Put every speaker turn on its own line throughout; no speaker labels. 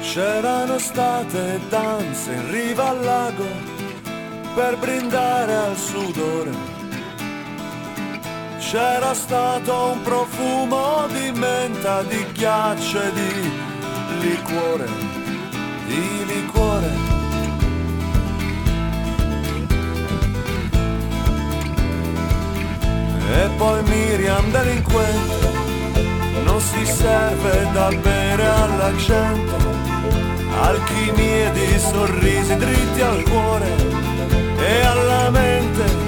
C'erano state danze in riva al lago per brindare al sudore. C'era stato un profumo di menta, di ghiaccio e di liquore, di liquore. E poi Miriam delinquente, non si serve da bere alla gente, alchimie di sorrisi dritti al cuore e alla mente.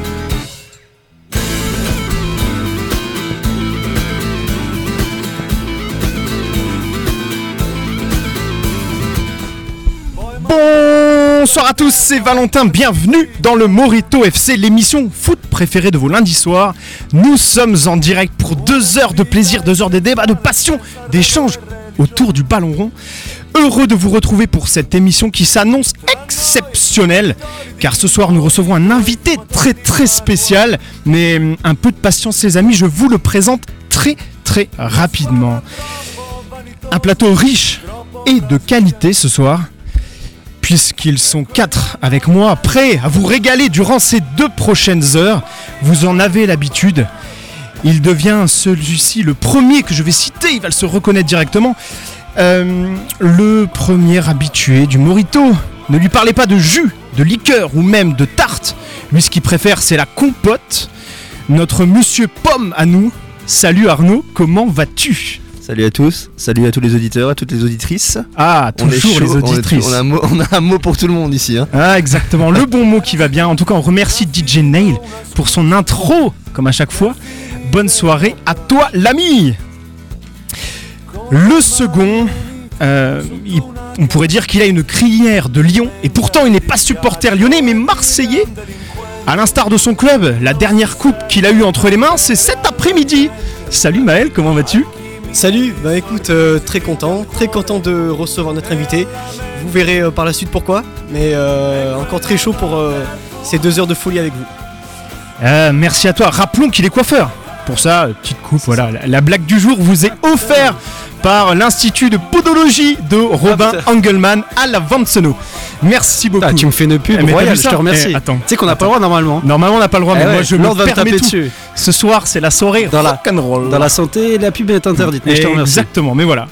Bonsoir à tous, c'est Valentin, bienvenue dans le Morito FC, l'émission foot préférée de vos lundis soirs. Nous sommes en direct pour deux heures de plaisir, deux heures de débat, de passion, d'échanges autour du ballon rond. Heureux de vous retrouver pour cette émission qui s'annonce exceptionnelle, car ce soir nous recevons un invité très très spécial, mais hum, un peu de patience les amis, je vous le présente très très rapidement. Un plateau riche et de qualité ce soir puisqu'ils sont quatre avec moi, prêts à vous régaler durant ces deux prochaines heures. Vous en avez l'habitude. Il devient celui-ci le premier que je vais citer, il va se reconnaître directement. Euh, le premier habitué du Morito. Ne lui parlez pas de jus, de liqueur ou même de tarte. Lui, ce qu'il préfère, c'est la compote. Notre monsieur Pomme à nous. Salut Arnaud, comment vas-tu
Salut à tous, salut à tous les auditeurs, à toutes les auditrices.
Ah,
On est
toujours
chaud,
les
on est-
auditrices.
On, a un mot, on a un mot pour tout le monde ici. hein.
Ah, exactement, le bon mot qui va bien. En tout cas, on remercie DJ Nail pour son intro, comme à chaque fois. Bonne soirée à toi, l'ami. Le second, euh, il- on pourrait dire qu'il a une crinière de Lyon, et pourtant il n'est pas supporter lyonnais, mais marseillais. À l'instar de son club, la dernière coupe qu'il a eue entre les mains, c'est cet après-midi. Salut Maël, comment vas-tu
Salut, bah écoute, euh, très content, très content de recevoir notre invité. Vous verrez euh, par la suite pourquoi, mais euh, encore très chaud pour euh, ces deux heures de folie avec vous.
Euh, merci à toi. Rappelons qu'il est coiffeur. Pour ça, euh, petite coupe, voilà. La, la blague du jour vous est offerte par l'Institut de Podologie de Robin Engelmann à la Vanseno. Merci beaucoup.
Ah, tu me fais une pub
Eh, mais t'as
royale,
vu ça
je te remercie.
Eh, attends.
Tu sais qu'on n'a pas le droit normalement.
Normalement, on n'a pas le droit, mais
Eh
moi
ouais,
je
Lord
me
va me
permets
taper
tout.
dessus.
Ce soir, c'est la soirée
Dans la-
rock'n'roll. Eh,
Dans la santé, la pub est interdite, mais je te remercie.
Exactement, mais voilà.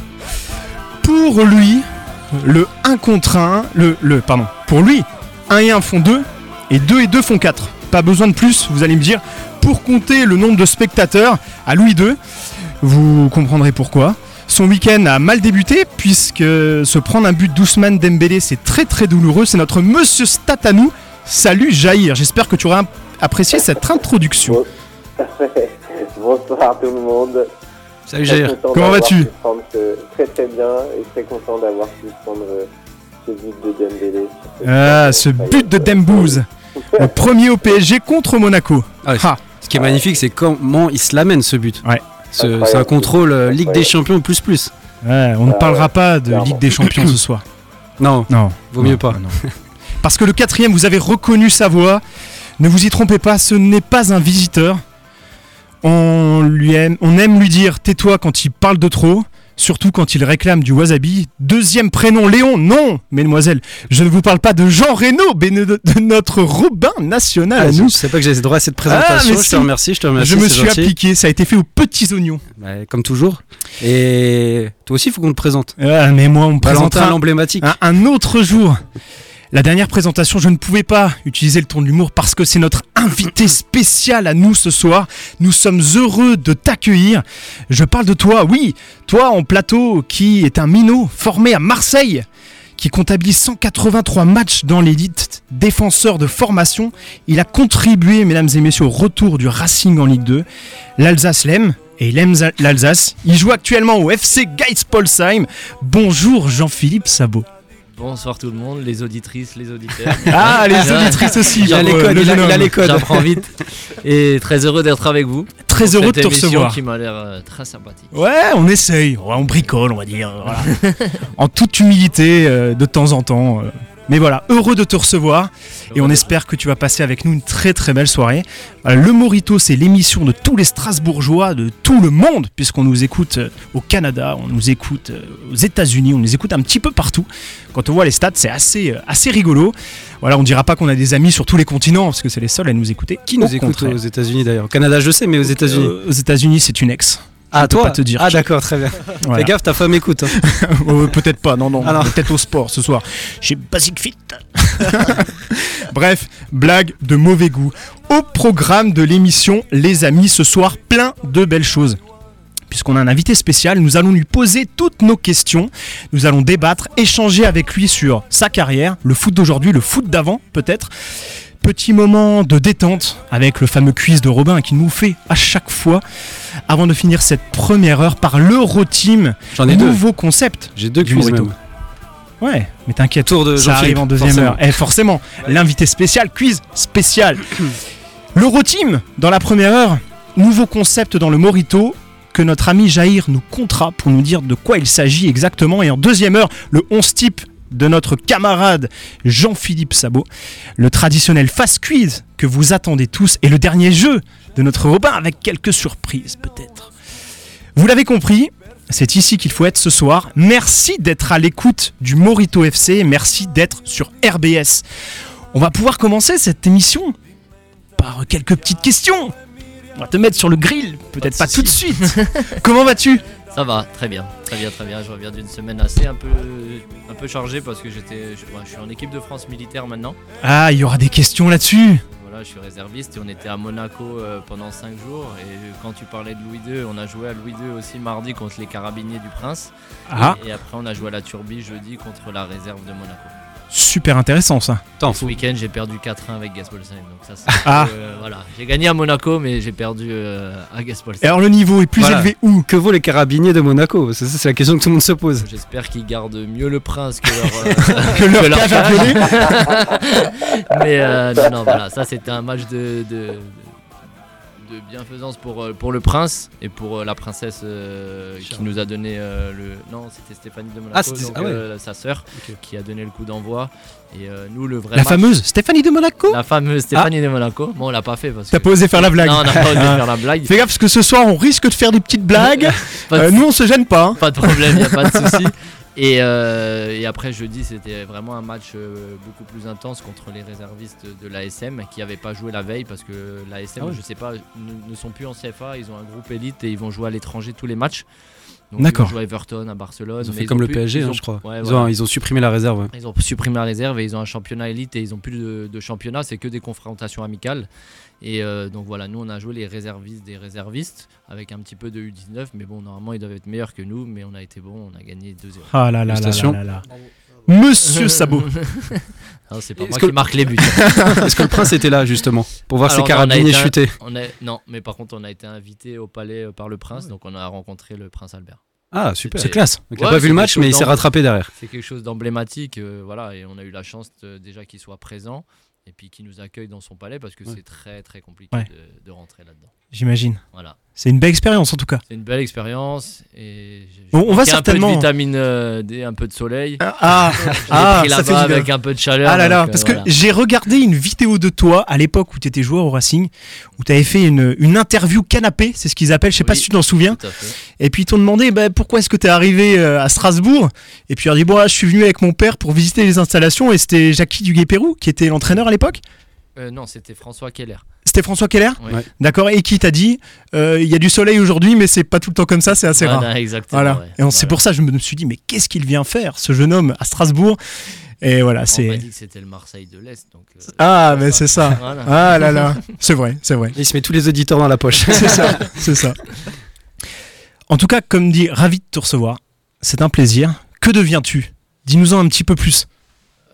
Pour lui, le 1 contre 1, le, le pardon, pour lui, 1 et 1 font 2 et 2 et 2 font 4. Pas besoin de plus, vous allez me dire, pour compter le nombre de spectateurs à Louis II, vous comprendrez pourquoi. Son week-end a mal débuté puisque se prendre un but d'Ousmane Dembélé c'est très très douloureux. C'est notre monsieur Stat à nous. Salut Jair, j'espère que tu auras apprécié cette introduction.
Bonsoir tout le monde.
Salut
Très
Jair.
content
Comment
d'avoir
vas-tu
pu prendre ce- Très très bien et très content d'avoir pu prendre euh, ce but de Dembélé.
Ah, ce but de Dembouze, le premier au PSG contre Monaco.
Ah ouais.
Ah,
Ce qui est magnifique, c'est comment il se l'amène ce but.
Ouais.
Ce- C'est un contrôle euh, Ligue des Champions plus plus.
Ouais, on ne
Ah
parlera
ouais,
pas de
clairement.
Ligue des Champions ce soir.
Non,
Non.
vaut
non,
mieux pas.
non. Parce que le quatrième, vous avez reconnu sa voix. Ne vous y trompez pas, ce n'est pas un visiteur. On, lui aime, on aime lui dire tais-toi quand il parle de trop, surtout quand il réclame du wasabi. Deuxième prénom, Léon. Non, mesdemoiselles, je ne vous parle pas de Jean Reno, mais de de notre Robin national à
Ah, je
nous.
je sais pas que j'ai droit à cette
Ah, mais
présentation. je
si.
te remercie, je te remercie.
je me
c'est
suis
gentil.
appliqué, ça a été fait aux petits oignons.
Bah, comme toujours. Et toi aussi, il faut qu'on te présente.
Ah, mais moi, on me présente
Valentin
un-
l'emblématique.
un, un autre jour. La dernière présentation, je ne pouvais pas utiliser le ton de l'humour parce que c'est notre invité spécial à nous ce soir. Nous sommes heureux de t'accueillir. Je parle de toi, oui, toi en plateau qui est un minot formé à Marseille, qui comptabilise 183 matchs dans l'élite, défenseur de formation. Il a contribué, mesdames et messieurs, au retour du Racing en Ligue 2. L'Alsace l'aime et il aime l'Alsace. Il joue actuellement au FC Geitspolsheim. Bonjour Jean-Philippe Sabot.
Bonsoir tout le monde, les auditrices, les auditeurs.
Ah, les
Ah.
auditrices aussi.
Il a les codes,
le
il a-
jeune
il a
homme.
les codes.
J'apprends vite et très heureux d'être avec vous.
Très
pour
heureux de
cette
te
émission
recevoir.
qui m'a l'air euh, très sympathique.
Ouais, on essaye, Ouais, on bricole, on va dire. voilà. en toute humilité, euh, de temps en temps, euh, Mais voilà, heureux de te recevoir et on espère que tu vas passer avec nous une très très belle soirée. Voilà, le Morito, c'est l'émission de tous les Strasbourgeois de tout le monde, puisqu'on nous écoute euh, au Canada, on nous écoute euh, aux États-Unis, on nous écoute un petit peu partout. Quand on voit les stats, c'est assez, euh, assez rigolo. Voilà, on dira pas qu'on a des amis sur tous les continents, parce que c'est les seuls à nous écouter.
Qui nous
Au
écoute
contraire.
aux États-Unis d'ailleurs Au Canada, je sais, mais aux États-Unis.
Euh, aux États-Unis, c'est une ex.
ah,
peux
toi
pas te dire.
Ah, d'accord, très bien.
Voilà.
Fais gaffe, ta femme écoute. hein.
Euh, peut-être pas, non, non.
Alors.
Peut-être au sport ce soir. Chez Basic Fit. Bref, blague de mauvais goût. Au programme de l'émission, les amis, ce soir, plein de belles choses. Puisqu'on a un invité spécial, nous allons lui poser toutes nos questions. Nous allons débattre, échanger avec lui sur sa carrière, le foot d'aujourd'hui, le foot d'avant, peut-être. Petit moment de détente avec le fameux quiz de Robin qui nous fait à chaque fois, avant de finir cette première heure par l'Euroteam,
J'en ai deux.
nouveau concept.
J'ai deux
Du
quiz
Morito.
même.
Ouais, mais t'inquiète,
Tour de
ça
Jean-Philippe,
arrive en deuxième
forcément.
heure. Eh, forcément, l'invité spécial, quiz spécial. L'Euroteam, dans la première heure, nouveau concept dans le Morito que notre ami Jair nous comptera pour nous dire de quoi il s'agit exactement. Et en deuxième heure, le 11 type de notre camarade Jean-Philippe Sabot, le traditionnel fast quiz que vous attendez tous et le dernier jeu de notre Robin avec quelques surprises peut-être. Vous l'avez compris, c'est ici qu'il faut être ce soir. Merci d'être à l'écoute du Morito FC, merci d'être sur RBS. On va pouvoir commencer cette émission par quelques petites questions. On va te mettre sur le grill, peut-être
de
pas tout de suite. Comment vas-tu
Ça va, très bien, très bien, très bien. Je reviens d'une semaine assez un peu, un peu chargée parce que j'étais, je, moi, je suis en équipe de France militaire maintenant.
Ah, il y aura des questions là-dessus.
Voilà, je suis réserviste et on était à Monaco euh, pendant 5 jours. Et euh, quand tu parlais de Louis II, on a joué à Louis II aussi mardi contre les Carabiniers du Prince.
Ah,
Et, et après, on a joué à la Turbie jeudi contre la réserve de Monaco.
super intéressant ça.
T'en
Ce
fous.
week-end, j'ai perdu 4-1 avec Gaspolsheim. Donc ça, c'est
Ah.
euh, voilà. J'ai gagné à Monaco, mais j'ai perdu euh, à
Et
Gaspolsheim.
alors le niveau est plus
Voilà.
élevé où
Que vaut les carabiniers de Monaco C'est ça, c'est la question que tout le monde se pose.
J'espère qu'ils gardent mieux le prince que leur. euh,
que leur
leur
cage à
cage.
violer
Mais euh, non, non, voilà, ça c'était un match de, de, de bienfaisance pour, euh, pour le prince et pour euh, la princesse euh, qui nous a donné euh, le. Non, c'était Stéphanie de Monaco,
Ah, c'était-
donc,
ah ouais.
euh, sa sœur, qui a donné le coup d'envoi. Et euh, nous, le vrai
La
match-
fameuse Stéphanie de Monaco
La fameuse Stéphanie de Monaco. Bon, on l'a pas fait parce que.
T'as pas osé faire la blague.
Non, on n'a pas osé
Ah.
faire la blague.
Fais gaffe parce que ce soir on risque de faire des petites blagues.
Pas de
Euh, nous on se gêne pas. hein.
pas de problème, y a pas de souci. Et, euh, et après jeudi, c'était vraiment un match euh, beaucoup plus intense contre les réservistes de l'ASM qui n'avaient pas joué la veille parce que l'ASM,
Ah ouais.
je sais pas, ne, ne sont plus en CFA, ils ont un groupe élite et ils vont jouer à l'étranger tous les matchs. Donc,
D'accord.
Ils ont joué à Everton, à Barcelone.
Ils ont
mais
fait comme le
pu-
PSG,
ils
hein,
ont-
je crois.
ouais,
ils,
voilà.
ont, ils ont supprimé la réserve. ouais.
Ils ont supprimé la réserve et ils ont un championnat élite et ils ont plus de, de championnat, c'est que des confrontations amicales. Et euh, donc voilà, nous on a joué les réservistes des réservistes avec un petit peu de U19, mais bon, normalement ils doivent être meilleurs que nous, mais on a été bon, on a gagné 2-0.
Ah là là là là
Félicitations.
là là. Monsieur Sabot.
Non, c'est pas
Est-ce
moi
que-
qui marque les buts.
Est-ce que le prince était là justement pour voir
Alors,
ses
non, on a
carabiniers
été un-
chuter
On est... Non, mais par contre, on a été invité au palais euh, par le prince, donc on a rencontré le prince Albert.
Ah super.
C'est
C'est
classe.
Donc, il a
Ouais,
pas vu le
c'est quelque
match,
chose
mais il s'est
d'en-
rattrapé derrière.
C'est quelque chose d'emblématique, euh, voilà, et on a eu la chance de- déjà qu'il soit présent et puis qu'il nous accueille dans son palais parce que
Ouais.
c'est très très compliqué
Ouais.
de, de rentrer là-dedans.
J'imagine.
Voilà,
C'est une belle expérience en tout cas.
c'est une belle expérience et j'ai-
On-
j'ai
on va
manqué un peu
certainement-
de vitamine euh, D, un peu de soleil.
Ah,
J'ai pris là-bas avec un peu de chaleur.
Ah là là,
donc, euh,
parce que
voilà.
j'ai regardé une vidéo de toi à l'époque où tu étais joueur au Racing, où tu avais fait une, une interview canapé, c'est ce qu'ils appellent, je sais pas
Oui.
si tu t'en souviens.
Tout à fait.
Et puis ils t'ont demandé bah, pourquoi est-ce que tu es arrivé euh, à Strasbourg. Et puis il a dit bon, là, je suis venu avec mon père pour visiter les installations et c'était Jackie Duguay-Pérou qui était l'entraîneur à l'époque.
Euh, non, c'était François Keller.
C'était François Keller
Ouais.
Ouais.
D'accord, et qui t'a dit euh, il y a du soleil aujourd'hui, mais c'est pas tout le temps comme ça, c'est assez rare.
Voilà, exactement.
Voilà.
ouais.
Et on- c'est
Voilà.
pour ça que je me suis dit, mais qu'est-ce qu'il vient faire, ce jeune homme, à Strasbourg Et voilà,
On m'a
c'est.
dit que c'était le Marseille de l'Est. Donc, euh,
Ah,
c'est
mais
ça.
c'est ça.
Voilà.
Ah là là. C'est vrai, c'est vrai.
Il se met tous les auditeurs dans la poche.
C'est ça, c'est ça. En tout cas, comme dit, ravi de te recevoir. C'est un plaisir. Que deviens-tu Dis-nous-en un petit peu plus.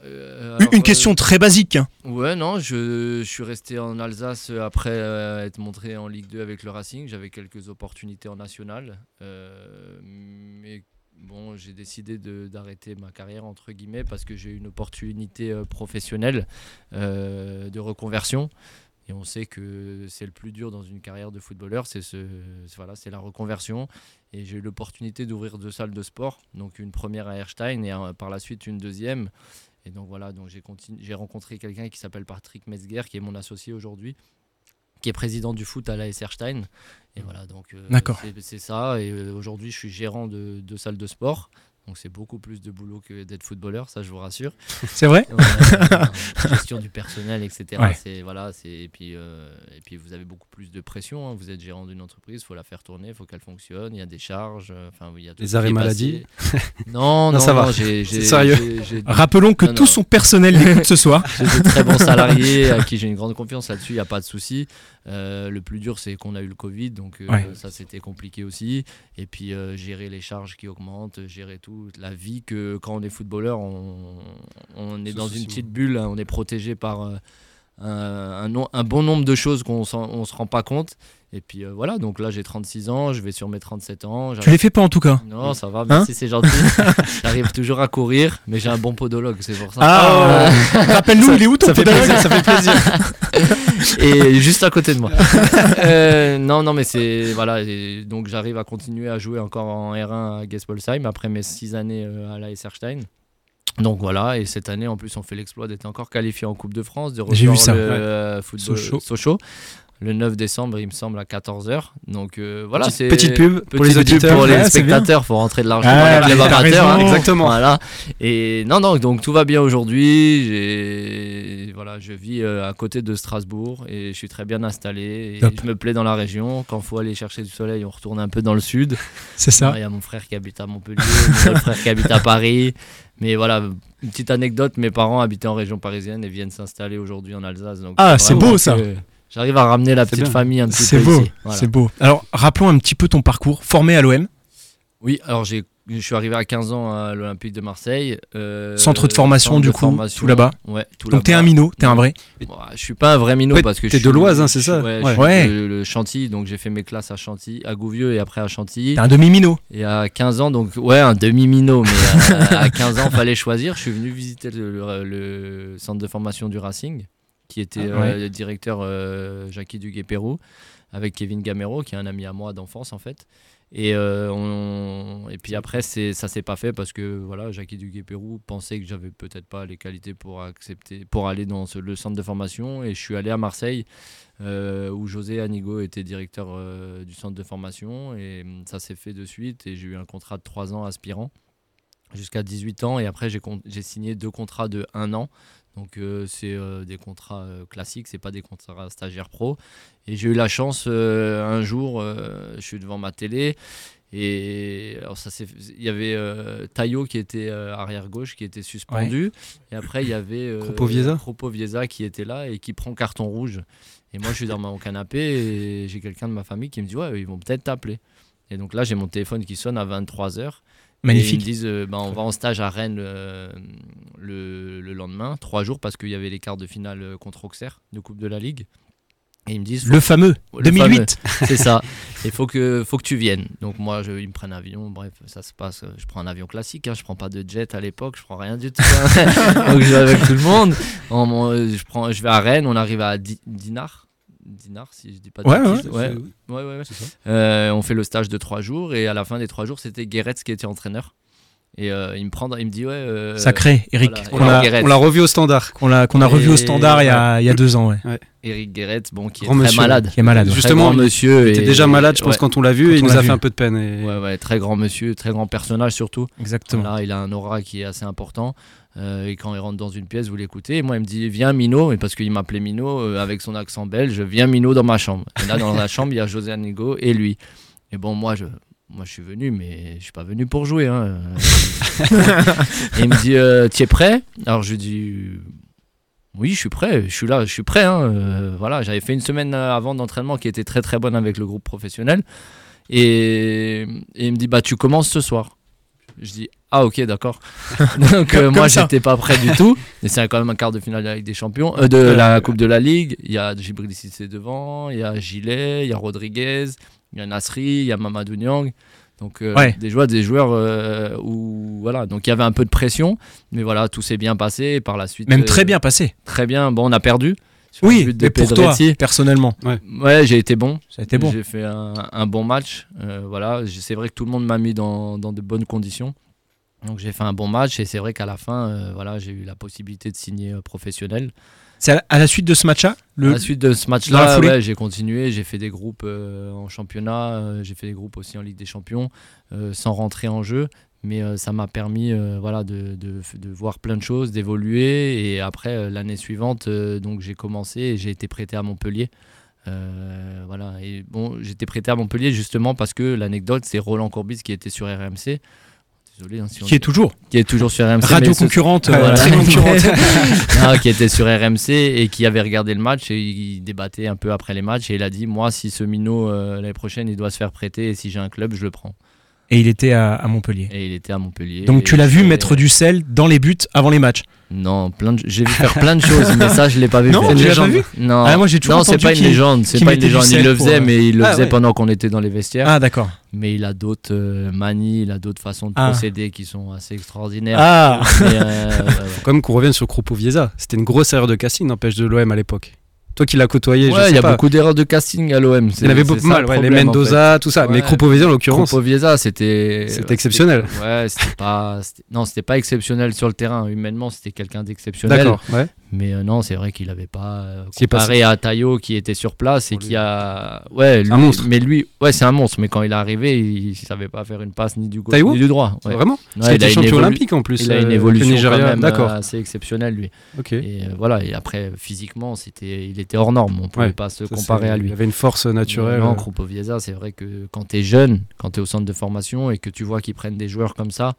Euh,
Une-
alors,
Une
euh,
question très basique. hein.
Ouais, non, je, je suis resté en Alsace après euh, être montré en Ligue 2 avec le Racing. J'avais quelques opportunités en National. euh, mais bon, j'ai décidé de- d'arrêter ma carrière, entre guillemets, parce que j'ai eu une opportunité euh, professionnelle euh, de reconversion. Et on sait que c'est le plus dur dans une carrière de footballeur, c'est ce, c'est- voilà, c'est la reconversion. Et j'ai eu l'opportunité d'ouvrir deux salles de sport, donc une première à Erstein et euh, par la suite une deuxième. Et donc voilà, donc j'ai continu- j'ai rencontré quelqu'un qui s'appelle Patrick Metzger, qui est mon associé aujourd'hui, qui est président du foot à l'AS Erstein. Et voilà, donc euh,
D'accord.
c'est- c'est ça. Et euh, aujourd'hui, je suis gérant de, de salle de sport. Donc c'est beaucoup plus de boulot que d'être footballeur, ça je vous rassure.
C'est vrai
Ouais, euh, gestion du personnel, etc.
Ouais.
C'est voilà, c'est et puis euh, et puis vous avez beaucoup plus de pression. hein. Vous êtes gérant d'une entreprise, faut la faire tourner, faut qu'elle fonctionne. Il y a des charges. euh, Enfin, il y a tout
Les
qui est
arrêts
passé.
maladie.
Non, non,
Non, ça
non,
va.
J'ai, j'ai-
C'est sérieux.
j'ai- j'ai-
Rappelons que
Non,
tout
non.
son personnel écoute ce soir.
j'ai de très bons salariés à qui j'ai une grande confiance là-dessus. Il n'y a pas de souci. Euh, le plus dur, c'est qu'on a eu le Covid, donc euh,
Ouais.
ça c'était compliqué aussi. Et puis euh, gérer les charges qui augmentent, gérer toute la vie que quand on est footballeur, on, on est dans une petite bulle, hein, on est protégé par euh, un, un no- un bon nombre de choses qu'on s'en- on se rend pas compte. Et puis euh, voilà, donc là j'ai 36 ans, je vais sur mes 37 ans.
Tu les Hein fais pas en tout cas.
Non, ça va, merci, c'est gentil. J'arrive toujours à courir, mais j'ai un bon podologue, c'est pour ça.
Ah, Rappelle-nous, il est où ton
Ça fait
podologue
plaisir, ça fait plaisir.
et juste à côté de moi. Euh, non, non, mais c'est. Voilà, et donc j'arrive à continuer à jouer encore en R1 à Gespolsheim après mes six années euh, à la Erstein. Donc voilà, et cette année en plus, on fait l'exploit d'être encore qualifié en Coupe de France, de
J'ai vu
rejoindre
ça,
le
ouais.
euh, football
Sochaux.
Sochaux. Le 9 décembre, il me semble, à 14h. Donc euh, voilà,
Petite-
c'est.
Petite pub pour
Petite
les
pub
auditeurs.
pour les
ouais, c'est bien.
spectateurs, faut rentrer de l'argent
Ah,
dans les
bah,
clubs
t'as
amateurs, hein.
raison.
Exactement.
Voilà. Et non, non, donc tout va bien aujourd'hui. J'ai, voilà, je vis euh, à côté de Strasbourg et je suis très bien installé. Et
Top.
je me plais dans la région. Quand faut aller chercher du soleil, on retourne un peu dans le sud.
C'est ça.
Il y a mon frère qui habite à Montpellier, mon autre frère qui habite à Paris. Mais voilà, une petite anecdote mes parents habitaient en région parisienne et viennent s'installer aujourd'hui en Alsace. Donc
Ah, c'est
vraiment
beau, ça.
que J'arrive à ramener la
C'est
petite
bien.
famille un petit peu
C'est beau,
ici. Voilà.
c'est beau. Alors, rappelons un petit peu ton parcours. Formé à l'OM,
Oui, alors j'ai, je suis arrivé à 15 ans à l'Olympique de Marseille. euh,
centre de formation
centre
du
de
coup,
formation.
tout là-bas.
Ouais, tout
Donc t'es
là-bas.
un minot, t'es un vrai.
Ouah, je suis pas un vrai minot
Ouais,
parce que
t'es
je
de
suis-
l'Oise, hein, c'est
je suis-
ça
Ouais, je suis
Ouais.
de- le Chantilly, donc j'ai fait mes classes à Chantilly, à Gouvieux et après à Chantilly.
T'es un demi-minot.
Et à 15 ans, donc ouais, un demi minot, mais euh, à, à 15 ans, fallait choisir. Je suis venu visiter le, le- le centre de formation du Racing, qui était
Ah, ouais.
euh, le directeur euh, Jackie Duguay-Pérou, avec Kevin Gamero, qui est un ami à moi d'enfance en fait. Et, euh, on- et puis après, c'est, ça s'est pas fait parce que voilà, Jackie Duguay-Pérou pensait que j'avais peut-être pas les qualités pour accepter, pour aller dans ce- le centre de formation. Et je suis allé à Marseille euh, où José Anigo était directeur euh, du centre de formation et hum, ça s'est fait de suite et j'ai eu un contrat de 3 ans aspirant jusqu'à 18 ans et après j'ai con- j'ai signé deux contrats de 1 an donc euh, c'est euh, des contrats euh, classiques c'est pas des contrats stagiaires pro et j'ai eu la chance euh, un jour euh, je suis devant ma télé et alors ça s'est- il y avait euh, Taillot qui était euh, arrière gauche qui était suspendu et après il y avait euh,
Kropovieza.
Kropovieza qui était là et qui prend carton rouge et moi, je suis dans mon canapé et j'ai quelqu'un de ma famille qui me dit Ouais, ils vont peut-être t'appeler. Et donc là, j'ai mon téléphone qui sonne à 23h. Et ils me
Magnifique.
disent euh, bah, On va en stage à Rennes euh, le, le lendemain, trois jours, parce qu'il y avait les quarts de finale euh, contre Auxerre de Coupe de la Ligue. Et ils me disent
Le fameux.
Le
2008.
c'est ça. Il faut que, faut que tu viennes. Donc moi, je, ils me prennent avion. Bref, ça se passe. euh, Je prends un avion classique. Hein, je prends pas de jet à l'époque. Je prends rien du tout. hein. Donc je vais avec tout le monde. En- en- euh, je, prends, je vais à Rennes. On arrive à Di- Dinard. Dinard, si je dis pas de
Ouais,
bêtises.
ouais.
ouais. Ouais, ouais, ouais.
C'est ça.
Euh, on fait le stage de trois jours. Et à la fin des trois jours, c'était Guéretz qui était entraîneur. Et euh, il, me prend, dans- il me dit Ouais. euh,
Sacré, Eric.
voilà,
qu'on
Eric
a-
Guéret.
On l'a revu au standard.
Qu'on a, qu'on a revu
Et-
au standard il y a, il y a deux ans, ouais.
Eric Guéretz, bon, qui est
Grand
très
monsieur,
malade.
Qui est malade.
Très
Justement,
grand
il-
monsieur.
Il était
et-
déjà malade, je pense,
ouais.
quand on l'a vu,
Quand
et il
on
nous
l'a
a fait
vu.
un peu de peine. Et...
Ouais, ouais, très grand monsieur, très grand personnage surtout.
Exactement.
Là, il a un aura qui est assez important. Euh, et quand il rentre dans une pièce, vous l'écoutez. Et moi, il me dit Viens, Mino. Mais parce qu'il m'appelait Mino euh, avec son accent belge Viens, Mino, dans ma chambre. Et là, dans la chambre, il y a José Anigo et lui. Et bon, moi, je. Moi, je suis venu, mais je suis pas venu pour jouer. hein. et il me dit, euh, tu es prêt Alors, je lui dis, oui, je suis prêt. Je suis là, je suis prêt. hein. Euh, voilà, j'avais fait une semaine euh, avant d'entraînement qui était très très bonne avec le groupe professionnel. Et, et il me dit, bah, tu commences ce soir. Je dis, ah, ok, d'accord. Donc, euh,
Comme
moi,
ça.
j'étais pas prêt du tout. Et c'est quand même un quart de finale de la Ligue des Champions, euh, de la Coupe de la Ligue. Il y a Djibril Cissé devant, il y a Gilet, il y a Rodriguez, il y a Nasri, il y a Mamadou Niang. Donc, euh,
Ouais.
des joueurs, des joueurs euh, où, voilà. Donc, il y avait un peu de pression, mais voilà, tout s'est bien passé. Et par la suite,
Même
euh,
très bien passé.
Très bien, bon, on a perdu. Sur le
Oui,
but de
mais pour toi,
Pedretti.
personnellement,
Ouais, j'ai été bon.
ça a été bon.
J'ai fait un, un bon match. euh, voilà, J- c'est vrai que tout le monde m'a mis dans, dans de bonnes conditions. Donc j'ai fait un bon match et c'est vrai qu'à la fin, euh, voilà, j'ai eu la possibilité de signer euh, professionnel.
C'est à la- à la suite de ce match-là
À
le...
la suite de ce
Dans la
match-là,
foulée
ouais, j'ai continué, j'ai fait des groupes euh, en championnat, euh, j'ai fait des groupes aussi en Ligue des Champions, euh, sans rentrer en jeu. Mais euh, ça m'a permis euh, voilà, de, de- de voir plein de choses, d'évoluer. Et après, euh, l'année suivante, euh, donc j'ai commencé et j'ai été prêté à Montpellier. Euh, voilà. Et bon, j'étais prêté à Montpellier justement parce que l'anecdote, c'est Roland Courbis qui était sur RMC. Désolé, hein, si on-
Qui est toujours
qui est toujours sur RMC.
Radio
mais ce-
concurrente, euh,
voilà.
très concurrente.
Ah, qui était sur RMC et qui avait regardé le match et il débattait un peu après les matchs et il a dit moi si ce minot euh, l'année prochaine il doit se faire prêter et si j'ai un club je le prends
Et il était à, à Montpellier.
et il était à Montpellier
Donc tu l'as vu mettre
mettre
du sel dans les buts avant les matchs.
non plein de- j'ai vu faire plein de choses mais ça je l'ai pas vu
Non,
faire.
tu l'as pas vu
non
Ah, moi, j'ai toujours
non c'est
entendu
pas une
qu'il-
légende c'est
qu'il
pas une
mettait du
légende il
sel
le
pour,
faisait
euh,
mais il le
Ah,
faisait
ouais.
pendant qu'on était dans les vestiaires
Ah d'accord.
mais il a d'autres euh, manies il a d'autres façons de
Ah.
procéder qui sont assez extraordinaires
Ah
Mais, euh, ouais, ouais.
Quand même qu'on revienne sur Krupovieza. C'était une grosse erreur de casting, n'empêche, de l'OM à l'époque. Toi qui l'as côtoyé, je
Ouais, il
sais
y a
pas.
beaucoup d'erreurs de casting à l'OM.
Il y en avait beaucoup mal, ouais, les Mendoza, tout ça. Mais
Ouais.
Krupovieza, en l'occurrence,
Kropovieza, c'était.
C'était exceptionnel.
Ouais, c'était pas. c'était- Non, c'était pas exceptionnel sur le terrain. Humainement, c'était quelqu'un d'exceptionnel.
d'accord. Ouais.
Mais euh, non, c'est vrai qu'il avait pas. euh,
C'est pas
comparé à Tayo qui était sur place et qui a. Ouais, lui,
un monstre.
Mais lui, ouais, c'est un monstre. Mais quand il est arrivé, il savait pas faire une passe ni du gauche
Tayo
ni du droit. Ouais.
Vraiment
Ouais,
Parce qu'il
il a
était
une
champion
évolu-
olympique en plus.
Il a
euh,
une
avec le
évolution quand
Nigeria.
même,
D'accord.
euh, assez exceptionnelle, lui.
Ok.
Et euh, voilà, et après, physiquement, c'était, il était hors norme. On pouvait
Ouais,
pas se
Ça,
comparer
c'est-
à lui.
Il avait une force naturelle. euh.
Non, Krupovieza, c'est vrai que quand tu es jeune, quand tu es au centre de formation et que tu vois qu'ils prennent des joueurs comme ça,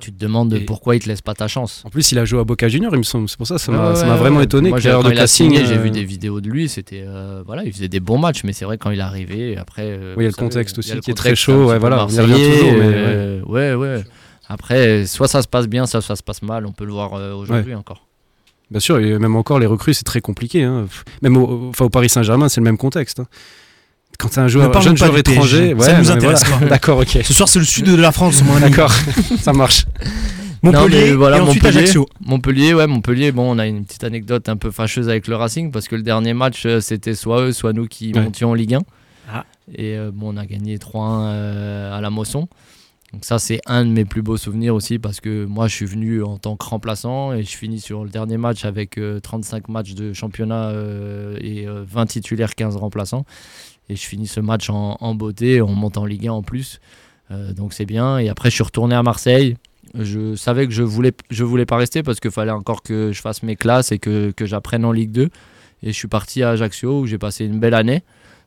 tu te demandes
Et-
pourquoi ils te laissent pas ta chance.
En plus, il a joué à Boca Junior, il me semble. C'est pour ça, ça m'a
Ouais,
ça
ouais,
m'a
ouais,
vraiment
ouais.
étonné.
Moi,
que
j'ai-
l'erreur
quand
de
il a
casting.
signé, j'ai
euh,
vu des vidéos de lui, c'était euh, voilà, il faisait des bons matchs, mais c'est vrai quand il est arrivé, après. euh,
Oui, il y a
vous
le contexte
il y a
aussi
le
qui est très
contexte, hein,
chaud,
un petit
ouais,
peu
voilà, on y revient
marseillais,
toujours, mais
euh, ouais, ouais. Après, soit ça se passe bien, soit ça se passe mal. On peut le voir euh, aujourd'hui encore.
Bien sûr, et même encore, les recrues, c'est très compliqué. hein. Pff, Même au, enfin, au Paris Saint-Germain, c'est le même contexte. hein. Quand c'est un joueur,
Ne parlons
jeune
pas
joueur
du
étranger,
PSG, ça nous
non, mais
intéresse pas.
D'accord, ok.
Ce soir c'est le sud de la France, mon ami.
D'accord, ça marche.
Montpellier
Non, mais voilà,
et ensuite
Montpellier.
Ajaccio.
Montpellier, ouais, Montpellier, bon, on a une petite anecdote un peu fâcheuse avec le Racing parce que le dernier match, euh, c'était soit eux, soit nous qui
Ouais.
montions en Ligue 1.
Ah.
Et euh, bon, on a gagné 3-1 euh, à la Mosson. Donc ça, c'est un de mes plus beaux souvenirs aussi parce que moi, je suis venu en tant que remplaçant et je finis sur le dernier match avec euh, 35 matchs de championnat euh, et euh, 20 titulaires, 15 remplaçants. Et je finis ce match en, en beauté, on monte en Ligue 1 en plus. Euh, donc c'est bien. Et après, je suis retourné à Marseille. Je savais que je voulais, je voulais pas rester parce qu'il fallait encore que je fasse mes classes et que, que j'apprenne en Ligue 2. Et je suis parti à Ajaccio où j'ai passé une belle année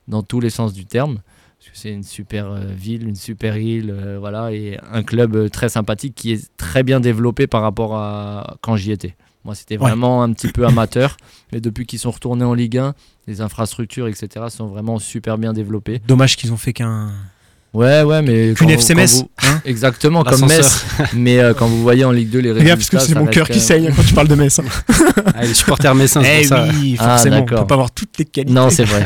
dans tous les sens du terme. Parce que c'est une super euh, ville, une super île, euh, voilà, et un club euh, très sympathique qui est très bien développé par rapport à quand j'y étais. Moi, c'était
Ouais.
vraiment un petit peu amateur, mais depuis qu'ils sont retournés en Ligue 1, les infrastructures, etc., sont vraiment super bien développées.
Dommage qu'ils ont fait qu'un.
Ouais, ouais, mais.
Qu'une
quand-
FC Metz,
quand vous- hein Exactement, comme
L'ascenseur.
Metz. Mais euh, quand vous voyez en Ligue 2 les résultats.
Regarde, parce que c'est
ça
mon
reste
cœur
quand
qui
même-
saigne quand tu parles de Metz. hein.
Ah, les supporters messins, c'est
Eh
pour ça.
oui,
Ah,
forcément, on
d'accord.
peut pas avoir toutes les qualités.
Non, c'est vrai.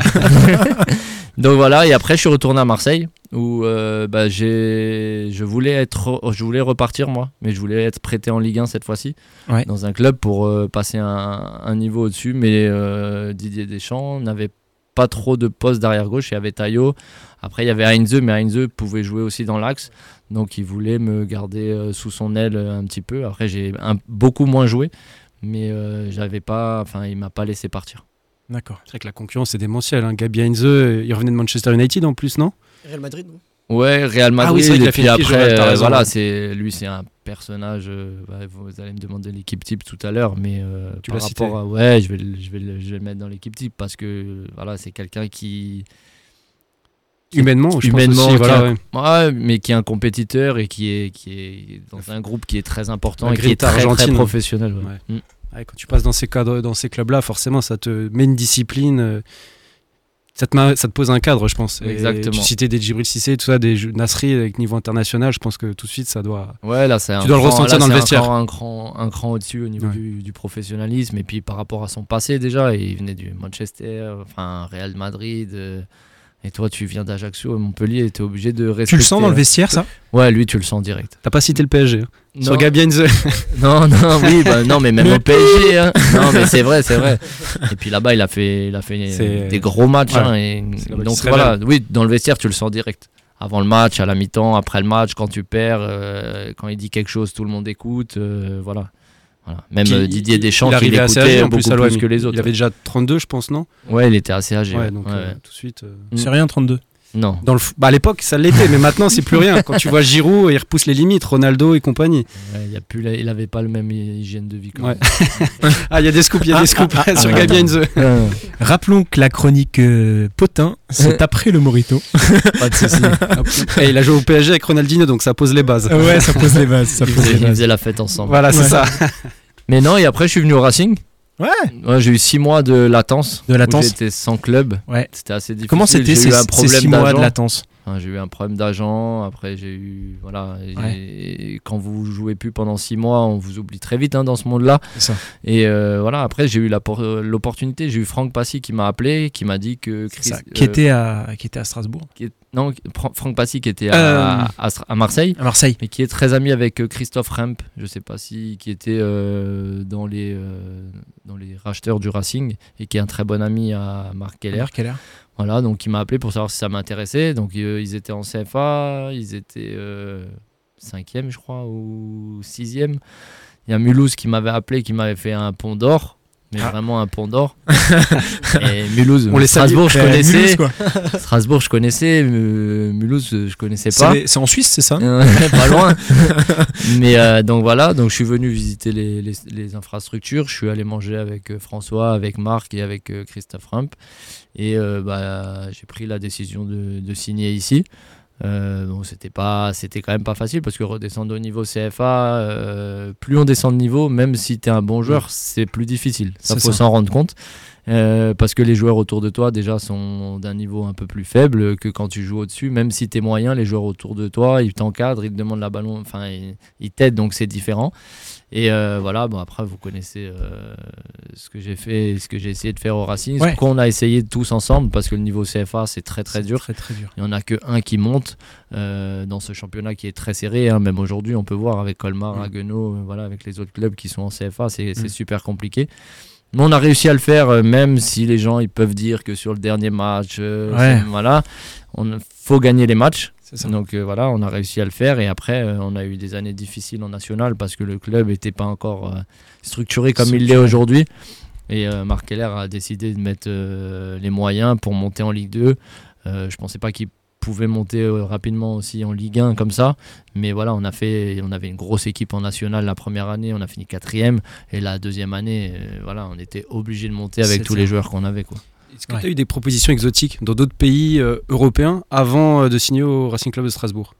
Donc voilà, et après je suis retourné à Marseille où euh, bah, j'ai, je voulais être, je voulais repartir moi, mais je voulais être prêté en Ligue 1 cette fois-ci,
Ouais.
dans un club pour euh, passer un, un niveau au-dessus. Mais euh, Didier Deschamps n'avait pas trop de poste d'arrière gauche, il y avait Tayo. Après il y avait Heinze, mais Heinze pouvait jouer aussi dans l'axe, donc il voulait me garder euh, sous son aile euh, un petit peu. Après j'ai un- beaucoup moins joué, mais euh, j'avais pas, enfin il m'a pas laissé partir.
D'accord.
C'est vrai que la concurrence est démentielle. Hein. Gabi Heinze, euh, il revenait de Manchester United en plus, non
Real Madrid, non
Ouais, Real
Ah
Madrid.
oui, c'est vrai qu'il
et
a fait
puis
une fiche,
après,
Joël, t'as
euh,
raison,
voilà,
ouais.
c'est lui, c'est un personnage. euh, bah, vous allez me demander l'équipe type tout à l'heure, mais euh,
Tu
par
l'as cité.
rapport à- ouais, je vais, le- je vais, le- je vais le mettre dans l'équipe type parce que euh, voilà, c'est quelqu'un qui,
Humainement, je
Humainement,
pense aussi, voilà,
tiens.
ouais.
ouais, mais qui est un compétiteur et qui est, qui est dans un groupe qui est très important
La
et qui est
Grinta
très, très
argentine.
professionnel. ouais.
Ouais.
Mm.
Ouais, Quand tu passes dans ces cadres, dans ces clubs-là, forcément, ça te met une discipline. euh, Ça te, ma- ça te pose un cadre, je pense. Et
Exactement.
tu citais des Djibril Cissé, tout ça, des jou- Nasri avec niveau international. Je pense que tout de suite, ça doit,
Ouais, là, c'est un
dois le
cran-
ressentir
là,
dans le
c'est un
vestiaire.
cran- Un cran, un cran au-dessus au niveau
Ouais.
du, du professionnalisme. Et puis par rapport à son passé, déjà, il venait du Manchester, enfin Real Madrid. euh, et toi, tu viens d'Ajaccio, Montpellier, tu es obligé de respecter.
Tu
euh,
le sens dans le vestiaire, ça
Ouais, lui, tu le sens direct.
T'as pas cité le PSG. hein. Sur
Non.
Gabi Heinze.
Non, non, oui, bah, non, mais même au PSG. hein. Non, mais c'est vrai, c'est vrai. Et puis là-bas, il a fait, il a fait
C'est-
des gros matchs.
Ouais.
hein, et
C'est là-bas qu'il
donc
se
voilà, oui, dans le vestiaire, tu le sens direct. avant le match, à la mi-temps, après le match, quand tu perds, euh, quand il dit quelque chose, tout le monde écoute. euh, voilà. Voilà. Même
Puis,
euh,
il-
Didier Deschamps,
il
il,
arrivait assez
écoutait
âgé en
beaucoup
plus
plus,
à l'OM.
que les autres.
Il avait déjà 32, je pense, non
Ouais, il était assez âgé.
Ouais,
ouais.
donc
Ouais,
euh,
ouais.
tout de suite. euh,
C'est rien, 32.
Non.
Dans le f- bah, à l'époque, ça l'était, mais maintenant, c'est plus rien. Quand tu vois Giroud, il repousse les limites, Ronaldo et compagnie.
Ouais, il y a plus la- il avait pas le même hy- hygiène de vie. quand
Ouais.
même.
Ah, il y a des scoops, il y a des scoops sur
ah,
Gabi Heinze.
Rappelons que la chronique euh, Potin, c'est après le Morito.
Pas de souci.
Et il a joué au PSG avec Ronaldinho, donc ça pose les bases.
Ah ouais, ça pose les bases. Ça
Ils faisaient, ils faisaient la fête ensemble.
Voilà, c'est
Ouais.
ça.
Mais non, et après, je suis venu au Racing.
Ouais.
Ouais, j'ai eu six mois de latence.
De latence.
Où J'étais sans club.
Ouais.
C'était assez difficile.
Comment c'était
J'ai
ces,
eu un
ces
problème
six mois de
d'argent.
latence
Enfin, j'ai eu un problème d'agent, après j'ai eu... Voilà, et-
Ouais.
et quand vous jouez plus pendant six mois, on vous oublie très vite hein, dans ce monde-là.
C'est ça.
Et euh, voilà, après j'ai eu la por- euh, l'opportunité, j'ai eu Franck Passy qui m'a appelé, qui m'a dit que... Chris- euh,
Qui, était à, qui était à Strasbourg
qui est- Non, Fra- Franck Passy qui était à,
Euh.
à Stra- à Marseille,
À Marseille.
mais qui est très ami avec euh, Christophe Remp, je sais pas si... qui était euh, dans, les, euh, dans les racheteurs du Racing, et qui est un très bon ami à Marc Keller.
quelle heure
Voilà, donc il m'a appelé pour savoir si ça m'intéressait. Donc euh, ils étaient en CFA, ils étaient euh, cinquième, je crois, ou sixième. Il y a Mulhouse qui m'avait appelé, qui m'avait fait un pont d'or, mais vraiment un pont d'or. Et Mulhouse,
On les salue.
Strasbourg, je connaissais.
Eh, quoi.
Strasbourg, je connaissais. euh, Mulhouse, euh, je connaissais pas.
C'est c'est en Suisse, c'est ça
Euh, pas loin. Mais euh, donc voilà, donc je suis venu visiter les, les- les infrastructures. Je suis allé manger avec euh, François, avec Marc et avec euh, Christophe Rump. Et euh, bah, j'ai pris la décision de, de signer ici. Euh, bon, c'était pas, c'était quand même pas facile parce que redescendre au niveau CFA, euh, plus on descend de niveau, même si t'es un bon joueur, c'est plus difficile. Ça
C'est
faut
ça.
s'en rendre compte Euh, parce que les joueurs autour de toi déjà sont d'un niveau un peu plus faible que quand tu joues au-dessus. Même si t'es moyen, les joueurs autour de toi, ils t'encadrent, ils te demandent la ballon, enfin ils, ils t'aident, donc c'est différent. Et euh, voilà, bon après vous connaissez euh, ce que j'ai fait, et ce que j'ai essayé de faire au Racing,
Ouais.
ce qu'on a essayé tous ensemble parce que le niveau CFA c'est très très dur.
Très, très dur.
Il n'y en a que un qui monte euh, dans ce championnat qui est très serré. hein. Même aujourd'hui, on peut voir avec
Mm.
Colmar, Haguenau, euh, voilà, avec les autres clubs qui sont en CFA, c'est c'est super compliqué. Mais on a réussi à le faire, euh, même si les gens ils peuvent dire que sur le dernier match, euh,
Ouais.
c'est- voilà, on faut gagner les matchs.
C'est ça.
Donc euh, voilà, on a réussi à le faire. Et après, euh, on a eu des années difficiles en national parce que le club n'était pas encore euh, structuré comme il l'est aujourd'hui. Et euh, Marc Keller a décidé de mettre euh, les moyens pour monter en Ligue 2. Euh, je pensais pas qu'il pouvait monter euh, rapidement aussi en Ligue 1 comme ça. Mais voilà, on, a fait, on avait une grosse équipe en nationale la première année, on a fini quatrième. Et la deuxième année, euh, voilà, on était obligé de monter avec
C'est
tous
ça.
les joueurs qu'on avait. Quoi.
Est-ce que
Ouais.
tu as eu des propositions exotiques dans d'autres pays euh, européens avant euh, de signer au Racing Club de Strasbourg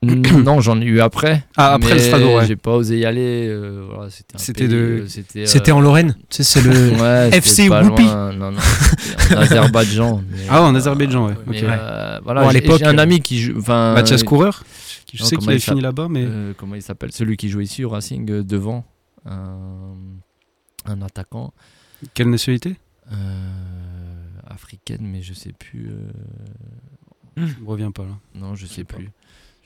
non, j'en ai eu après.
Ah, après le
mais
Strasbourg, ouais.
J'ai pas osé y aller. euh, voilà, c'était un
C'était
pays,
de-
euh, C'était. euh,
C'était en Lorraine. Tu sais, c'est le.
ouais, c'était
FC
pas
Whoopi.
loin, Non, non. c'était En Azerbaïdjan. mais,
Ah, en
euh,
Azerbaïdjan, ouais.
mais,
ok.
euh, voilà,
Bon, à
j'ai-
l'époque,
j'ai un ami qui joue. enfin,
Mathias
euh,
Coureur, je
non,
sais
comment
qu'il avait
il
fini là-bas, mais
euh, comment il s'appelle Celui qui joue ici au Racing euh, devant un, un attaquant
quelle nationalité
euh, africaine, mais je sais plus. euh,
Je me reviens pas là.
non, je Hmm. sais plus.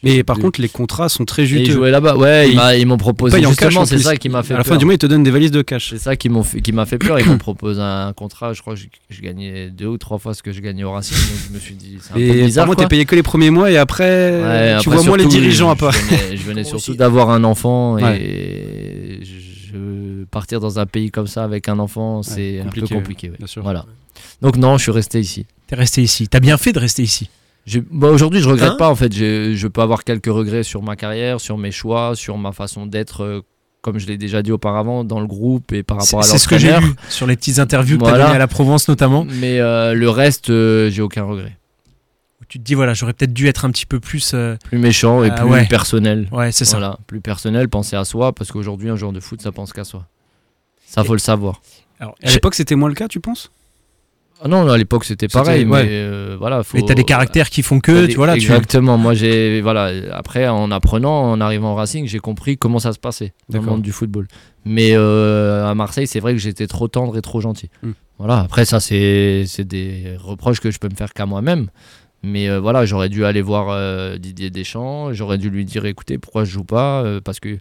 Mais par
plus.
contre, les contrats sont très
Et ils
juteux.
jouaient là-bas. Ouais,
Ils-
ils, m'a- ils m'ont proposé.
paye en cash, en
Justement, c'est
plus.
ça qui m'a fait.
à la fin
peur.
du mois, ils te donnent des valises de cash.
C'est ça qui m'ont fait- qui m'a fait peur. Ils m'ont proposé un contrat. Je crois que je, je gagnais deux ou trois fois ce que je gagnais au Racing. Donc je me suis dit, c'est un peu
Et
bizarre.
apparemment,
quoi.
t'es payé que les premiers mois et après,
Ouais,
Euh, tu
après,
vois moins les
surtout,
dirigeants
je-
à part.
Je venais, je venais surtout d'avoir un enfant et je, partir dans un pays comme ça avec un enfant, c'est un peu
compliqué,
compliqué. ouais.
bien sûr.
Voilà. Donc non, je suis resté ici.
T'es resté ici. T'as bien fait de rester ici.
J'ai- bah, Aujourd'hui, je regrette
Hein
pas. En fait, J'ai- je peux avoir quelques regrets sur ma carrière, sur mes choix, sur ma façon d'être, euh, comme je l'ai déjà dit auparavant, dans le groupe et par
C'est
rapport à
c'est ce que j'ai
l'entraîneur.
vu sur les petites interviews que t'as
Voilà.
données à la Provence notamment.
Mais euh, le reste, euh, j'ai aucun regret.
Où tu te dis, voilà, j'aurais peut-être dû être un petit peu plus. euh,
Plus méchant et
Ah
plus
ouais.
personnel.
Ouais, c'est ça.
Voilà, plus personnel, penser à soi, parce qu'aujourd'hui, un joueur de foot, ça pense qu'à soi. Ça, faut le savoir.
Alors,
À l'époque, c'était moins le cas, tu penses
Ah non, à l'époque c'était pareil,
C'était-
mais
ouais.
euh, voilà. Faut...
mais t'as des caractères qui font
T'as
que,
des-
tu vois, là, tu
Exactement. Moi, j'ai voilà. Après, en apprenant, en arrivant au Racing, j'ai compris comment ça se passait dans le
D'accord.
monde du football. Mais euh, à Marseille, c'est vrai que j'étais trop tendre et trop gentil.
Hmm.
Voilà. Après, ça, c'est c'est des reproches que je peux me faire qu'à moi-même. Mais euh, voilà, j'aurais dû aller voir euh, Didier Deschamps. J'aurais dû lui dire, écoutez, pourquoi je joue pas Euh, Parce que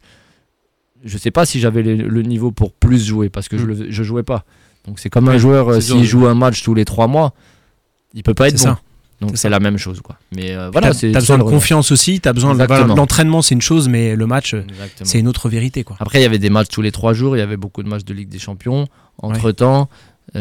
je sais pas si j'avais le, le niveau pour plus jouer, parce que je,
Hmm.
le, je jouais pas. Donc c'est comme un joueur, euh,
c'est dur
s'il
de-
joue un match tous les trois mois, il peut pas
C'est
être bon.
ça.
Donc
C'est
c'est
ça.
la même chose. Quoi. Mais euh, voilà,
T'as-
c'est.
t'as
c'est
besoin de
le regret.
confiance aussi, t'as besoin de-
Exactement.
voilà, l'entraînement, c'est une chose, mais le match, euh,
Exactement.
c'est une autre vérité, quoi.
Après, il y avait des matchs tous les trois jours, il y avait beaucoup de matchs de Ligue des Champions. Entre-temps,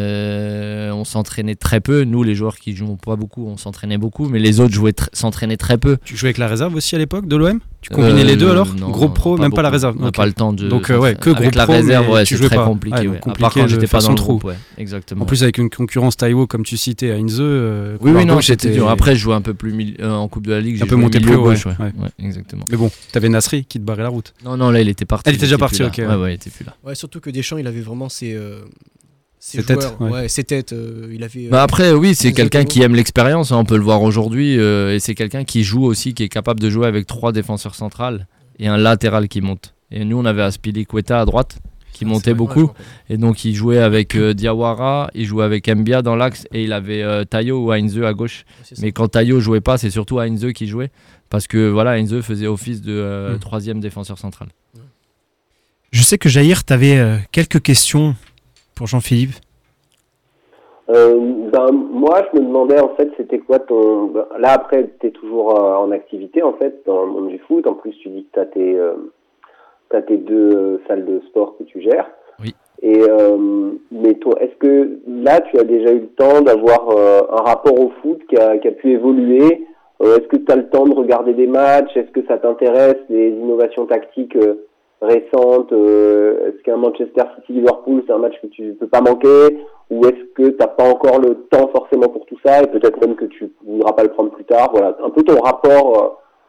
euh, on s'entraînait très peu. Nous, les joueurs qui jouons pas beaucoup, on s'entraînait beaucoup, mais les autres jouaient tr- s'entraînaient très peu.
Tu jouais avec la réserve aussi à l'époque de l'OM Tu combinais
Euh,
les deux alors
non,
Gros pro,
pas
même pas la
beaucoup.
réserve.
On n'a
Ok.
pas le temps de.
Donc, euh, ouais, que
avec
gros
la
pro,
réserve,
mais
ouais,
tu
c'est
jouais
très
pas. Ouais,
compliqué.
donc
ouais. À part
compliqué
quand
de
j'étais
faire
pas
son
dans le
trou.
groupe, ouais, exactement.
En plus, avec une concurrence Taiwo, comme tu citais à Inze. euh,
oui,
couloir
oui, non,
gauche,
j'étais
c'était-
dur. Après, je jouais un peu plus mili- euh, en Coupe de la Ligue. j'ai
peu
joué
monté
milieu
plus haut,
gauche,
ouais,
ouais.
ouais.
Ouais, exactement.
Mais bon, t'avais Nasri qui te barrait la route.
Non, non, là, il était parti.
Elle était déjà
plus
partie,
là.
ok, ouais.
Ouais, ouais, il était plus là.
Ouais, surtout que Deschamps, il avait vraiment ses. euh, ses
Ses têtes,
joueurs.
ouais.
ouais. ses têtes. euh, il avait. euh,
Bah après, oui, c'est
Vous
quelqu'un
êtes
qui aime l'expérience, hein, on peut le voir aujourd'hui, euh, et c'est quelqu'un qui joue aussi, qui est capable de jouer avec trois défenseurs centrales et un latéral qui monte. Et nous, on avait Aspili Quetta à droite, qui montait
Ah, ouais,
beaucoup,
je m'en rappelle.
et donc il jouait avec euh, Diawara, il jouait avec Mbia dans l'axe, et il avait euh, Tayo ou Heinze à gauche.
Ouais, c'est ça.
Mais quand Tayo jouait pas, c'est surtout Heinze qui jouait, parce que voilà, Heinze faisait office de euh,
Hmm.
Mm.
troisième défenseur central.
Je sais que Jair, t'avais euh, quelques questions pour Jean-Philippe.
Euh, ben, moi, je me demandais en fait, c'était quoi ton. ben, Là, après, tu es toujours euh, en activité en fait, dans le monde du foot. En plus, tu dis que tu as, tes euh, t'as tes deux euh, salles de sport que tu gères.
Oui.
Et, euh, mais toi, est-ce que là, tu as déjà eu le temps d'avoir euh, un rapport au foot qui a, qui a pu évoluer Euh, Est-ce que tu as le temps de regarder des matchs Est-ce que ça t'intéresse, les innovations tactiques euh, récentes Euh, Est-ce qu'un Manchester City-Liverpool, c'est un match que tu peux pas manquer ou est-ce que t'as pas encore le temps forcément pour tout ça et peut-être même que tu voudras pas le prendre plus tard voilà un peu ton rapport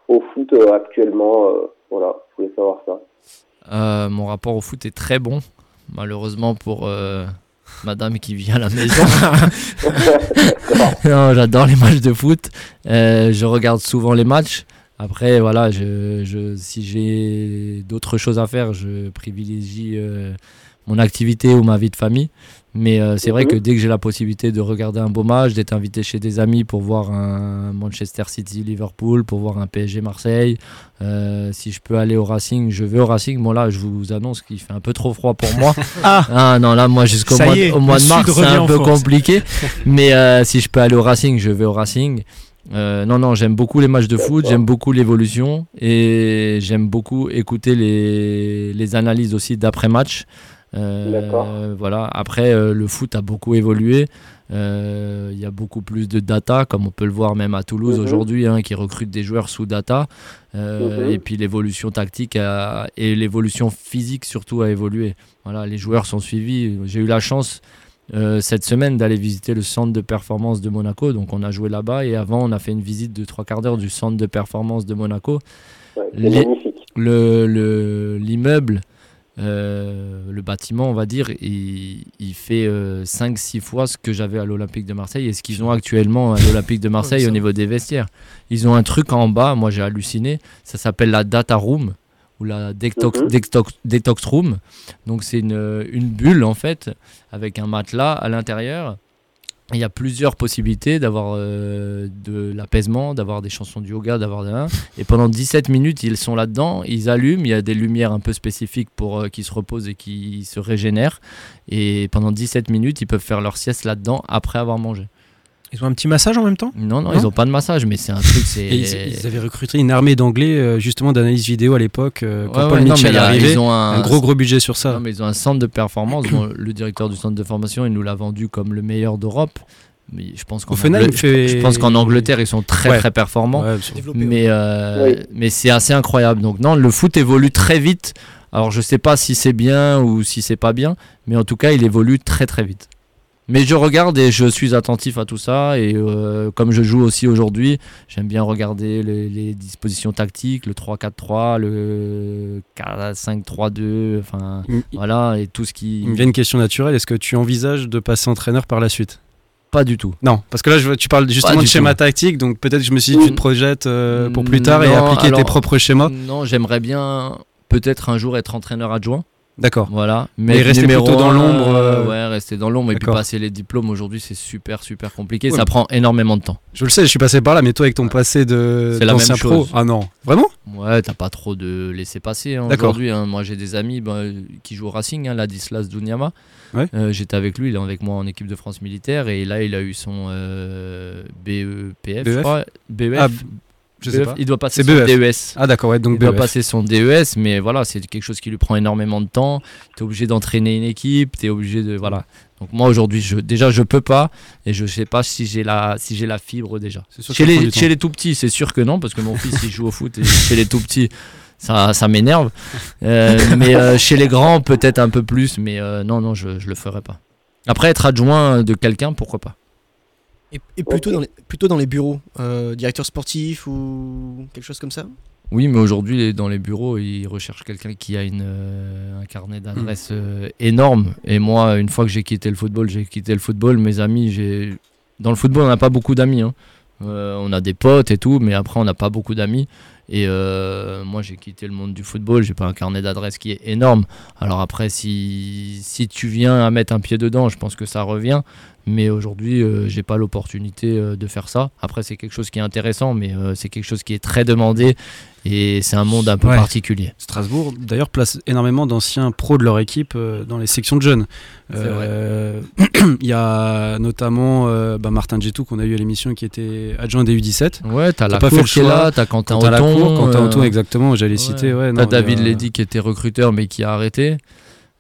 euh, au foot euh, actuellement euh, voilà je voulais savoir ça
Euh, mon rapport au foot est très bon, malheureusement pour euh, madame qui vit à la maison. Non, j'adore les matchs de foot. Euh, je regarde souvent les matchs. Après, voilà, je, je- si j'ai d'autres choses à faire, je privilégie euh, mon activité ou ma vie de famille. Mais euh, c'est vrai que dès que j'ai la possibilité de regarder un beau match, d'être invité chez des amis pour voir un Manchester City Liverpool, pour voir un PSG Marseille, euh, si je peux aller au Racing, je vais au Racing. Bon là, je vous annonce qu'il fait un peu trop froid pour moi.
Ah.
non, là moi jusqu'au
Ça
mois,
y est,
au mois
le
de
Sud
mars, c'est
revient
un
en
peu
force.
compliqué. Mais euh, si je peux aller au Racing, je vais au Racing. Euh, non, non, j'aime beaucoup les matchs de foot, j'aime beaucoup l'évolution et j'aime beaucoup écouter les, les analyses aussi d'après-match. Euh,
D'accord.
voilà. Après, euh, le foot a beaucoup évolué. Euh, Il y a beaucoup plus de data, comme on peut le voir même à Toulouse
Mhm.
aujourd'hui, hein, qui recrute des joueurs sous data. Euh,
Mhm.
Et puis l'évolution tactique a- et l'évolution physique surtout a évolué. Voilà, les joueurs sont suivis. J'ai eu la chance euh, cette semaine d'aller visiter le centre de performance de Monaco. Donc on a joué là-bas et avant on a fait une visite de trois quarts d'heure du centre de performance de Monaco.
Ouais, c'est
Les-
magnifique
Le- le- L'immeuble, euh, le bâtiment, on va dire, il, il fait 5-6 fois ce que j'avais à l'Olympique de Marseille et ce qu'ils ont actuellement à l'Olympique de Marseille
Ouais,
au
ça.
niveau des vestiaires. Ils ont un truc en bas, moi j'ai halluciné, ça s'appelle la Data Room ou la Detox,
Mhm.
Detox- Detox Room. Donc c'est une, une bulle en fait avec un matelas à l'intérieur. Il y a plusieurs possibilités d'avoir euh, de l'apaisement, d'avoir des chansons de yoga, d'avoir des... Et pendant 17 minutes, ils sont là-dedans, ils allument, il y a des lumières un peu spécifiques pour euh, qui se reposent et qui se régénèrent. Et pendant 17 minutes, ils peuvent faire leur sieste là-dedans après avoir mangé.
Ils ont un petit massage en même temps
Non, non,
Non.
ils n'ont pas de massage, mais c'est un truc, c'est...
Et ils, ils avaient recruté une armée d'anglais, euh, justement, d'analyse vidéo à l'époque, euh,
Ouais,
quand
ouais,
Paul
non, mais
Mitchell est
il y a-
arrivé.
ils ont
Un gros, gros budget sur ça.
Non, mais ils ont un centre de performance. Bon, le directeur du centre de formation, il nous l'a vendu comme le meilleur d'Europe. Mais je pense qu'en
Hoffenheim
Angle-
fait-
je pense qu'en Angleterre, ils sont très
Ouais.
très performants.
Ouais, sur-
Développé, ouais.
Mais euh,
Oui.
mais c'est assez incroyable. Donc non, le foot évolue très vite. Alors je sais pas si c'est bien ou si c'est pas bien, mais en tout cas, il évolue très très vite. Mais je regarde et je suis attentif à tout ça. Et euh, comme je joue aussi aujourd'hui, j'aime bien regarder les, les dispositions tactiques, le 3-4-3, le 4-5-3-2, enfin
Il- il-
voilà, et tout ce qui.
Mm. il me vient une question naturelle. Est-ce que tu envisages de passer entraîneur par la suite
Pas du tout.
Non, parce que là, je vois- tu parles justement
du
de schéma
tout.
tactique, donc peut-être que je me suis dit que tu te projettes euh, pour plus tard et
Non,
appliquer
alors-
tes propres schémas.
Non, j'aimerais bien peut-être un jour être entraîneur adjoint.
D'accord.
Voilà. Mais
Et rester
numéro
plutôt dans
un,
l'ombre, euh,
Ouais, rester dans l'ombre et puis
d'accord.
passer les diplômes aujourd'hui, c'est super, super compliqué.
Ouais,
ça
mais-
prend énormément de temps.
Je le sais, je suis passé par là, mais toi avec ton passé de
C'est la
d'ancien
même
pro.
chose.
Ah non. Vraiment
Ouais, t'as pas trop de laisser passer hein,
D'accord.
aujourd'hui. hein. Moi, j'ai des amis ben, euh, qui jouent au Racing, hein, Ladislas Dunyama.
Ouais.
Euh, J'étais avec lui, il est avec moi en équipe de France militaire et là, il a eu son euh, BEPF, je
BEF?
crois. E BEF.
E Ah, Je sais
BEF,
pas.
E Il doit passer
C'est
son
BEF.
DES.
Ah d'accord, ouais, donc
il doit
BEF.
passer son DES, mais voilà, c'est quelque chose qui lui prend énormément de temps. T'es obligé d'entraîner une équipe, t'es obligé de voilà. Donc moi aujourd'hui, je, déjà je peux pas et je sais pas si j'ai la si j'ai la fibre déjà.
C'est sûr que
Chez
ça prend
les,
du temps.
chez les tout petits, c'est sûr que non, parce que mon fils il joue au foot et chez les tout petits, ça, ça m'énerve. Euh, mais euh, chez les grands, peut-être un peu plus, mais euh, non, non, je, je le ferai pas. Après, être adjoint de quelqu'un, pourquoi pas
Et, et plutôt, dans les, plutôt dans les bureaux, euh, directeur sportif ou quelque chose comme ça
Oui, mais aujourd'hui, les- dans les bureaux, ils recherchent quelqu'un qui a une, euh, un carnet d'adresses euh, énorme. Et moi, une fois que j'ai quitté le football, j'ai quitté le football. Mes amis, j'ai. Dans le football, on n'a pas beaucoup d'amis. hein. Euh, on a des potes et tout, mais après, on n'a pas beaucoup d'amis. Et euh, moi, j'ai quitté le monde du football. J'ai pas un carnet d'adresses qui est énorme. Alors après, si, si tu viens à mettre un pied dedans, je pense que ça revient. Mais aujourd'hui, euh, j'ai pas l'opportunité euh, de faire ça. Après, c'est quelque chose qui est intéressant, mais euh, c'est quelque chose qui est très demandé. Et c'est un monde un peu
Ouais.
particulier.
Strasbourg, d'ailleurs, place énormément d'anciens pros de leur équipe euh, dans les sections de jeunes. Euh, Il y a notamment euh, bah, Martin Djetou qu'on a eu à l'émission qui était adjoint des U17.
Ouais, t'as
T'as
la
pas fait
cour
le
qui est
choix.
là, t'as Quentin
Quentin
Auton.
Lacour, Quentin
euh,
Auton, exactement, j'allais
ouais.
citer. Ouais,
t'as
non,
David
il y a-
Ledy qui était recruteur mais qui a arrêté.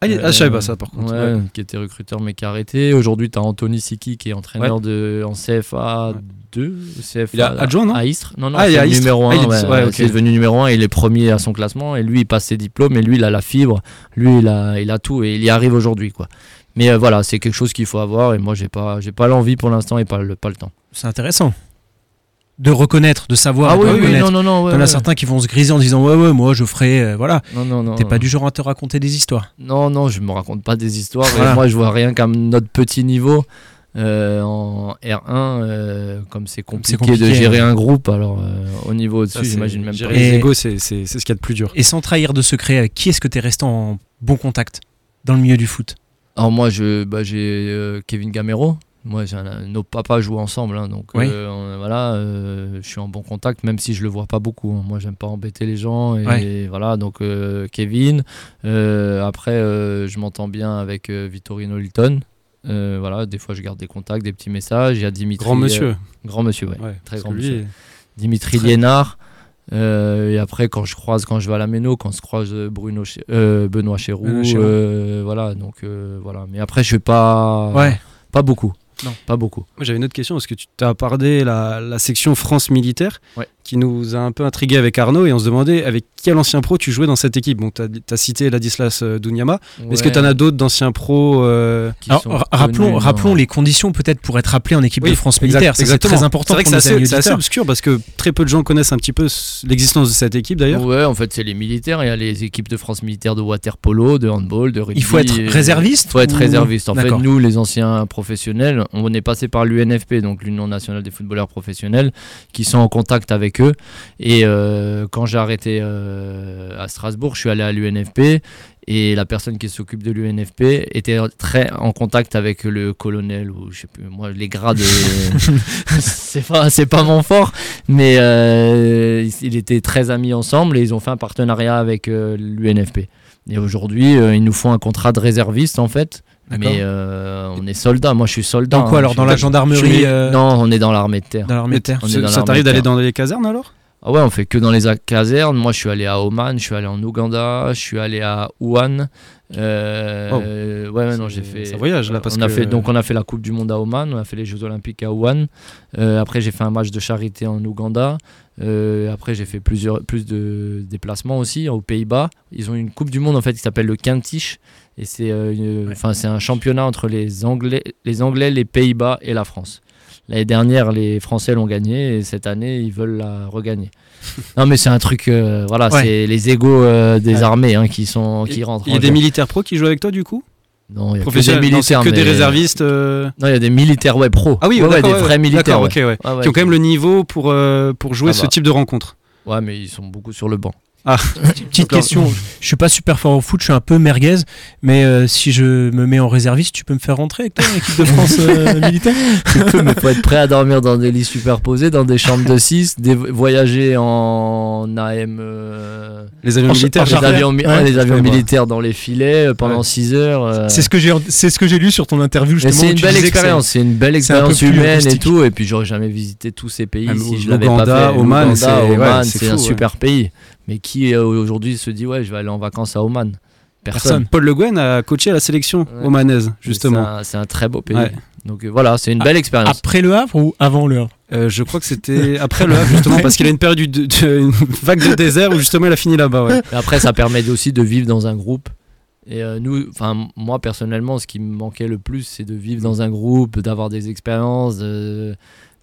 Ah, il- ah, je savais pas ça par contre.
euh, Ouais,
ouais.
qui était recruteur mais qui a arrêté. Aujourd'hui, t'as Anthony Siki qui est entraîneur de, en CFA
Ouais.
2. ou CFA
Il a adjoint, non
À Istres. Non, non,
Ah, il est à
c'est le
Istres.
numéro
Ah,
1.
il est- ouais, ok.
C'est devenu numéro 1. Il est premier à son classement. Et lui, il passe ses diplômes. Et lui, il a la fibre. Lui, il a, il a tout. Et il y arrive aujourd'hui. quoi. Mais euh, voilà, c'est quelque chose qu'il faut avoir. Et moi, j'ai pas, j'ai pas l'envie pour l'instant et pas le, pas le temps.
C'est intéressant. De reconnaître, de
Ah
savoir. de reconnaître.
Ah non, non.
Il y en a certains qui vont se griser en disant Ouais, ouais, moi je ferai. euh, voilà.
Non, non, non.
T'es pas du genre à te raconter des histoires.
Non, non, je me raconte pas des histoires. et
Voilà.
moi, je vois rien qu'à notre petit niveau euh, en R1, euh, comme c'est compliqué,
c'est compliqué,
de gérer
ouais.
un groupe. Alors, euh, au niveau
Ça,
au-dessus,
c'est-
j'imagine même
gérer
pas.
les
Et-
égos, c'est c'est- c'est ce qu'il y a de plus dur.
Et sans trahir de secret, avec qui est-ce que t'es resté en bon contact dans le milieu du foot
Alors, moi, je, bah, j'ai euh, Kevin Gamero. Moi, j'ai un- nos papas jouent ensemble, hein, donc
Oui.
euh, on- voilà, euh, je suis en bon contact, même si je le vois pas beaucoup. hein. Moi, j'aime pas embêter les gens, et,
Ouais.
voilà. Donc euh, Kevin. euh, après, euh, je m'entends bien avec euh, Vittorino Hilton. Euh, voilà, des fois, je garde des contacts, des petits messages. Il y a Dimitri.
Grand
euh,
monsieur.
Grand monsieur, ouais.
Ouais,
très
parce que
grand
lui,
monsieur. Dimitri Liénard. Euh, et après, quand je croise, quand je vais à la Méno, quand se croise euh, Bruno, Ch- euh, Benoît Chéroux,
Benoît Chéroux.
euh, voilà. Donc euh, voilà. Mais après, je suis pas,
Ouais.
pas beaucoup.
Non.
Pas beaucoup.
Moi j'avais une autre question parce que tu t'as abordé la, la section France militaire
Ouais.
qui nous a un peu intrigué avec Arnaud et on se demandait avec quel ancien pro tu jouais dans cette équipe. Bon, t'as as cité Ladislas euh, Dunyama. mais Est-ce que
Ouais,
t'en as d'autres d'anciens pros euh,
qui
Alors,
sont
ra- rappelons,
connus,
rappelons
non.
les conditions peut-être pour être appelé en équipe
Oui,
de France
exact-
militaire. Ça, C'est
exactement.
très important
C'est vrai que
pour
c'est
nos amis
assez, c'est assez
auditeurs.
obscur parce que très peu de gens connaissent un petit peu ce- l'existence de cette équipe d'ailleurs.
Ouais, en fait, c'est les militaires. Il y a les équipes de France militaire de water polo, de handball, de rugby. euh,
Il faut être
et-
réserviste.
Il faut être
ou-
réserviste. En fait,
D'accord.
nous, les anciens professionnels, on est passé par l'UNFP, donc l'Union nationale des footballeurs professionnels, qui sont en contact avec eux. Et euh, quand j'ai arrêté euh, à Strasbourg, je suis allé à l'UNFP. Et la personne qui s'occupe de l'UNFP était très en contact avec le colonel ou je sais plus moi les grades. euh, c'est pas c'est pas mon fort, mais euh, ils- ils étaient très amis ensemble et ils ont fait un partenariat avec euh, l'UNFP. Et aujourd'hui, euh, ils nous font un contrat de réserviste en fait.
D'accord.
Mais euh, on est soldat. Moi, je suis soldat.
Dans quoi
hein.
alors
Je
Dans
suis-
la gendarmerie euh,
Non, on est dans l'armée de terre.
Dans l'armée de terre
On est
Ça
dans
ça
l'armée
t'arrive
de
d'aller
terre.
dans les casernes alors
Ah ouais, on fait que dans les a- casernes. Moi, je suis allé à Oman, je suis allé en Ouganda, je suis allé à Wuhan. Euh,
Oh.
Ouais, ouais, non, j'ai
C'est-
fait.
Ça voyage là parce
on a
que-
fait, donc on a fait la Coupe du Monde à Oman, on a fait les Jeux Olympiques à Wuhan. Euh, après j'ai fait un match de charité en Ouganda. Euh, après j'ai fait plusieurs plus de déplacements aussi aux Pays-Bas. Ils ont une Coupe du Monde en fait qui s'appelle le Quintish et c'est euh, une- enfin c'est un championnat entre les Anglais, les Anglais, les Pays-Bas et la France. L'année dernière les Français l'ont gagné et cette année ils veulent la regagner. non mais c'est un truc euh, voilà
Ouais.
c'est les égaux euh, des armées hein, qui sont qui
Il-
rentrent.
Il y a
en
des
jeu.
militaires pros qui jouent avec toi du coup
non, il y a que des
Professionnels, non, c'est
militaires
que des
mais-
réservistes. euh,
non, il y a des militaires, ouais, pro.
Ah oui,
ouais, ouais,
d'accord,
des vrais militaires.
D'accord,
ouais.
ok, ouais.
Ouais, ouais,
Qui ont quand même le niveau pour, euh, pour jouer
Ah
ce
bah.
type de rencontre.
Ouais, mais ils sont beaucoup sur le banc.
Ah, petite question. Je suis pas super fort au foot, je suis un peu merguez, mais euh, si je me mets en réserviste, tu peux me faire rentrer avec toi dans l'équipe de France euh, militaire
Tu peux, mais faut être prêt à dormir dans des lits superposés, dans des chambres de 6, voyager en AM. euh,
Les avions
En cha-
militaires.
en
les
charter.
avions, mi-
Ouais,
ouais, les avions
ouais.
militaires dans les filets euh, pendant
Ouais.
6 heures. euh.
C'est ce que j'ai, c'est ce que j'ai lu sur ton interview
Mais
justement.
c'est
où
une
tu
belle
disais que
expérience, c'est une belle
c'est un peu
expérience
plus
humaine et
rustique.
tout. Et puis j'aurais jamais visité tous ces pays
Ah, mais
si je
au-
l'avais pas
l'Ouganda,
fait.
Oman,
L'Ouganda,
c'est- ouais,
Oman,
c'est
c'est
fou,
un
ouais.
super pays. Mais qui euh, aujourd'hui se dit ouais, je vais aller en vacances à Oman Personne.
Paul Le Guen a coaché la sélection
Ouais.
omanaise,
C'est
justement.
un- C'est un, très beau pays.
Ouais.
Donc euh, voilà, c'est une
Ah,
belle expérience.
Après le Havre ou avant le Havre
Euh, je crois que c'était après le Havre, justement, parce qu'il a une période, de, de- une vague de désert où justement il a fini là-bas. ouais.
Ah.
Mais Après, ça permet aussi de vivre dans un groupe. Et euh, nous, enfin, moi personnellement, ce qui me manquait le plus, c'est de vivre dans un groupe, d'avoir des expériences, de,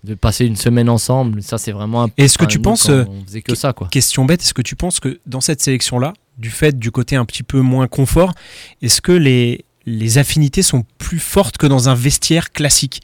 de passer une semaine ensemble. Ça, c'est vraiment. un-
Est-ce que
enfin,
tu
nous,
penses,
quand
euh,
On faisait que ça, quoi.
Question bête, est-ce que tu penses que dans cette sélection-là, du fait du côté un petit peu moins confort, est-ce que les, les affinités sont plus fortes que dans un vestiaire classique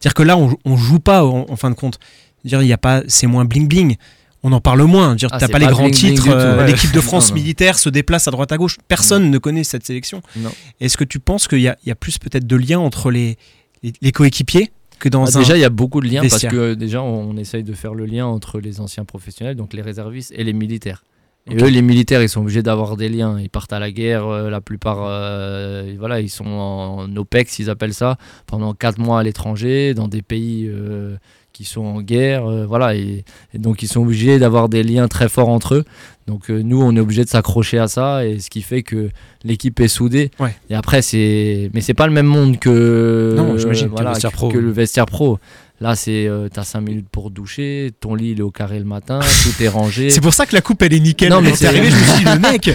C'est-à-dire que là, on, on joue pas en, en fin de compte. Dire, il y a pas, c'est moins bling bling. On en parle moins. Dire,
Ah,
t'as
c'est
pas les
pas
grands
bling-bling du
titres.
tout,
euh,
ouais.
L'équipe de France
Non, non.
militaire se déplace à droite à gauche. Personne ne connaît cette sélection.
Non.
Est-ce que tu penses qu'il y a, il y a plus peut-être de liens entre les, les, les coéquipiers que dans
Ah,
un
déjà, il y a beaucoup de liens
vestiaire.
parce que euh, déjà, on, on essaye de faire le lien entre les anciens professionnels, donc les réservistes, et les militaires. Et eux, les militaires, ils sont obligés d'avoir des liens. Ils partent à la guerre, euh, la plupart, euh, et voilà, ils sont en OPEX, ils appellent ça, pendant 4 mois à l'étranger, dans des pays euh, qui sont en guerre, euh, voilà, et, et donc ils sont obligés d'avoir des liens très forts entre eux. Donc euh, nous, on est obligé de s'accrocher à ça, et ce qui fait que l'équipe est soudée.
Ouais.
Et après, c'est, mais c'est pas le même monde que
Non, j'imagine, que
voilà,
le vestiaire pro.
que le vestiaire pro. Là, c'est euh, t'as 5 minutes pour doucher, ton lit il est au carré le matin, tout est rangé.
C'est pour ça que la coupe elle est nickel.
Non, mais
Quand
c'est-
t'es arrivé, je me suis dit le mec.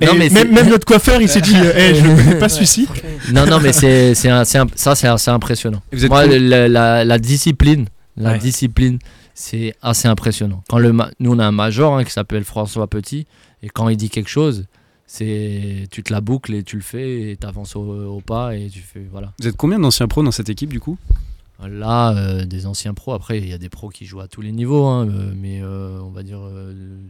Non,
Et
mais c'est-
même, même notre coiffeur, il s'est dit, euh, Eh, je ne connais pas celui-ci.
Non, non, mais c'est c'est un- c'est un- ça, c'est assez impressionnant.
Et vous êtes
Moi,
combien-
le- la, la- la discipline, la
Ouais.
discipline, c'est assez impressionnant. Quand le ma- nous on a un major hein, qui s'appelle François Petit, et quand il dit quelque chose, c'est tu te la boucles et tu le fais et t'avances au, au pas et tu fais voilà.
vous êtes combien d'anciens pros dans cette équipe du coup
Là, euh, des anciens pros. Après, il y a des pros qui jouent à tous les niveaux, hein, euh, mais euh, on va dire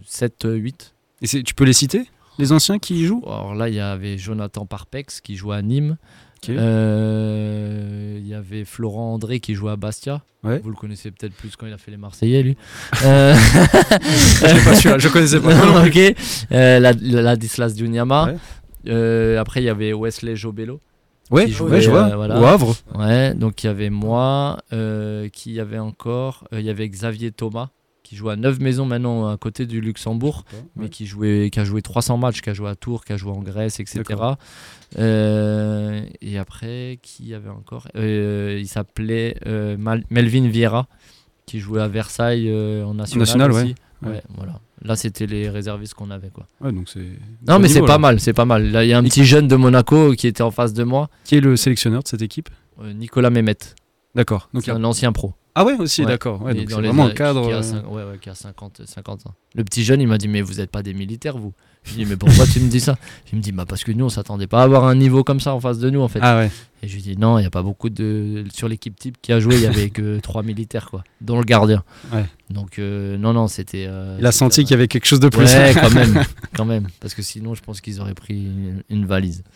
7, 8.
Et c'est- tu peux les citer Les anciens qui y jouent
Alors là, il y avait Jonathan Parpex qui jouait à Nîmes.
Ok.
Euh, il y avait Florent André qui jouait à Bastia.
Ouais.
Vous le connaissez peut-être plus quand il a fait les Marseillais, lui. Euh,
Je l'ai pas celui-là, je connaissais pas.
non, ok. Euh, la- la- Ladislas Dunyama.
Ouais.
Euh, après, il y avait Wesley Jobello.
Ouais,
Qui jouait,
ouais, je vois.
euh, voilà.
Au Havre.
Ouais, donc il y avait moi. euh, qui y avait encore Euh, Il y avait Xavier Thomas qui joue à Neuf Maisons maintenant à côté du Luxembourg, mais qui, jouait, qui a joué 300 matchs, qui a joué à Tours, qui a joué en Grèce, etc.
D'accord.
Euh, et après, qui y avait encore Euh, Il s'appelait euh, Mal- Melvin Vieira, qui jouait à Versailles euh, en national.
National, ouais.
aussi.
Ouais.
Ouais, voilà. Là, c'était les réservistes qu'on avait. Quoi.
Ouais, donc c'est.
Non,
bon
mais c'est
niveau,
pas
là.
mal, c'est pas mal. Là, il y a un petit jeune de Monaco qui était en face de moi,
Qui est le sélectionneur de cette équipe
euh, Nicolas Mehmet,
D'accord. Donc
qui est un ancien pro.
ah ouais aussi
Ouais.
d'accord. Ouais,
Il est
donc
dans
c'est
les-
vraiment un
qui-
cadre.
Qui a,
euh,
cin- ouais, ouais, qui a 50, 50 ans. Le petit jeune, il m'a dit Mais vous n'êtes pas des militaires, vous Je lui ai dit Mais pourquoi tu me dis ça Il me dit bah, Parce que nous, on s'attendait pas à avoir un niveau comme ça en face de nous, en fait.
Ah ouais.
Et je lui ai dit Non, il n'y a pas beaucoup de. Sur l'équipe type qui a joué, il y avait que trois militaires, quoi, dont le gardien.
Ouais.
Donc, euh, non, non, c'était. euh,
Il a
c'était,
senti
euh,
qu'il y avait quelque chose de plus.
Ouais, quand même, quand même. Parce que sinon, je pense qu'ils auraient pris une, une valise.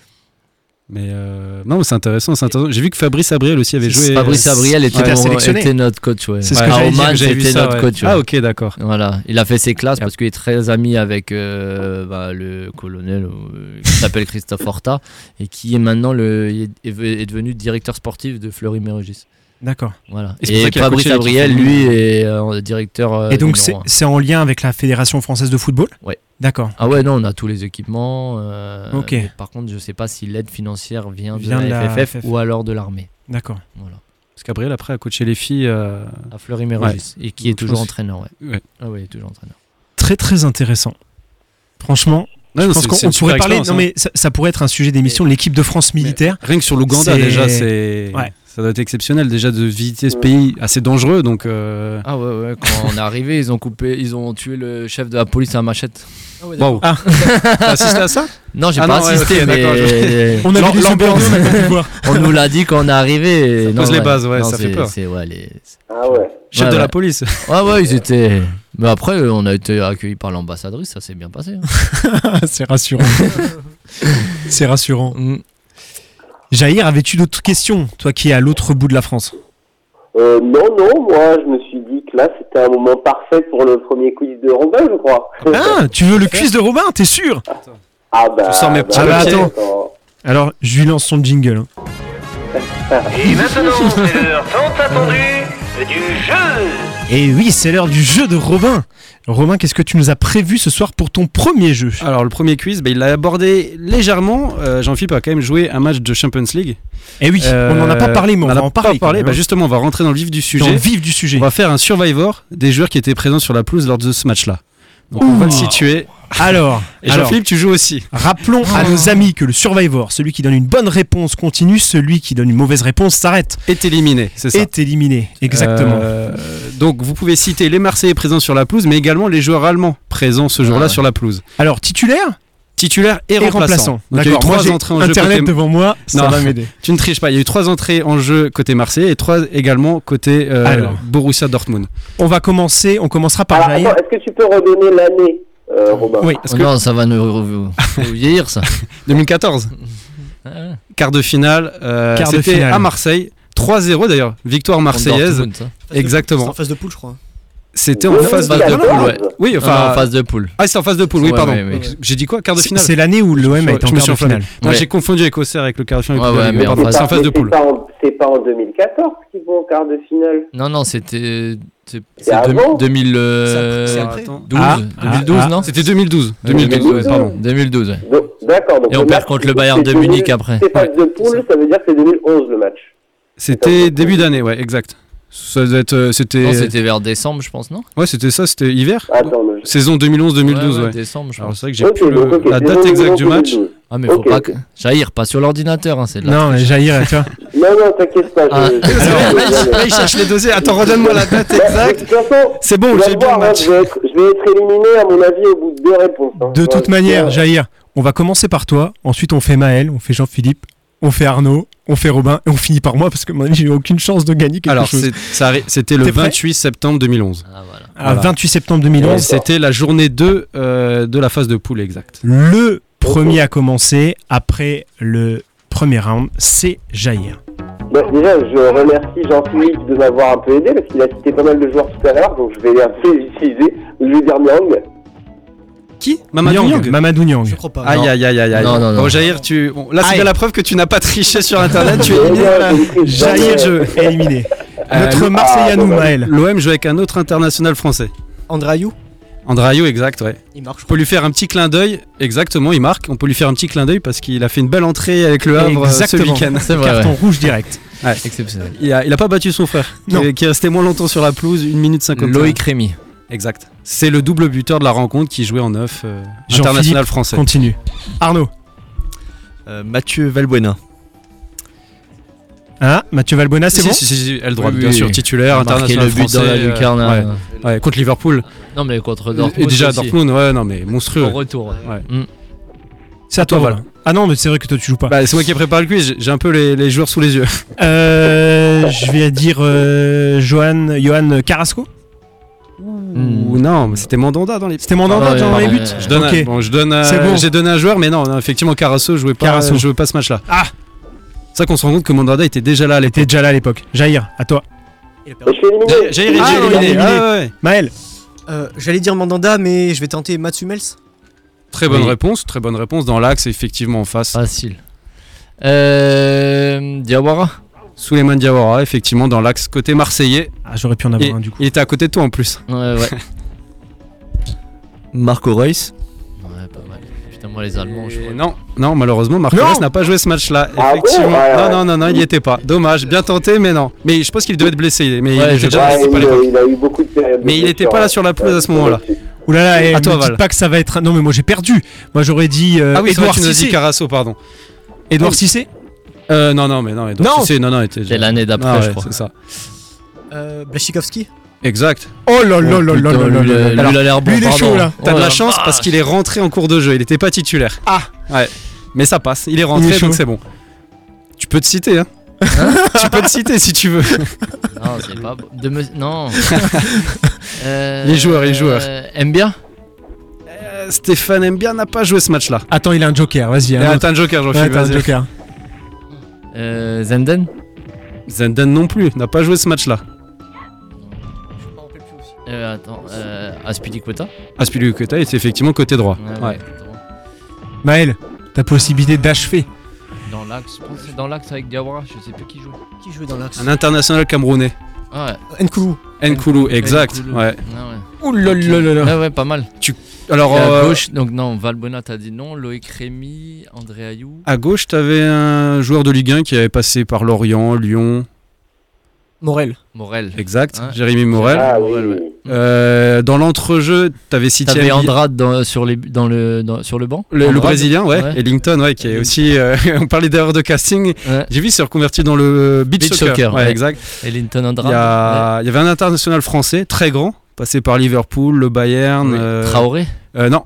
Mais euh, non, mais c'est intéressant, c'est intéressant. J'ai vu que Fabrice Abriel aussi avait joué. euh,
Fabrice Abriel était,
était
mon-
sélectionné.
était notre coach. Ouais.
C'est ce que
Ouais.
j'allais dire,
Auman,
j'avais vu
c'était
ça,
notre
ouais.
coach. ouais.
Ah ok, d'accord.
Voilà, il a fait ses classes parce qu'il est très ami avec euh, bah, le colonel euh, qui s'appelle Christophe Horta et qui est maintenant le, il est, est devenu directeur sportif de Fleury-Mérogis.
D'accord.
Voilà.
Et c'est pour ça
Et,
qu'il a
Fabrice
coaché l'équipe.
Abriel, lui, est euh, directeur. euh,
Et donc
numéro
c'est
un.
c'est en lien avec la Fédération française de football
Ouais.
D'accord.
Ah ouais, non, on a tous les équipements. euh,
Ok.
mais Par contre, je sais pas si l'aide financière vient,
Vient
de
de
la,
la
FFF,
FFF.
ou alors de l'armée.
D'accord.
Voilà.
Parce qu'Abriel après a coaché les filles. euh,
À Fleury-Mérogis et qui est
Donc, je
toujours
pense-
entraîneur. Ouais.
Ouais.
Ah ouais, il est toujours entraîneur.
Très très intéressant. Franchement,
non,
je
non,
pense
c'est-
qu'on
c'est
on
une super
pourrait parler.
expérience,
Non mais ça, ça pourrait être un sujet d'émission. L'équipe de France militaire.
hein. Rien que sur l'Ouganda
C'est-
déjà, c'est
Ouais.
ça doit être exceptionnel déjà de visiter ce
Ouais.
pays assez dangereux. Donc euh,
Ah ouais, ouais, quand on est arrivé, ils ont coupé, ils ont tué le chef de la police à machette.
waouh.
Ah.
T'as assisté à ça
Non, j'ai
Ah
pas
non, ouais,
assisté,
ok, d'accord,
mais
On a
L'am-
vu des
l'ambiance.
subordonnés, on a pas pu voir.
on nous l'a dit quand on est arrivé. et
Ça pose les bases, ouais, ça fait
c'est-
peur.
c'est- ouais, les-
Ah ouais.
Chef
Ouais,
de la
ouais.
police.
ouais, ouais, ils étaient. Mais après, euh, on a été accueillis par l'ambassadrice, ça s'est bien passé. hein.
Ah, C'est rassurant. C'est rassurant.
Mm.
Jair, avais-tu d'autres questions, toi qui es à l'autre bout de la France
Euh, non, non, moi je me suis dit que là c'était un moment parfait pour le premier quiz de Robin, je crois.
Ah, tu veux le quiz de Robin, t'es sûr
Ah bah.
sors mes petits
bah,
papiers.
attends.
Alors, je lui lance son jingle. hein.
Et maintenant, c'est l'heure tant attendue du jeu
Et Eh oui, c'est l'heure du jeu de Robin. Robin, qu'est-ce que tu nous as prévu ce soir pour ton premier jeu
Alors le premier quiz, bah, il l'a abordé légèrement. Euh, Jean-Philippe a quand même joué un match de Champions League.
Eh oui,
Euh,
on n'en a pas parlé, mais on,
en
va
a
en
pas
parler.
parlé.
quand
Bah,
même.
justement, on va rentrer dans le vif du
dans le
sujet.
vif du sujet.
On va faire un survivor des joueurs qui étaient présents sur la pelouse lors de ce match-là. Donc on va le situer.
Alors,
Et
alors,
Jean-Philippe, tu joues aussi.
rappelons à nos amis que le Survivor, celui qui donne une bonne réponse continue, celui qui donne une mauvaise réponse s'arrête,
Est éliminé, c'est ça.
est éliminé. Exactement.
Euh, donc vous pouvez citer les Marseillais présents sur la pelouse, mais également les joueurs allemands présents ce jour-là
Ah ouais.
sur la pelouse.
Alors, titulaire
Titulaire et,
et,
remplaçant.
remplaçant.
Donc, il y a eu
moi
trois
j'ai
entrées en jeu
Internet
côté-
devant moi, ça
Non.
va m'aider.
Tu ne triches pas. Il y a eu trois entrées en jeu côté Marseille et trois également côté euh,
Alors.
Borussia Dortmund.
On va commencer, on commencera par
Alors
Jair.
attends, est-ce que tu peux redonner l'année, euh, Robin
Oui, parce
Oh
que
Non, ça va nous faut vieillir, ça.
2014. Quart de finale. euh,
Quart de
C'était
finale.
à Marseille. 3-0 d'ailleurs. Victoire marseillaise.
C'est en
Exactement.
phase de poule, je crois.
C'était en phase de
de
poule.
poule, ouais.
Oui,
Enfin,
enfin.
en phase de poule.
Ah, c'est en phase de poule. Oui,
Ouais,
pardon.
ouais, ouais.
J'ai dit quoi Quart de
c'est
finale.
c'est l'année où l'OM
Je-
a été
je
en
me
quart
suis
de
enflammé.
finale.
Non,
Ouais.
j'ai confondu avec Auxerre avec le quart de finale.
Ouais,
Pardon,
ouais, mais
pardon,
en
c'est en
pas-
phase de
mais
poule.
C'est pas, en- c'est pas en 2014 qu'ils vont en quart de finale.
Non, non, c'était. C'est c'est
avant
2000, euh,
C'est
Alors,
après.
attends.
12,
Ah,
2012,
ah,
non
C'était 2012.
2012,
2012,
ouais, pardon. 2012, ouais.
Donc, D'accord. donc
Et on
le
perd
match,
contre le Bayern
c'est
de Munich
2000
après.
C'est phase de poule, ça veut dire que c'est 2011 le match.
C'était début d'année, ouais, exact. Ça doit être. euh,
Non,
C'était.
c'était vers décembre, je pense, non
Ouais, c'était ça, c'était hiver.
Attends, mais je-
Saison 2011-2012,
Ouais,
ouais.
ouais, décembre, je
Alors
pense.
c'est vrai que j'ai
Ok,
plus le-
donc, ok,
la
c'est
date
2011,
exacte du match.
2012.
Ah, mais faut
Ok,
pas
ok.
que. Jair, pas sur l'ordinateur, hein, c'est de la.
Non, mais Jair, tu vois.
Non, non, t'inquiète pas. je-
Ah.
je- je- je-
Là, il cherche les dossiers. Attends, redonne-moi la date
Bah, de
exacte.
toute façon,
C'est bon,
tu vas
j'ai bien
voir,
le
hein,
match.
je, vais être, je vais être éliminé, à mon avis, au bout de deux réponses. hein.
De
Ouais,
toute
c'est-
manière, Jair, on va commencer par toi. Ensuite, on fait Maël, on fait Jean-Philippe, on fait Arnaud, on fait Robin et on finit par moi parce que à mon avis, j'ai aucune chance de gagner quelque
Alors,
chose.
c'est- ça arri- c'était le
T'es prêt
28 septembre 2011.
Ah, voilà.
Ah,
voilà.
28 septembre 2011,
C'était la journée 2 euh, de la phase de poule exacte.
le premier à commencer après le premier round, c'est Jair.
Bah, déjà, je remercie Jean-Philippe de m'avoir un peu aidé parce qu'il a cité pas mal de joueurs tout à l'heure, donc je vais un peu les utiliser. Je vais dire Nyang.
Qui Mamadou
Niang,
Niang
Mamadou Niang.
Je crois
Ah,
pas.
Aïe, aïe, aïe, aïe, aïe.
Non, non, non.
Bon, Jair, tu. bon, là, c'est
Aïe.
bien la preuve que tu n'as pas triché sur Internet. Tu es
Et
éliminé.
moi,
là.
j'ai écrit
Jair,
Nyang.
je éliminé.
Euh,
Notre Marseillais à nous, Maël.
L'OM joue avec un autre international français.
Andrayou,
Andrayo, exact, ouais.
il marche.
On peut lui faire un petit clin d'œil. Exactement, il marque. On peut lui faire un petit clin d'œil parce qu'il a fait une belle entrée avec le Havre euh, ce
Exactement.
week-end.
C'est vrai,
Carton
ouais.
rouge direct.
Exceptionnel.
Il a, il a pas battu son frère, qui-
Non.
Qui, est resté moins longtemps sur la pelouse, 1 minute 50.
Loïc Rémy.
Exact. C'est le double buteur de la rencontre qui jouait en neuf euh,
Jean-Philippe
international français.
Continue. Arnaud.
Euh, Mathieu Valbuena.
Hein Mathieu Valbuena, c'est
Si,
bon
si, si, si, elle droite,
Oui,
bien
oui,
sûr,
oui.
titulaire,
Marqué
international
le but
français.
dans la
euh,
lucarne.
ouais.
hein.
Ouais, contre Liverpool.
Non, mais contre Dortmund.
Et déjà
aussi.
Dortmund, ouais, non mais
Au
monstrueux.
retour.
Ouais.
C'est à toi,
Voilà.
voilà. Ah non, mais c'est vrai que toi, tu joues pas.
Bah, c'est moi qui ai préparé le quiz, j'ai- j'ai un peu les, les joueurs sous les yeux.
Euh, je vais dire euh, Johan, Johan Carrasco.
Ou non, mais c'était Mandanda dans les.
C'était mon nom
Ah Hmm. ouais,
dans les
ouais,
buts.
ouais.
Je donne, un-
Ok.
bon, je donne,
C'est
euh,
bon.
j'ai donné un joueur, mais non, non, effectivement Carasso jouait pas,
Carasso.
jouait pas ce match-là.
Ah
C'est ça qu'on se rend compte que Mandanda était déjà là à
T'es
l'époque.
déjà là à l'époque. Jair, à toi.
Il a
Mais
perdu.
je suis éliminé.
Jair est
Ah,
déjà
oui,
éliminé.
éliminé.
Ah, ouais, ouais.
Maël.
Euh, J'allais dire Mandanda, mais je vais tenter Mats Hummels.
Très bonne
Oui.
réponse, très bonne réponse dans l'axe, effectivement en face.
Facile. Euh, Diawara
Souleymane Diawara, effectivement dans l'axe côté marseillais.
Ah, j'aurais pu en avoir
Il,
un du coup.
il était à côté de toi en plus.
Ouais, ouais.
Marco Reus.
Ouais, pas mal. Putain, moi, les Allemands, je
Et
crois.
Non, non, malheureusement Marc
Non.
Reus n'a pas joué ce match-là.
Ah bon
Effectivement.
Ouais, ouais.
Non, non, non, non, il n'y était pas. Dommage, bien tenté, mais non. Mais je pense qu'il devait être blessé. Mais
Ouais,
il
je
était déjà
Ouais,
blessé, pas
il,
l'époque.
a- il a eu beaucoup de périodes.
Mais
de
il était
blessure,
pas là
ouais.
sur la pelouse à ce
Euh,
moment-là.
Ouh là là, et
À toi,
me dites
Val.
pas que ça va être. un- Non, mais moi j'ai perdu. Moi j'aurais dit euh,
Ah oui, c'est vrai,
Edouard
tu nous as dit
Cissé.
Carasso, pardon.
Edouard Cissé.
Euh, non, non, mais non, Edouard
Non.
Cissé, non, non, il était
C'est
déjà.
l'année d'après,
Ah
je
ouais,
crois.
c'est ça.
Euh, Blachikowski.
Exact.
Oh là là là là
Putain,
là là
lui,
là
il a-
là.
lui, il a l'air bon.
lui, il est
pardon.
chaud, là.
T'as
Oh
de la
la
chance
vache.
parce qu'il est rentré en cours de jeu, il était pas titulaire.
Ah.
Ouais. Mais ça passe, il est
Il
rentré
est chaud.
donc c'est bon. Tu peux te citer hein.
tu peux te citer si tu veux.
Ah, Non, c'est pas bon. De me- Non. Euh,
Les joueurs, les joueurs.
euh, aiment bien
Euh, Stéphane aime bien n'a pas joué ce match-là.
Attends, il a un joker, vas-y.
Ah,
un autre.
T'as un joker,
Ouais,
Jean-Philippe.
t'as un
vas-y.
joker.
Euh, Zenden
Zenden non plus n'a pas joué ce match-là.
Euh, Attends, euh, Aspilicueta
Ah, Aspilicueta était effectivement côté droit.
Ouais,
Ouais.
ouais, attends.
Maël, ta possibilité d'achever.
Dans l'axe, je pense que c'est dans l'axe avec Diawara, je sais plus qui joue.
Qui jouait dans l'axe
Un international camerounais.
Ah
Nkoulou.
Nkoulou, exact.
Nkoulou.
Ouais.
ouais, ah ouais. Ah
Ouh
Oh
là là là là.
Ouais, ouais, pas mal.
Alors
Et à
euh,
gauche, donc non, Valbona t'as dit non, Loïc Rémy, André Ayou.
à gauche, t'avais un joueur de Ligue 1 qui avait passé par Lorient, Lyon,
Morel.
Morel.
exact.
Ouais.
Jérémy Morel.
Ah oui,
ouais, ouais.
oui.
Euh, dans l'entrejeu, t'avais City
T'avais
Ambi-
Andrade dans, sur, les, dans le, dans- sur le banc
Le, le
Andrade.
brésilien, ouais,
Ouais.
et Linton, ouais, qui est aussi. euh, on parlait d'erreur de casting.
Ouais.
J'ai vu, il s'est reconverti dans le beach,
Beach
soccer.
soccer,
ouais,
ouais.
exact.
Et Linton
Il y,
Andrade.
a- il y avait un international français très grand, passé par Liverpool, le Bayern.
Ouais.
euh,
Traoré
euh, Non.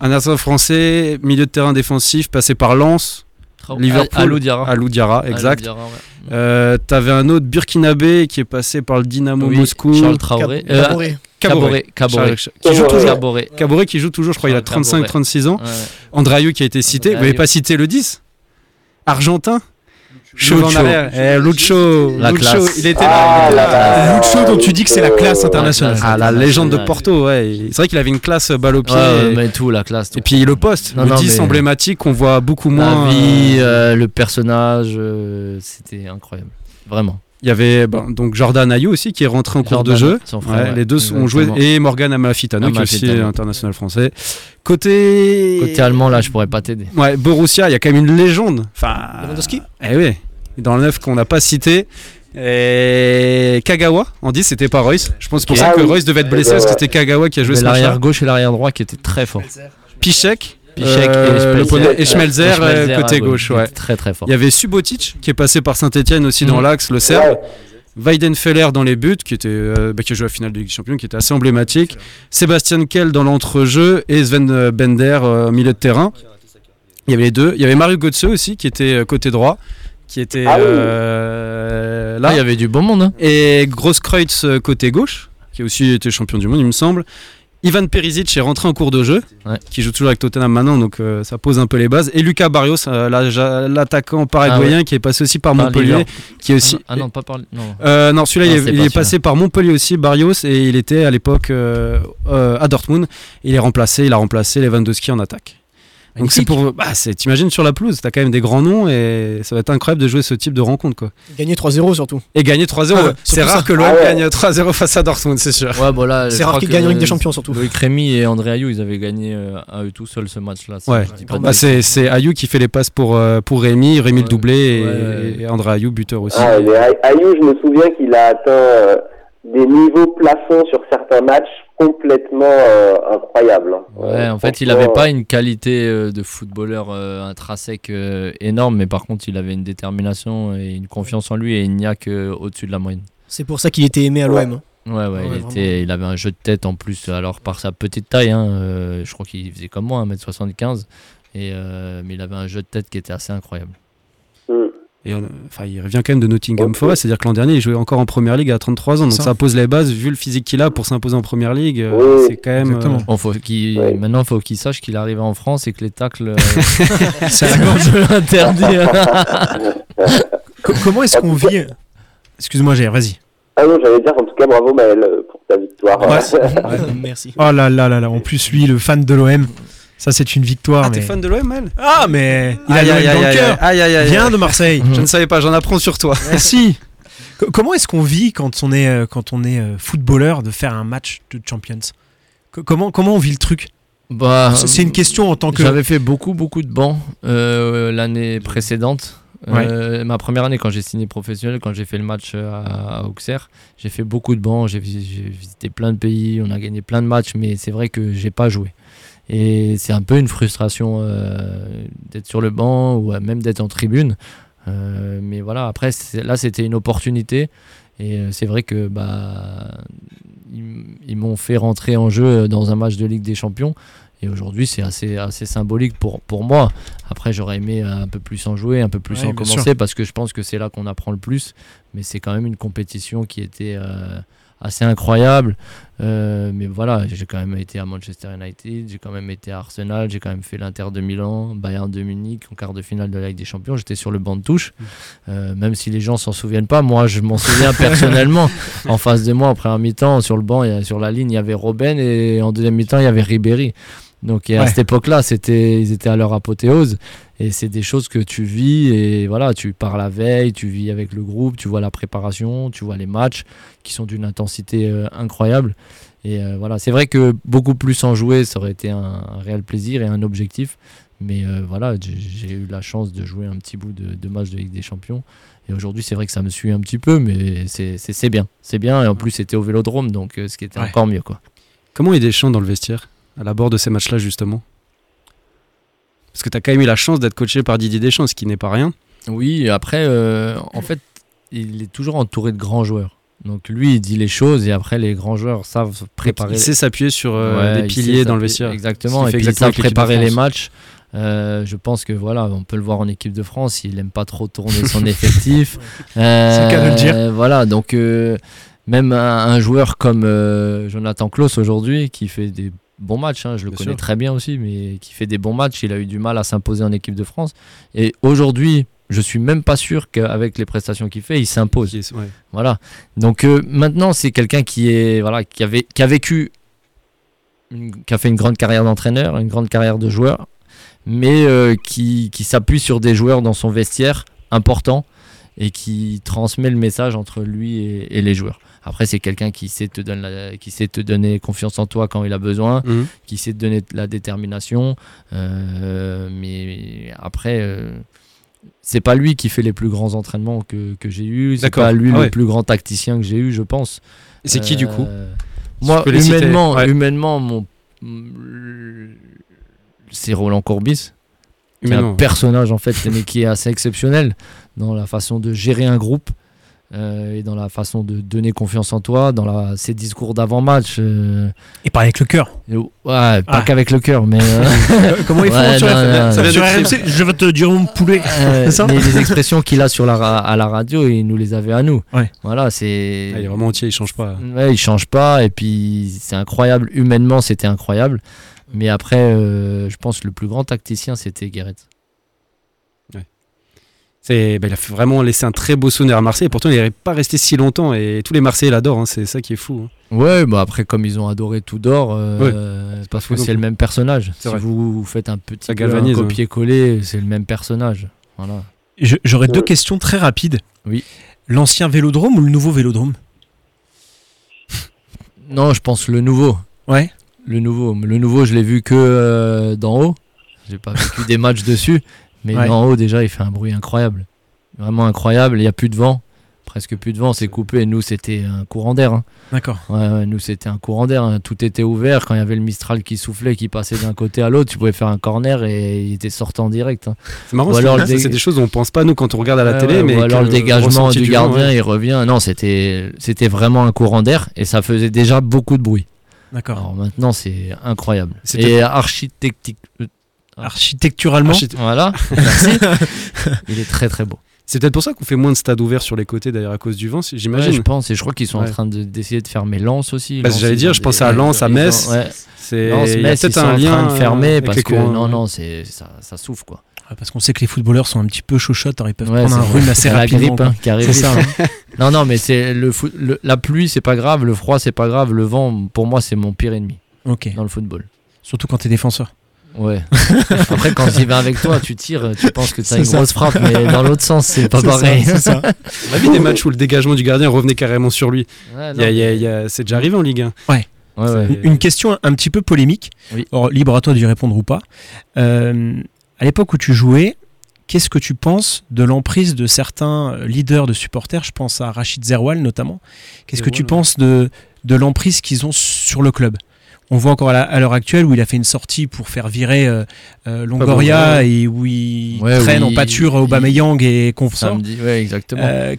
Un international français, milieu de terrain défensif, passé par Lens,
Traoré.
Liverpool.
Alou Diarra.
Alou Diarra,
Ah. Alou
exact.
Diarra, ouais.
Euh, T'avais un autre burkinabé qui est passé par le Dynamo
Oui,
Moscou.
Charles Traoré. Euh,
Caboret.
Caboret. Caboret.
Charles- qui joue
Caboret.
toujours.
Caboret.
Caboret qui joue toujours, je crois, il a
Charles Caboret.
35-36 ans.
Ouais.
Andrayou qui a été cité. Vous n'avez
Andrayou.
pas cité le 10 Argentin Cheveux en
Lucho.
arrière. Eh, Lucho.
La
Lucho,
classe.
il était là.
Ah,
il était
là,
là.
là,
Lucho dont tu dis que c'est la classe
euh,
internationale.
la classe.
Ah, la légende de
Ouais.
Porto, ouais. C'est vrai qu'il avait une classe euh, balle au pied.
Ouais, ouais,
et,
mais tout, la classe. tout.
et puis le poste,
Non,
le
non,
10
mais-
emblématique, on voit beaucoup
La
moins.
vie,
euh,
euh, le personnage, euh, c'était incroyable. Vraiment.
Il y avait ben, donc Jordan Ayou aussi qui est rentré en cours
Jordan,
de jeu.
son frère,
Ouais,
ouais,
les deux ont joué.
exactement.
Et Morgan Amalfitano, qui est aussi
Amalfitano.
international français. Côté.
Côté allemand, là, je pourrais pas t'aider.
Ouais, Borussia, il y a quand même une légende.
Ah.
Enfin,
Lewandowski
Eh oui, dans le 9 qu'on n'a pas cité. Et Kagawa, en 10, c'était pas Royce. Je pense pour
Ok.
ça que
Ah oui.
Royce devait être blessé parce que c'était Kagawa qui a joué
Mais
ce match-là.
l'arrière gauche et l'arrière droit qui étaient très forts.
Pichek,
Euh, Pichek
euh,
et Schmelzer.
le poney- et Schmelzer,
Et
euh,
Schmelzer,
côté
ah,
gauche.
ils
Ouais.
étaient Très très fort.
Il y avait Subotic qui est passé par Saint-Etienne aussi dans
Mm.
l'axe, le Serbe. Weidenfeller dans les buts, qui, était, euh, bah, qui a joué à la finale de Ligue des Champions, qui était assez emblématique. Sébastien Kell dans l'entrejeu et Sven euh, Bender euh, au milieu de terrain. Il y avait les deux. Il y avait Mario Götze aussi, qui était euh, côté droit, qui était
Ah oui.
euh, là.
Ah, il y avait du bon monde. hein.
Et Grosskreutz euh, côté gauche, qui a aussi été champion du monde, il me semble. Ivan Perisic est rentré en cours de jeu,
Ouais.
qui joue toujours avec Tottenham maintenant, donc euh, ça pose un peu les bases. Et Lucas Barrios, euh, la- ja- l'attaquant paraguayen, qui est passé aussi par
Ah Par
Montpellier,
Lyon.
qui est aussi.
Ah non, pas par. Non.
Euh, non, celui-là,
Non,
il, est-
c'est
il
pas
est passé par Montpellier aussi, Barrios, et il était à l'époque euh, euh, à Dortmund. Il est remplacé, il a remplacé Lewandowski en attaque. Donc c'est pour. Bah, c'est- T'imagines sur la pelouse, t'as quand même des grands noms et ça va être incroyable de jouer ce type de rencontre quoi.
Gagné 3-0 surtout.
Et gagner 3-0.
Ah ouais,
ouais. c'est
surtout
rare
ça.
que l'OM
Ah ouais.
gagne 3-0 face à Dortmund, c'est sûr.
Ouais, bon, là, je
C'est rare
crois
qu'il
que
gagne en Ligue des Champions surtout.
Loïc Rémy et André Ayou, ils avaient gagné euh, à eux tout seuls ce match-là. si
Ouais.
je dis pas de
Bah, c'est, c'est Ayou qui fait les passes pour, euh, pour Rémi, Rémi le
Ouais.
doublé et,
Ouais.
et André Ayou, buteur aussi.
Ah, mais Ay- Ayou, je me souviens qu'il a atteint euh, des niveaux plafonds sur certains matchs complètement euh, incroyables. hein.
Ouais,
Euh,
en fait, il
franchement,
n'avait pas une qualité euh, de footballeur euh, intrinsèque euh, énorme, mais par contre, il avait une détermination et une confiance en lui et il n'y a que au-dessus de la moyenne.
C'est pour ça qu'il était aimé à hein. l'OM.
Ouais, ouais,
Ouais,
il,
vraiment.
était, il avait un jeu de tête en plus, alors par sa petite taille, hein, euh, je crois qu'il faisait comme moi, 1m75, et, euh, mais il avait un jeu de tête qui était assez incroyable.
euh,
Et on- enfin, il revient quand même de Nottingham
Ok.
Forest, c'est-à-dire que l'an dernier, il jouait encore en première ligue à 33 ans, donc
Ça.
ça, pose les bases, vu le physique qu'il a pour s'imposer en première ligue. euh,
Oui.
C'est quand même.
Exactement.
Bon, faut qu'il-
Ouais.
Maintenant, il faut qu'il sache qu'il arrivait en France et que les tacles. euh,
C'est la
je
Co- Comment est-ce qu'on vit Excuse-moi, j'ai vas-y.
Ah non, j'allais dire en tout cas bravo Maël euh, pour ta victoire.
Ouais,
Euh,
Merci.
Oh là là là là, en plus lui, le fan de l'OM, ça c'est une victoire.
Ah,
mais...
t'es fan de l'OM, elle
Ah, mais il a l'OM dans le cœur.
Aïe, aïe, aïe,
Il vient
aïe.
de Marseille.
Mmh.
Je ne savais pas, j'en apprends sur toi.
Merci. Co- Comment est-ce qu'on vit quand on est, euh, quand on est euh, footballeur de faire un match de Champions Co- comment, comment on vit le truc
bah,
C'est c'est une question en tant que.
J'avais fait beaucoup, beaucoup de bancs euh, l'année précédente. Euh, ma première année, quand j'ai signé professionnel, quand j'ai fait le match euh, à, à Auxerre, j'ai fait beaucoup de bancs. J'ai vis- j'ai visité plein de pays, on a gagné plein de matchs, mais c'est vrai que j'ai pas joué. Et c'est un peu une frustration euh, d'être sur le banc ou euh, même d'être en tribune. Euh, mais voilà, après, c'est- là, c'était une opportunité. Et euh, c'est vrai que euh, bah, ils, m- ils m'ont fait rentrer en jeu dans un match de Ligue des Champions. Et aujourd'hui, c'est assez, assez symbolique pour, pour moi. Après, j'aurais aimé euh, un peu plus en jouer, un peu plus
Ouais,
en
bien
commencer, parce que je pense que c'est là qu'on apprend le plus. Mais c'est quand même une compétition qui était euh, assez incroyable. Euh, mais voilà, j'ai quand même été à Manchester United, j'ai quand même été à Arsenal, j'ai quand même fait l'Inter de Milan, Bayern de Munich, en quart de finale de la Ligue des Champions. J'étais sur le banc de touche. Euh, même si les gens s'en souviennent pas, moi, je m'en souviens personnellement. En face de moi, en première mi-temps, sur le banc, il y a- sur la ligne, il y avait Robben et en deuxième mi-temps, il y avait Ribéry. Donc et à
Ouais.
cette époque-là, c'était, ils étaient à leur apothéose. Et c'est des choses que tu vis et voilà, tu pars la veille, tu vis avec le groupe, tu vois la préparation, tu vois les matchs qui sont d'une intensité euh, incroyable. Et euh, voilà, c'est vrai que beaucoup plus en jouer, ça aurait été un, un réel plaisir et un objectif. Mais euh, voilà, j'ai- j'ai eu la chance de jouer un petit bout de, de match de Ligue des Champions. Et aujourd'hui, c'est vrai que ça me suit un petit peu, mais c'est- c'est c'est bien. C'est bien. Et en plus, c'était au vélodrome, donc euh, ce qui était
Ouais.
encore mieux. quoi.
Comment est Deschamps dans le vestiaire, à l'abord de ces matchs-là, justement Parce que tu as quand même eu la chance d'être coaché par Didier Deschamps, ce qui n'est pas rien.
Oui, après, euh, en fait, il est toujours entouré de grands joueurs. Donc lui, il dit les choses et après, les grands joueurs savent préparer.
Il sait s'appuyer sur euh,
Ouais,
des
il sait
piliers dans le vestiaire.
s'appuyer-
Ce
Exactement.
qui
Et
fait
puis
exactement
il
avec
sait
l'équipe de
préparer les
France.
matchs. Euh, je pense que voilà, on peut le voir en équipe de France. Il n'aime pas trop tourner son effectif. Euh,
C'est le cas de le dire.
Voilà, donc euh, même un, un joueur comme euh, Jonathan Klaus aujourd'hui, qui fait des bons matchs, hein, je le
Bien
connais
sûr.
très bien aussi, mais qui fait des bons matchs, il a eu du mal à s'imposer en équipe de France. Et aujourd'hui, je suis même pas sûr qu'avec les prestations qu'il fait, il s'impose.
Qui est- ouais.
Voilà. Donc euh, maintenant, c'est quelqu'un qui est voilà qui avait qui a vécu, une- qui a fait une grande carrière d'entraîneur, une grande carrière de joueur, mais euh, qui, qui s'appuie sur des joueurs dans son vestiaire important et qui transmet le message entre lui et, et les joueurs. Après, c'est quelqu'un qui sait te donne la- qui sait te donner confiance en toi quand il a besoin,
Mhm.
qui sait te donner de la détermination. euh, mais après. euh, c'est pas lui qui fait les plus grands entraînements que, que j'ai eu. C'est
D'accord.
pas lui
Ah
le
ouais.
plus grand tacticien que j'ai eu, je pense.
Et C'est qui du coup
Euh, Moi,
peux les citer,
humainement,
ouais.
humainement, mon mm, c'est Roland Courbis. qui est
Humainement,
un
ouais.
personnage en fait, mais qui est assez exceptionnel dans la façon de gérer un groupe euh, et dans la façon de donner confiance en toi, dans la, ses discours d'avant-match. euh,
Et parler avec le cœur.
et- ouais, pas
Ah.
qu'avec le cœur, mais. euh,
Comment ils font
Ouais,
sur
non,
RMC?
non,
Ça va
non.
sur RMC, Je vais te dire mon poulet.
Euh,
C'est ça
mais les expressions qu'il a sur la ra- à la radio, il nous les avait à nous.
Ouais.
Voilà, c'est.
Ah, il est vraiment entier, il change pas.
Ouais, il change pas et puis c'est incroyable. Humainement, c'était incroyable. Mais après, euh, je pense que le plus grand tacticien, c'était Guéret.
C'est, bah, il a fait vraiment laissé un très beau souvenir à Marseille. Et pourtant, il n'est pas resté si longtemps. Et tous les Marseillais l'adorent. hein, C'est ça qui est fou. hein.
Ouais, bah après, comme ils ont adoré Tudor, euh, c'est parce que
Donc-
c'est le même personnage.
C'est
Si
vrai.
vous, vous faites un petit
Ça
peu un
galvanise, hein.
copier-coller, c'est le même personnage. Voilà.
Je- J'aurais deux
Ouais.
questions très rapides.
Euh. Oui.
L'ancien vélodrome ou le nouveau vélodrome
Non, je pense le nouveau.
Ouais.
Le nouveau, le nouveau, je l'ai vu que euh, d'en haut. J'ai pas vécu des matchs dessus, mais
Ouais.
d'en haut déjà, il fait un bruit incroyable, vraiment incroyable. Il y a plus de vent, presque plus de vent, c'est coupé. Nous, c'était un courant d'air. hein.
D'accord.
Ouais, ouais, nous, c'était un courant d'air. hein. Tout était ouvert. Quand il y avait le Mistral qui soufflait, qui passait d'un côté à l'autre, tu pouvais faire un corner et il était sortant direct. hein.
C'est marrant.
Ou
c'est-
alors le
ça,
dé-
c'est des choses dont on pense pas nous quand on regarde à la
Ouais,
télé.
ouais,
mais
ou alors
que
le dégagement
ressenti
du
joueur,
gardien,
ouais.
il revient. Non, c'était, c'était vraiment un courant d'air et ça faisait déjà beaucoup de bruit.
D'accord.
Alors maintenant, c'est incroyable.
C'était-
Et architectique. euh,
Architecturalement,
Archite-
Voilà, merci. Il est très très beau.
C'est peut-être pour ça qu'on fait moins de stades ouverts sur les côtés d'ailleurs à cause du vent. si-
Ouais, je
J'imagine.
pense, et je crois qu'ils sont en
Ouais.
train de- d'essayer de fermer Lens aussi.
Bah,
Lens,
j'allais
ils
dire,
ont
je
des-
pensais à Lens, à
ils ont-
Metz.
ouais.
C'est
Lens,
il y a
Metz, ils
peut-être
sont
un
en
lien euh,
train de fermer
avec
parce
les
que
courants.
non, non, c'est, ça, ça souffle quoi.
Ah, parce qu'on sait que les footballeurs sont un petit peu chochottes, alors ils peuvent
Oh. Ouais,
prendre un
c'est vrai.
rhume assez
C'est la
rapidement.
grippe,
quoi.
hein, qui arrive
C'est ça. hein.
Non, non, mais c'est le foot- le- la pluie, c'est pas grave, le froid, c'est pas grave, le vent, pour moi, c'est mon pire ennemi
Ok.
dans le football.
Surtout quand t'es défenseur.
Ouais. Après, quand il va avec toi, tu tires, tu penses que t'as
C'est
une
ça.
grosse frappe, mais dans l'autre sens, c'est pas
C'est ça,
pareil.
c'est ça.
On a vu des matchs où le dégagement du gardien revenait carrément sur lui.
Ouais, Ah non,
Il y a- il y a- il y a- C'est déjà arrivé en Ligue 1.
ouais, ouais.
c'est-
Une question un petit peu polémique.
Euh, Oui.
Or, libre à toi d'y répondre ou pas. Euh, à l'époque où tu jouais, qu'est-ce que tu penses de l'emprise de certains euh, leaders de supporters Je pense à Rachid Zerwal notamment. Qu'est-ce que
Zerwal,
tu
ouais.
penses de, de l'emprise qu'ils ont sur le club on voit encore à la- à l'heure actuelle où il a fait une sortie pour faire virer euh, euh, Longoria et où il
Ouais,
traîne
où
en
il-
pâture
il-
Aubameyang et consorts.
Samedi, ouais, exactement.
Euh,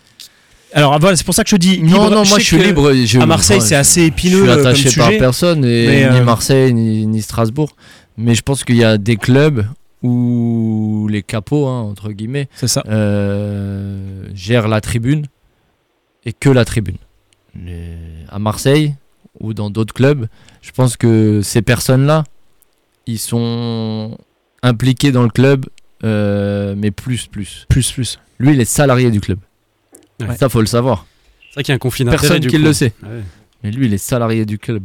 alors voilà, c'est pour ça que je dis libre.
non, non,
Je
moi
sais
je suis
que
libre. je-
À Marseille,
enfin,
c'est assez
Je
épineux
suis
euh, comme
attaché par
sujet.
personne, et
mais, euh,
ni Marseille, ni, ni Strasbourg. Mais je pense qu'il y a des clubs où les capots, hein, entre guillemets,
C'est ça.
euh, gèrent la tribune et que la tribune. Les- À Marseille ou dans d'autres clubs, je pense que ces personnes-là, ils sont impliqués dans le club, euh, mais plus, plus.
Plus, plus.
Lui, il est salarié du club.
Ouais.
Ça, faut le savoir.
C'est vrai qu'il y a un conflit d'intérêts.
Personne
du
qui
coup.
le sait.
Ouais.
Mais lui, il est salarié du club.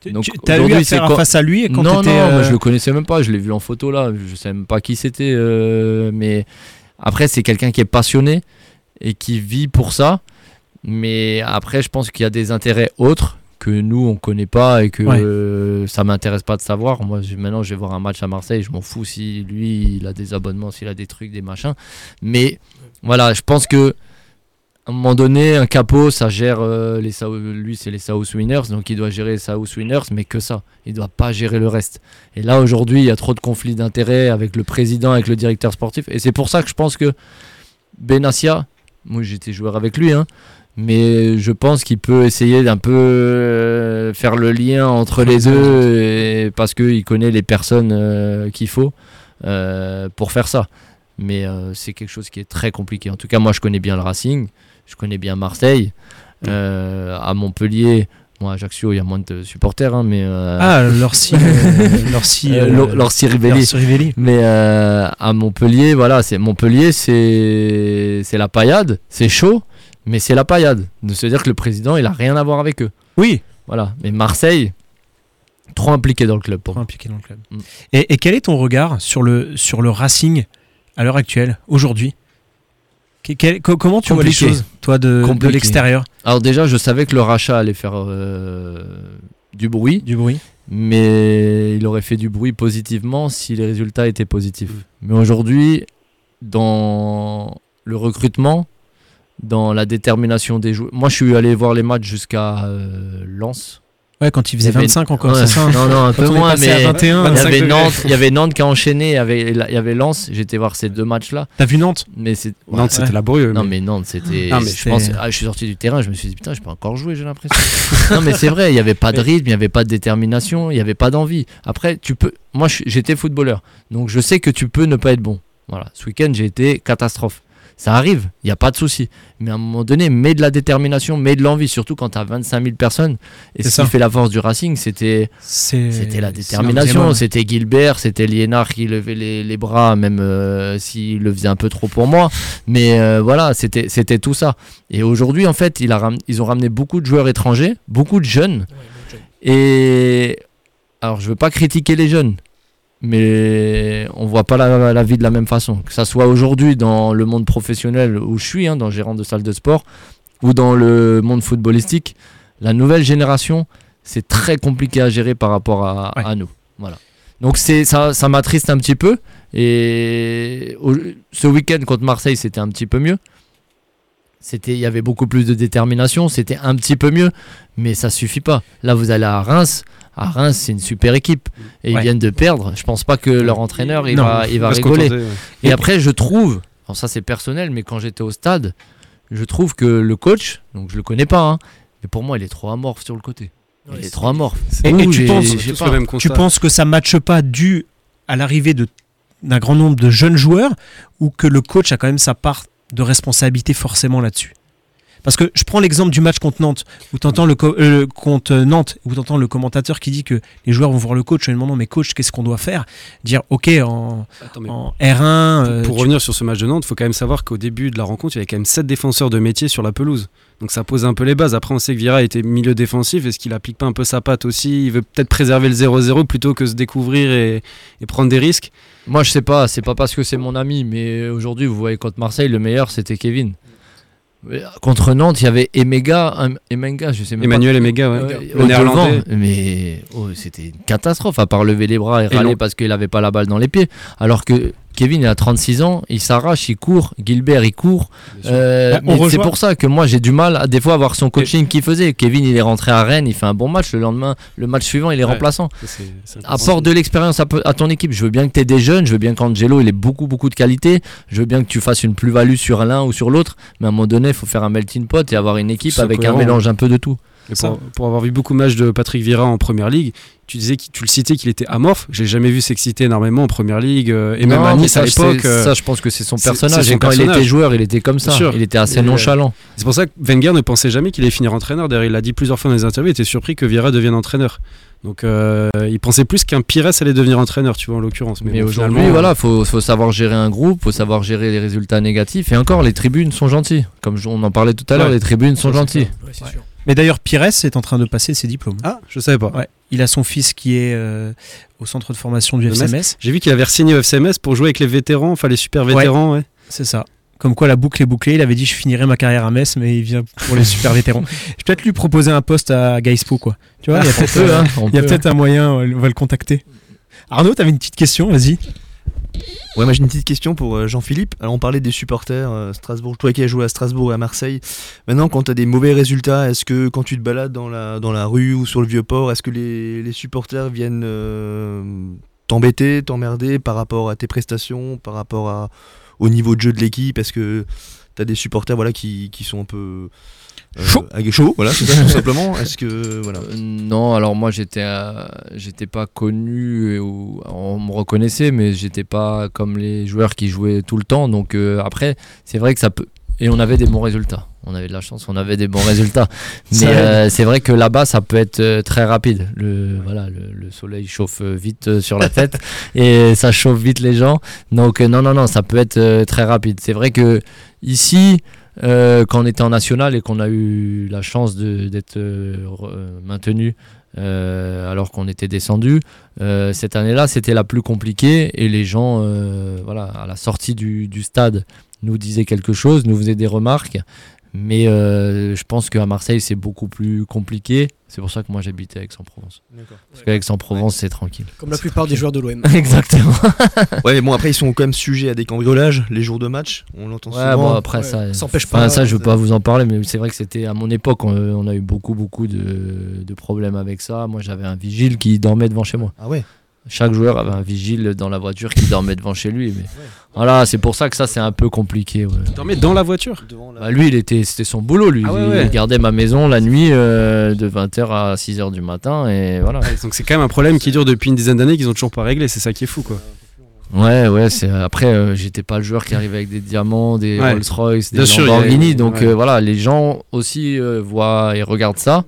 Tu-
Donc,
tu- T'as eu
aujourd'hui,
affaire
c'est quoi-
face à lui et quand
non,
t'étais.
non, moi,
euh,
je le connaissais même pas, je l'ai vu en photo là, je sais même pas qui c'était, euh, mais après c'est quelqu'un qui est passionné et qui vit pour ça, mais après je pense qu'il y a des intérêts autres que nous on connaît pas et que
Ouais.
euh, ça m'intéresse pas de savoir. Moi je- maintenant je vais voir un match à Marseille, je m'en fous si lui il a des abonnements, s'il a des trucs, des machins, mais voilà, je pense que à un moment donné, un capot, ça gère euh, les Sao- lui, c'est les South Winners, donc il doit gérer les South Winners, mais que ça. Il doit pas gérer le reste. Et là, aujourd'hui, il y a trop de conflits d'intérêts avec le président, avec le directeur sportif. Et c'est pour ça que je pense que Benassia, moi j'étais joueur avec lui, hein, mais je pense qu'il peut essayer d'un peu euh, faire le lien entre les deux, et- parce qu'il connaît les personnes euh, qu'il faut euh, pour faire ça. Mais euh, c'est quelque chose qui est très compliqué. En tout cas, moi je connais bien le Racing, je connais bien Marseille.
Mmh.
Euh, à Montpellier, moi à Ajaccio, il y a moins de supporters, hein, mais. euh,
Ah, leur si. euh, leur si.
euh,
euh,
Lo- Lorsi Rivelli.
Lorsi Rivelli.
Mais euh, à Montpellier, voilà, c'est Montpellier, c'est c'est la paillade, c'est chaud, mais c'est la paillade. De se dire que le président, il a rien à voir avec eux.
Oui.
Voilà. Mais Marseille, trop impliqué dans le club pour moi.
Impliqué dans le club.
Mm.
Et, et quel est ton regard sur le, sur le Racing à l'heure actuelle, aujourd'hui Que- quel- co- Comment tu
Compliqué.
vois les choses, toi, de, de
Compliqué.
l'extérieur
Alors déjà, je savais que le rachat allait faire euh, du bruit,
Du bruit
mais il aurait fait du bruit positivement si les résultats étaient positifs. Mais aujourd'hui, dans le recrutement, dans la détermination des joueurs, moi je suis allé voir les matchs jusqu'à euh, Lens.
Ouais, quand il faisait
Il y avait-
25 encore,
Ouais.
c'est ça hein,
Non, non, un
Quand
peu
on est
moins,
passé à
mais
21,
il y
25
avait
degrés.
Nantes, il y avait Nantes qui a enchaîné, il y avait, il y avait Lens. J'étais voir ces deux matchs-là,
t'as vu Nantes
mais c'est.
Non,
Ouais.
c'était laborieux.
Non
mais-
mais Nantes c'était.
Ah, mais
je pense,
c'était-
ah, je suis sorti du terrain, je me suis dit putain, je peux encore jouer, j'ai l'impression. non mais c'est vrai, il n'y avait pas de rythme, il n'y avait pas de détermination, il n'y avait pas d'envie. Après, tu peux. Moi, je- j'étais footballeur, donc je sais que tu peux ne pas être bon. Voilà, ce week-end j'ai été catastrophe. Ça arrive, il n'y a pas de souci. Mais à un moment donné, mets de la détermination, mets de l'envie, surtout quand tu as 25 000 personnes. Et
C'est
ce
ça.
qui fait la force du Racing, c'était
C'est-
c'était la
c'est un démon.
détermination, c'était Gilbert, c'était Liénard qui levait les, les bras, même euh, s'il le faisait un peu trop pour moi. Mais euh, voilà, c'était c'était tout ça. Et aujourd'hui, en fait, il a ram- ils ont ramené beaucoup de joueurs étrangers, beaucoup de jeunes. Et alors, je veux pas critiquer les jeunes, mais on voit pas la, la vie de la même façon. Que ça soit aujourd'hui dans le monde professionnel où je suis, hein, dans gérant de salle de sport, ou dans le monde footballistique, la nouvelle génération, c'est très compliqué à gérer par rapport à,
Ouais.
à nous. Voilà. Donc c'est ça, ça m'attriste un petit peu. Et au- ce week-end contre Marseille, c'était un petit peu mieux. C'était, il y avait beaucoup plus de détermination. C'était un petit peu mieux, mais ça suffit pas. Là, vous allez à Reims. À Reims, c'est une super équipe et
Ouais.
ils viennent de perdre. Je pense pas que leur entraîneur il
Non,
va, ah, il va
Parce qu'on
rigoler.
tendait, ouais.
Et après, je trouve, alors ça c'est personnel, mais quand j'étais au stade, je trouve que le coach, donc je le connais pas, hein, mais pour moi il est trop amorphe sur le côté. il est trop amorphe.
Et-
Ouh,
et tu
j'ai-
penses-
j'ai
Tous
pas.
le même
Tu
constat.
penses que ça matche pas dû à l'arrivée de- d'un grand nombre de jeunes joueurs ou que le coach a quand même sa part de responsabilité forcément là-dessus Parce que je prends l'exemple du match contre Nantes où t'entends le co- euh, contre Nantes où t'entends le commentateur qui dit que les joueurs vont voir le coach et demandent mais coach qu'est-ce qu'on doit faire Dire ok en,
Attends, mais
en R1 euh,
Pour
tu-
revenir sur ce match de Nantes, il faut quand même savoir qu'au début de la rencontre, il y avait quand même 7 défenseurs de métier sur la pelouse. Donc ça pose un peu les bases. Après, on sait que Vira était milieu défensif. Est-ce qu'il applique pas un peu sa patte aussi Il veut peut-être préserver le 0-0 plutôt que se découvrir et, et prendre des risques.
Moi je sais pas, c'est pas parce que c'est mon ami, mais aujourd'hui vous voyez contre Marseille le meilleur c'était Kevin. Mais euh, Contre Nantes il y avait Emega, Em- Emenga, je sais même
Emmanuel et Méga,
pas.
ouais.
Euh,
Le
au
Néerlandais.
devant, mais oh, c'était une catastrophe à part lever les bras et râler
long.
parce qu'il avait pas la balle dans les pieds. Alors que Kevin il a 36 ans, il s'arrache, il court, Gilbert il court. Euh,
Bah, on
mais c'est
rejoint-
pour ça que moi j'ai du mal à des fois à voir son coaching qu'il faisait. Kevin il est rentré à Rennes, il fait un bon match. Le lendemain, le match suivant, il est
Ouais.
remplaçant.
Ça, c'est- c'est
Apporte de l'expérience à, peu- à ton équipe. Je veux bien que tu aies des jeunes, je veux bien qu'Angelo il ait beaucoup beaucoup de qualité, je veux bien que tu fasses une plus-value sur l'un ou sur l'autre, mais à un moment donné, il faut faire un melting pot et avoir une équipe
soit
avec un
cohérent,
mélange un peu de tout.
Mais
Ça.
pour, pour avoir vu beaucoup de matchs de Patrick Vieira en première ligue, tu disais qu'il- tu le citais qu'il était amorphe. J'ai jamais vu s'exciter énormément en première ligue euh, et même
Non,
à
mais
Nice à
ça, c'est-
l'époque. euh,
Ça, je pense que c'est son
c'est-
personnage.
c'est son
et quand il
personnage.
était joueur, il était comme ça.
sûr. euh,
Il était assez
Il est-
nonchalant.
C'est pour ça que Wenger ne pensait jamais qu'il allait finir entraîneur. D'ailleurs, il l'a dit plusieurs fois dans les interviews. Il était surpris que Vieira devienne entraîneur. Donc, euh, il pensait plus qu'un Pires allait devenir entraîneur, tu vois, en l'occurrence.
Mais,
bon,
aujourd'hui,
finalement,
voilà, faut, faut savoir gérer un groupe, faut savoir gérer les résultats négatifs. Et encore, les tribunes sont gentilles. Comme je- on en parlait tout à l'heure,
Ouais.
les tribunes sont gentilles.
Mais d'ailleurs, Pires est en train de passer ses diplômes.
Ah, je savais pas.
Ouais. Il a son fils qui est euh, au centre de formation du
Le
FCMS.
J'ai vu qu'il avait signé au FCMS pour jouer avec les vétérans, enfin les super vétérans. ouais.
C'est ça. Comme quoi la boucle est bouclée. Il avait dit je finirai ma carrière à Metz, mais il vient pour les super vétérans. Je vais peut-être lui proposer un poste à Gaispo, quoi. Tu vois, il y a peut-être
Peu, hein, on
il y a
peut.
peut-être un moyen, on va le contacter. Arnaud, t'avais une petite question, vas-y.
Ouais, moi j'ai une petite question pour euh, Jean-Philippe. Alors on parlait des supporters euh, Strasbourg. Toi qui as joué à Strasbourg et à Marseille, maintenant quand t'as des mauvais résultats, est-ce que quand tu te balades dans la, dans la rue ou sur le vieux port, est-ce que les, les supporters viennent euh, t'embêter, t'emmerder par rapport à tes prestations, par rapport à, au niveau de jeu de l'équipe Est-ce que t'as des supporters voilà, qui, qui sont un peu. euh,
Chaud.
ag- chaud, voilà, c'est ça tout simplement. Est-ce que. Voilà.
Euh, Non, alors moi j'étais euh, j'étais pas connu et ou on me reconnaissait, mais j'étais pas comme les joueurs qui jouaient tout le temps. Donc euh, après, c'est vrai que ça peut. Et on avait des bons résultats. On avait de la chance, on avait des bons résultats.
Ça
Mais
aide.
euh, c'est vrai que là-bas, ça peut être euh, très rapide. Le voilà, le, le soleil chauffe euh, vite euh, sur la tête et ça chauffe vite les gens. Donc euh, non, non, non, ça peut être euh, très rapide. C'est vrai que ici, euh, quand on était en national et qu'on a eu la chance de- d'être euh, re- euh, maintenu euh, alors qu'on était descendu, euh, cette année-là, c'était la plus compliquée et les gens, euh, voilà, à la sortie du, du stade, nous disaient quelque chose, nous faisaient des remarques. Mais euh, je pense qu'à Marseille, c'est beaucoup plus compliqué. C'est pour ça que moi, j'habitais à Aix-en-Provence. Parce qu'Aix-en-Provence, c'est tranquille.
Comme la plupart des joueurs de l'OM.
Exactement.
Ouais, mais bon, après, ils sont quand même sujets à des cambriolages les jours de match. On l'entend
Ouais, bah,
souvent.
bon, après
ouais,
ça,
ça empêche
enfin,
pas,
ça, je
euh,
veux pas vous en parler, mais c'est vrai que c'était à mon époque, on, euh, on a eu beaucoup, beaucoup de, de problèmes avec ça. Moi, j'avais un vigile qui dormait devant chez moi.
Ah ouais
Chaque joueur avait un vigile dans la voiture qui dormait devant chez lui. Mais voilà, c'est pour ça que ça, c'est un peu compliqué. ouais.
Il dormait dans la voiture.
Bah, lui, il était, c'était son boulot, lui.
Ah ouais,
il
ouais.
gardait ma maison la nuit euh, de 20h à 6h du matin, et voilà.
Donc c'est quand même un problème qui dure depuis une dizaine d'années qu'ils ont toujours pas réglé. C'est ça qui est fou, quoi.
Ouais, ouais, c'est après euh, j'étais pas le joueur qui arrivait avec des diamants, des
Ouais.
Rolls-Royce, des
Bien sûr, il y
Lamborghini,
a-
donc
ouais.
euh, voilà, les gens aussi euh, voient et regardent ça,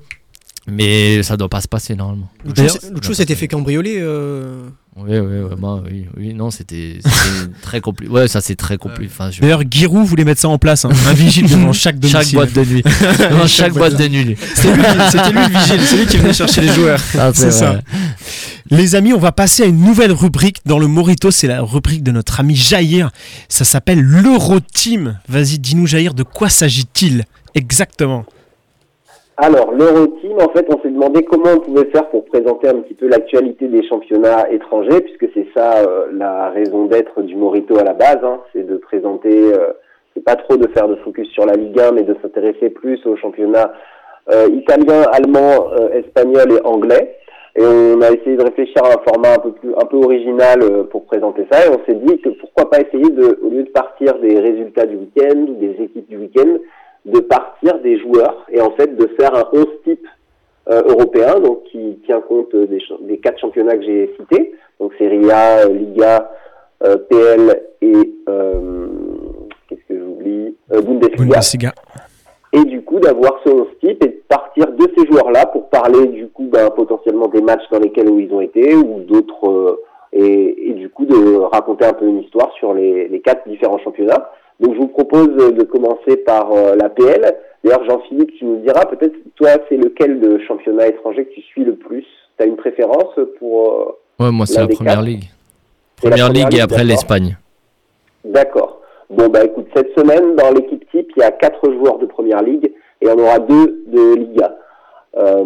mais ça doit pas se passer normalement.
Lucho s'est- Lucho s'était fait cambrioler. euh,
Oui, oui, oui, bah, oui, oui, non, c'était c'était très compliqué. Ouais, ça c'est très compliqué. Enfin, je-
D'ailleurs, Giroud voulait mettre ça en place, hein. un vigile devant chaque domicile.
Chaque boîte de nuit. Non, chaque boîte de nuit.
C'était lui, c'était lui le vigile, c'est lui qui venait chercher les joueurs.
Ah,
C'est ça.
vrai.
Les amis, on va passer à une nouvelle rubrique dans le Morito. C'est la rubrique de notre ami Jair. Ça s'appelle l'Euroteam. Vas-y, dis-nous Jair, de quoi s'agit-il exactement
Alors, l'Euroteam, en fait, on s'est demandé comment on pouvait faire pour présenter un petit peu l'actualité des championnats étrangers, puisque c'est ça euh, la raison d'être du Morito à la base, hein, c'est de présenter, euh, c'est pas trop de faire de focus sur la Ligue 1, mais de s'intéresser plus aux championnats euh, italiens, allemands, euh, espagnols et anglais. Et on a essayé de réfléchir à un format un peu plus, un peu original euh, pour présenter ça, et on s'est dit que pourquoi pas essayer de, au lieu de partir des résultats du week-end ou des équipes du week-end, de partir des joueurs et en fait de faire un 11 type euh, européen donc qui tient compte euh, des, cha- des quatre championnats que j'ai cités donc Serie A, euh, Liga, euh, PL et euh, qu'est-ce que j'oublie Euh, Bundesliga
Bundesliga.
et du coup d'avoir ce 11 type et de partir de ces joueurs-là pour parler du coup ben, potentiellement des matchs dans lesquels où ils ont été ou d'autres euh, et, et du coup de raconter un peu une histoire sur les, les quatre différents championnats. Donc je vous propose euh, de commencer par euh, la PL. D'ailleurs Jean-Philippe, tu nous diras peut-être toi c'est lequel de championnat étranger que tu suis le plus T'as une préférence pour euh,
Ouais, moi c'est
L'un
la
des
première
quatre.
ligue.
C'est la
Première ligue et après
d'accord.
l'Espagne.
D'accord. Bon, bah écoute, cette semaine, dans l'équipe type, il y a quatre joueurs de première ligue et on aura deux de Liga. Euh,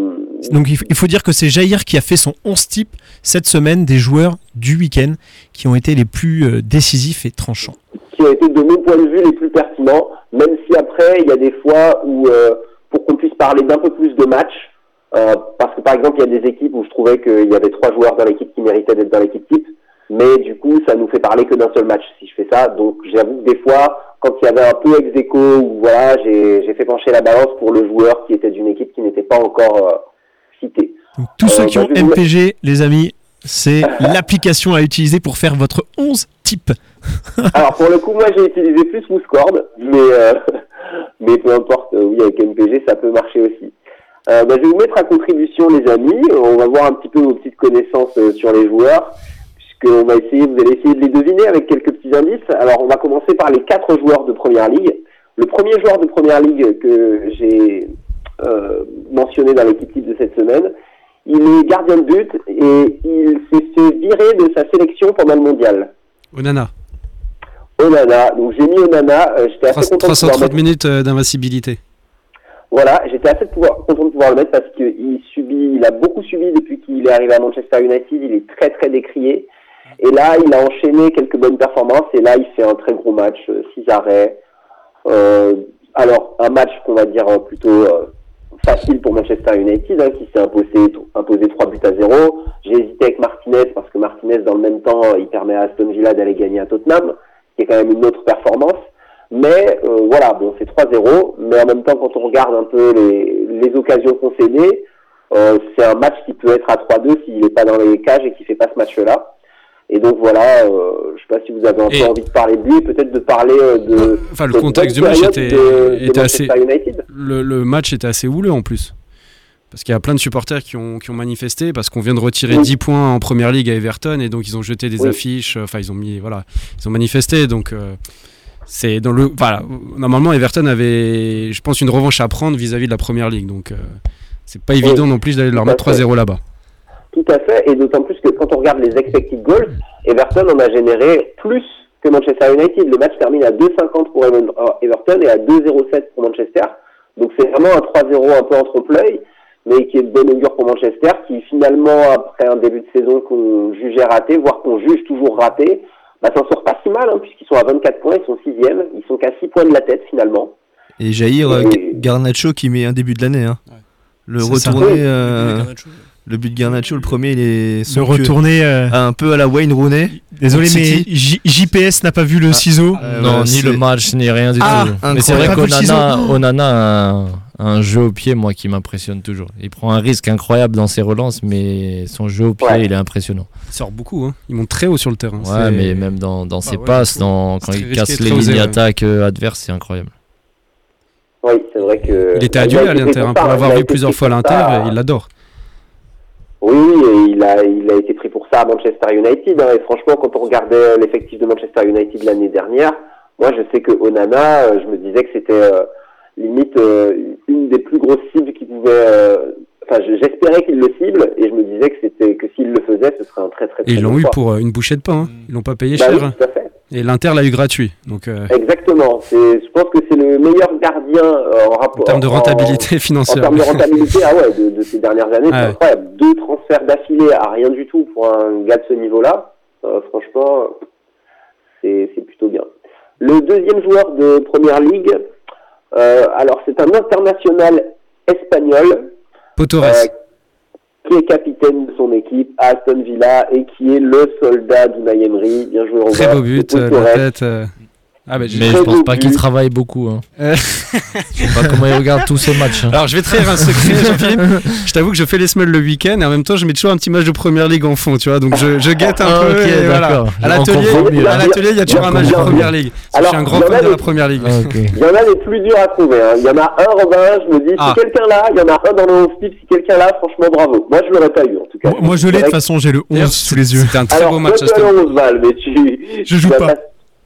Donc il f- il faut dire que c'est Jair qui a fait son 11 type cette semaine des joueurs du week-end qui ont été les plus euh, décisifs et tranchants.
qui ont été de mon point de vue les plus pertinents, même si après il y a des fois où euh, pour qu'on puisse parler d'un peu plus de matchs, euh, parce que par exemple il y a des équipes où je trouvais qu'il y avait trois joueurs dans l'équipe qui méritaient d'être dans l'équipe type, mais du coup ça nous fait parler que d'un seul match si je fais ça, donc j'avoue que des fois quand il y avait un peu ex aequo, où voilà, j'ai j'ai fait pencher la balance pour le joueur qui était d'une équipe qui n'était pas encore euh, citée.
Donc, tous ceux
Euh,
qui
bah,
ont
je vous-
MPG, les amis, c'est l'application à utiliser pour faire votre 11 type.
Alors pour le coup, moi j'ai utilisé plus Mouscord, mais euh, mais peu importe, euh, oui avec MPG ça peut marcher aussi. Euh, bah, je vais vous mettre à contribution les amis, on va voir un petit peu vos petites connaissances euh, sur les joueurs, puisque on va essayer, vous allez essayer de les deviner avec quelques petits indices. Alors on va commencer par les quatre joueurs de première ligue. Le premier joueur de première ligue que j'ai euh, mentionné dans l'équipe type de cette semaine, il est gardien de but et il s'est fait virer de sa sélection pendant le mondial.
Onana,
Onana. Donc j'ai mis Onana. euh, j'étais assez content de pouvoir
330
mettre-
minutes euh, d'invincibilité.
Voilà, j'étais assez de pouvoir- content de pouvoir le mettre parce qu'il subit, il a beaucoup subi depuis qu'il est arrivé à Manchester United. Il est très très décrié. Et là, il a enchaîné quelques bonnes performances. Et là, il fait un très gros match, 6 arrêts. Euh, alors un match qu'on va dire euh, plutôt euh, facile pour Manchester United, hein, qui s'est imposé imposé 3 buts à 0. J'ai hésité avec Martinez parce que Martinez, dans le même temps, euh, il permet à Aston Villa d'aller gagner à Tottenham, qui est quand même une autre performance. Mais euh, voilà, bon, c'est 3-0, mais en même temps, quand on regarde un peu les, les occasions concédées, euh, c'est un match qui peut être à 3-2 s'il n'est pas dans les cages et qu'il fait pas ce match-là. Et donc voilà, euh, je sais pas si vous avez un
Et-
peu envie de parler de lui, peut-être de parler euh, de...
Enfin, le
cette
contexte du
bonne
match
période
était,
de- de
était assez.
Manchester United.
Le, le match était assez houleux en plus. Parce qu'il y a plein de supporters qui ont, qui ont manifesté, parce qu'on vient de retirer
Oui.
10 points en première ligue à Everton, et donc ils ont jeté des
Oui.
affiches, euh, enfin ils ont mis. Voilà, ils ont manifesté, donc. euh, c'est dans le voilà normalement Everton avait je pense une revanche à prendre vis-à-vis de la première ligue donc euh, c'est pas évident non plus d'aller leur
Tout à
mettre
fait.
3-0 là-bas
Tout à fait, et d'autant plus que quand on regarde les expected goals, Everton en a généré plus que Manchester United. Le match termine à 2,50 pour Evan- euh, Everton et à 2,07 pour Manchester. Donc c'est vraiment un 3-0 un peu en trompe-l'œil, mais qui est de bonne augure pour Manchester, qui finalement, après un début de saison qu'on jugeait raté, voire qu'on juge toujours raté, bah, s'en sort pas si mal, hein, puisqu'ils sont à 24 points, ils sont 6 ils sont qu'à 6 points de la tête finalement.
Et Jair euh,
Et-
Garnacho qui met un début de l'année. hein. Le
C'est ça.
retourné,
Oui.
euh, le but de Garnacho, le premier, il est
Se
somptueux.
retourner. euh,
Ah, un peu à la Wayne Rooney.
désolé, mais
City.
J- JPS n'a pas vu le ciseau.
Euh,
non,
ouais,
ni
c'est-
le match, ni rien du
Ah,
tout. Mais c'est vrai
incroyable. Pas de
qu'Onana
ciseaux.
Onana a un, un jeu au pied, moi, qui m'impressionne toujours. Il prend un risque incroyable dans ses relances, mais son jeu au pied,
Ouais.
il est impressionnant.
il sort beaucoup hein. ils montent très haut sur le terrain
Ouais,
C'est-
mais même dans, dans ses
ouais,
passes,
c'est-
dans, quand
c'est
il
très
casse
risqué,
les
très osé,
lignes
ouais.
attaques euh, adverses, c'est incroyable.
Oui, c'est vrai que...
il était
a
adulé à
été fait
l'Inter
pour
hein,
ça,
pour
hein.
l'avoir
Il a
vu
été
plusieurs
fait
fois à
pour
l'Inter
ça.
il l'adore
Oui, oui, et il a, il a été pris pour ça à Manchester United. hein, et franchement, quand on regardait euh, l'effectif de Manchester United l'année dernière, moi, je sais que Onana, euh, je me disais que c'était euh, limite euh, une des plus grosses cibles qui pouvait. euh, Enfin, je- j'espérais qu'il le cible, et je me disais que c'était que s'il le faisait, ce serait un très très.
Et
très
ils l'ont
bon
eu
choix.
pour euh, une bouchée de pain. hein. Ils l'ont pas payé
Bah
cher.
oui,
hein.
tout à fait.
Et l'Inter l'a eu gratuit. Donc, euh,
Exactement. C'est, je pense que c'est le meilleur gardien euh, en rapport.
en termes de rentabilité
En
financière.
termes de rentabilité, ah ouais, de, de ces dernières années,
Ah
c'est
ouais.
incroyable. Deux transferts d'affilée à rien du tout pour un gars de ce niveau-là, euh, franchement, c'est c'est plutôt bien. Le deuxième joueur de Première Ligue, euh, alors c'est un international espagnol
Potores.
euh, qui est capitaine de son équipe à Aston Villa et qui est le soldat d'Unai Emery. Bien joué, Robert.
très beau but,
C'est
euh,
Potores.
la tête. euh. Ah, bah, j'ai-
Mais je
Très
pense
beau
pas
but.
qu'il travaille beaucoup. hein.
Euh.
je sais pas comment il regarde tous ces matchs. hein.
Alors, je vais te trahir un secret, Jean-Philippe. Je t'avoue que je fais les semelles le week-end et en même temps, je mets toujours un petit match de première ligue en fond, tu vois. Donc, je, je guette un
Ah,
peu.
ok,
et voilà.
d'accord.
À
Je
l'atelier,
comprends
mieux.
à l'atelier, il y a toujours
Je
un match de
comprends
première ligue. Parce que je suis un grand
Alors, il y en a
fan de la
des-
première ligue.
Ah, ok.
Il y en a des plus durs à trouver. hein. Il y en a un, Robin, je me dis,
Ah.
si quelqu'un là, il y en a un dans le 11 type, si quelqu'un là, franchement, bravo. Moi, je l'aurais pas eu, en tout cas.
Moi, moi, je l'ai, de toute façon, j'ai le 11
D'ailleurs,
sous les yeux.
C'était un très
Alors,
beau match.
toi,
à ce
tu as
stade.
le 11 balles, mais tu,
Je
tu
joue
vas
pas.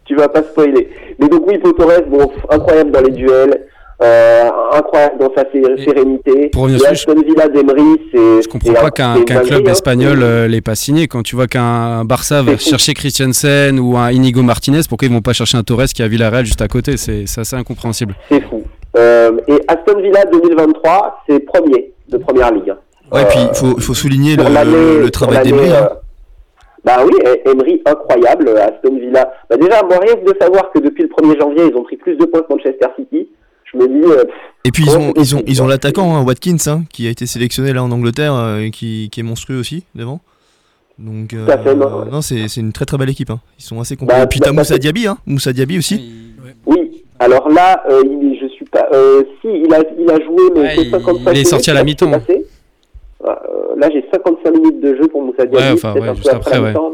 Tu vas pas spoiler. Mais donc, oui, Potores, bon, f- incroyable dans les duels, euh, incroyable dans sa sé-
Et
sérénité.
pour revenir
Et
sur-
Aston Villa d'Emery, c'est.
Je comprends
c'est
pas
un-
qu'un
c'est une
qu'un
dinguerie,
club
hein.
espagnol euh, l'ait pas signé. Quand tu vois qu'un Barça va
C'est fou.
chercher Christiansen ou un Inigo Martinez, pourquoi ils vont pas chercher un Torres qui est à Villarreal juste à côté C'est c'est assez incompréhensible.
C'est fou. Euh, et Aston Villa 2023, c'est premier de première ligue. hein.
Ouais, puis
Euh,
il faut, faut souligner
Pour
le,
l'année-
le
pour
travail
l'année,
d'Emery. hein.
euh, Bah oui, eh, Emery incroyable, euh, Aston Villa. Bah déjà, moi rien que de savoir que depuis le 1er janvier, ils ont pris plus de points que Manchester City, je me dis, euh, pff,
Et puis ils
comment
ont ils
c'est
ont
possible,
ils ont
quoi
l'attaquant hein, Watkins hein, qui a été sélectionné là en Angleterre euh, et qui, qui est monstrueux aussi devant. Donc
Tout à fait,
euh,
non, ouais.
non c'est c'est une très très belle équipe hein. Ils sont assez
Bah,
complets. Et puis t'as
bah,
Moussa
bah,
Diaby hein, Moussa Diaby aussi.
oui, Alors là, euh, il, est- je suis pas. euh, si, il a, il a joué, mais
Ouais,
c'est
il-
55
il est
minutes,
sorti à la
ça s'est
mi-temps.
passé. Euh, là, j'ai 55 minutes de jeu pour Moussa Diaby.
Ouais, enfin,
peut-être
ouais,
un peu
juste après,
la
ouais.
mi-temps.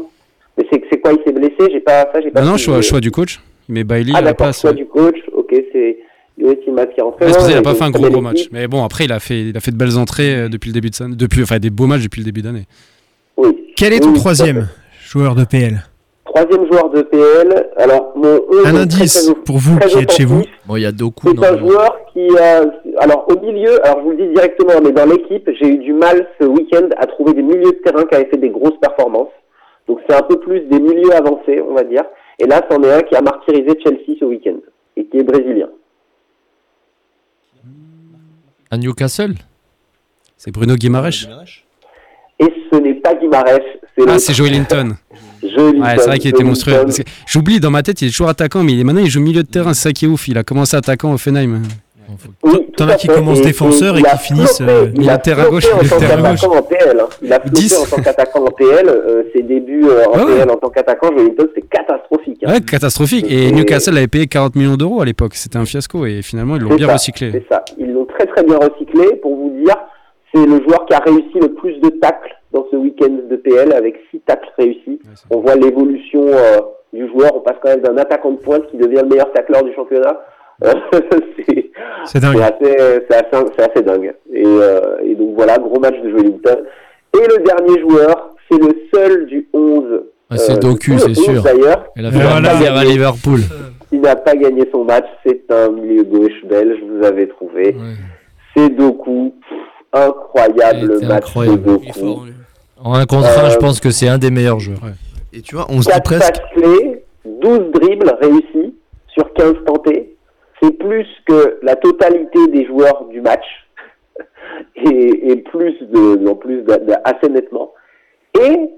Mais c'est c'est quoi Il s'est blessé J'ai pas ça. J'ai pas.
Ah Non, non,
suivi.
choix, choix du coach. Mais euh, Bailey,
Ah
il a
d'accord,
pas.
choix du coach. Ok, c'est Yoann Timas qui est rentré.
Ouais, c'est pour ça, il
ouais,
a pas fait un
une
gros
très
gros
belle
match.
équipe.
Mais bon, après, il a fait, il a fait de belles entrées euh, depuis le début de sa- depuis, enfin des beaux matchs depuis le début d'année.
Oui.
Quel est ton
Oui, tout à
troisième joueur de PL
Troisième joueur de PL. Alors, mon 11
Un
est
indice
très, très,
pour vous
très
qui êtes chez vous.
offensif.
Bon, il y a Doku.
C'est un
normalement.
joueur qui a. Alors, au milieu, alors je vous le dis directement, mais dans l'équipe, j'ai eu du mal ce week-end à trouver des milieux de terrain qui avaient fait des grosses performances. Donc, c'est un peu plus des milieux avancés, on va dire. Et là, c'en est un qui a martyrisé Chelsea ce week-end et qui est brésilien.
À Newcastle
C'est Bruno Guimaraes.
Et ce n'est pas Guimarães, c'est
Ah,
le
c'est Joe Linton.
joli.
Ouais, c'est vrai qu'il était monstrueux. Parce que J'oublie dans ma tête, il est toujours attaquant, mais il est- maintenant il joue milieu de terrain. C'est ça qui est ouf. Il a commencé attaquant au Fenheim.
Bon, faut-
T'en as qui commencent défenseur et qui finissent, euh,
il a
milieu de terrain
flopé
gauche,
en
milieu de
tant
terrain
qu'attaquant en PL. hein. Il a flopé
10.
en tant qu'attaquant en PL. euh, ses débuts euh,
Ah
en
Ouais, ouais.
PL en tant qu'attaquant, je l'ai c'est catastrophique. hein.
Ouais, catastrophique. Et
Et-
Newcastle avait payé 40 millions d'euros à l'époque. C'était un fiasco. Et finalement, ils l'ont
C'est
bien
ça,
recyclé.
C'est ça. Ils l'ont très très bien recyclé. Pour vous dire, c'est le joueur qui a réussi le plus de tacles dans ce week-end de PL avec 6 tacles réussis.
Ouais, c'est-
On voit l'évolution euh, du joueur. On passe quand même d'un attaquant de pointe qui devient le meilleur tacleur du championnat. Euh, c'est
C'est
c'est
dingue.
assez, c'est assez, c'est assez dingue. Et, euh, et donc voilà, gros match de Joelinton. Et le dernier joueur, c'est le seul du 11.
Ah, c'est
euh,
Doku,
le
c'est
11
sûr.
D'ailleurs,
Elle a
Et
fait un
voilà.
à Liverpool.
il n'a pas gagné son match. C'est un milieu gauche belge, vous avez trouvé.
Ouais.
C'est Doku. Pff, Incroyable
Il était
match
incroyable.
de
Il est fort,
Doku.
lui.
En un contre un,
Euh,
je pense que c'est un des meilleurs joueurs.
Et tu vois, on se dit
4
presque.
passes clés, 12 dribbles réussis sur 15 tentés. C'est plus que la totalité des joueurs du match. et, et plus de, en plus de- de- assez nettement. Et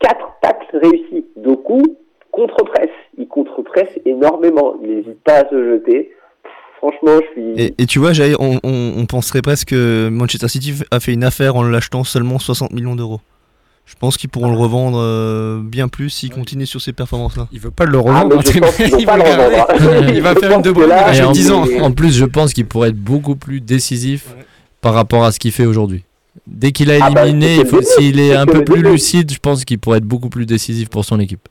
4 tacles réussis. Doku contre-presse. Il contre-presse énormément. Il n'hésite pas à se jeter. Pff, Franchement, je suis.
Et, et tu vois, Jair, on, on- on penserait presque que Manchester City a fait une affaire en l'achetant seulement 60 millions d'euros. Je pense qu'ils pourront le revendre euh, bien plus s'ils continuent sur ces performances-là.
Il veut pas le
Ah, mais
revendre.
je pense qu'ils vont
il
pas
veut
le
le garder.
revendre. hein.
Il va
Je
faire
pense
une de
que
bonne
là,
image
Et
J'ai
en,
10 ans.
plus- en plus, je pense qu'il pourrait être beaucoup plus décisif par rapport à ce qu'il fait aujourd'hui. Dès qu'il a
Ah bah,
éliminé,
c'est
il faut-
le début,
s'il est
c'est
un
que
peu
le
plus
début.
lucide, je pense qu'il pourrait être beaucoup plus décisif pour son équipe.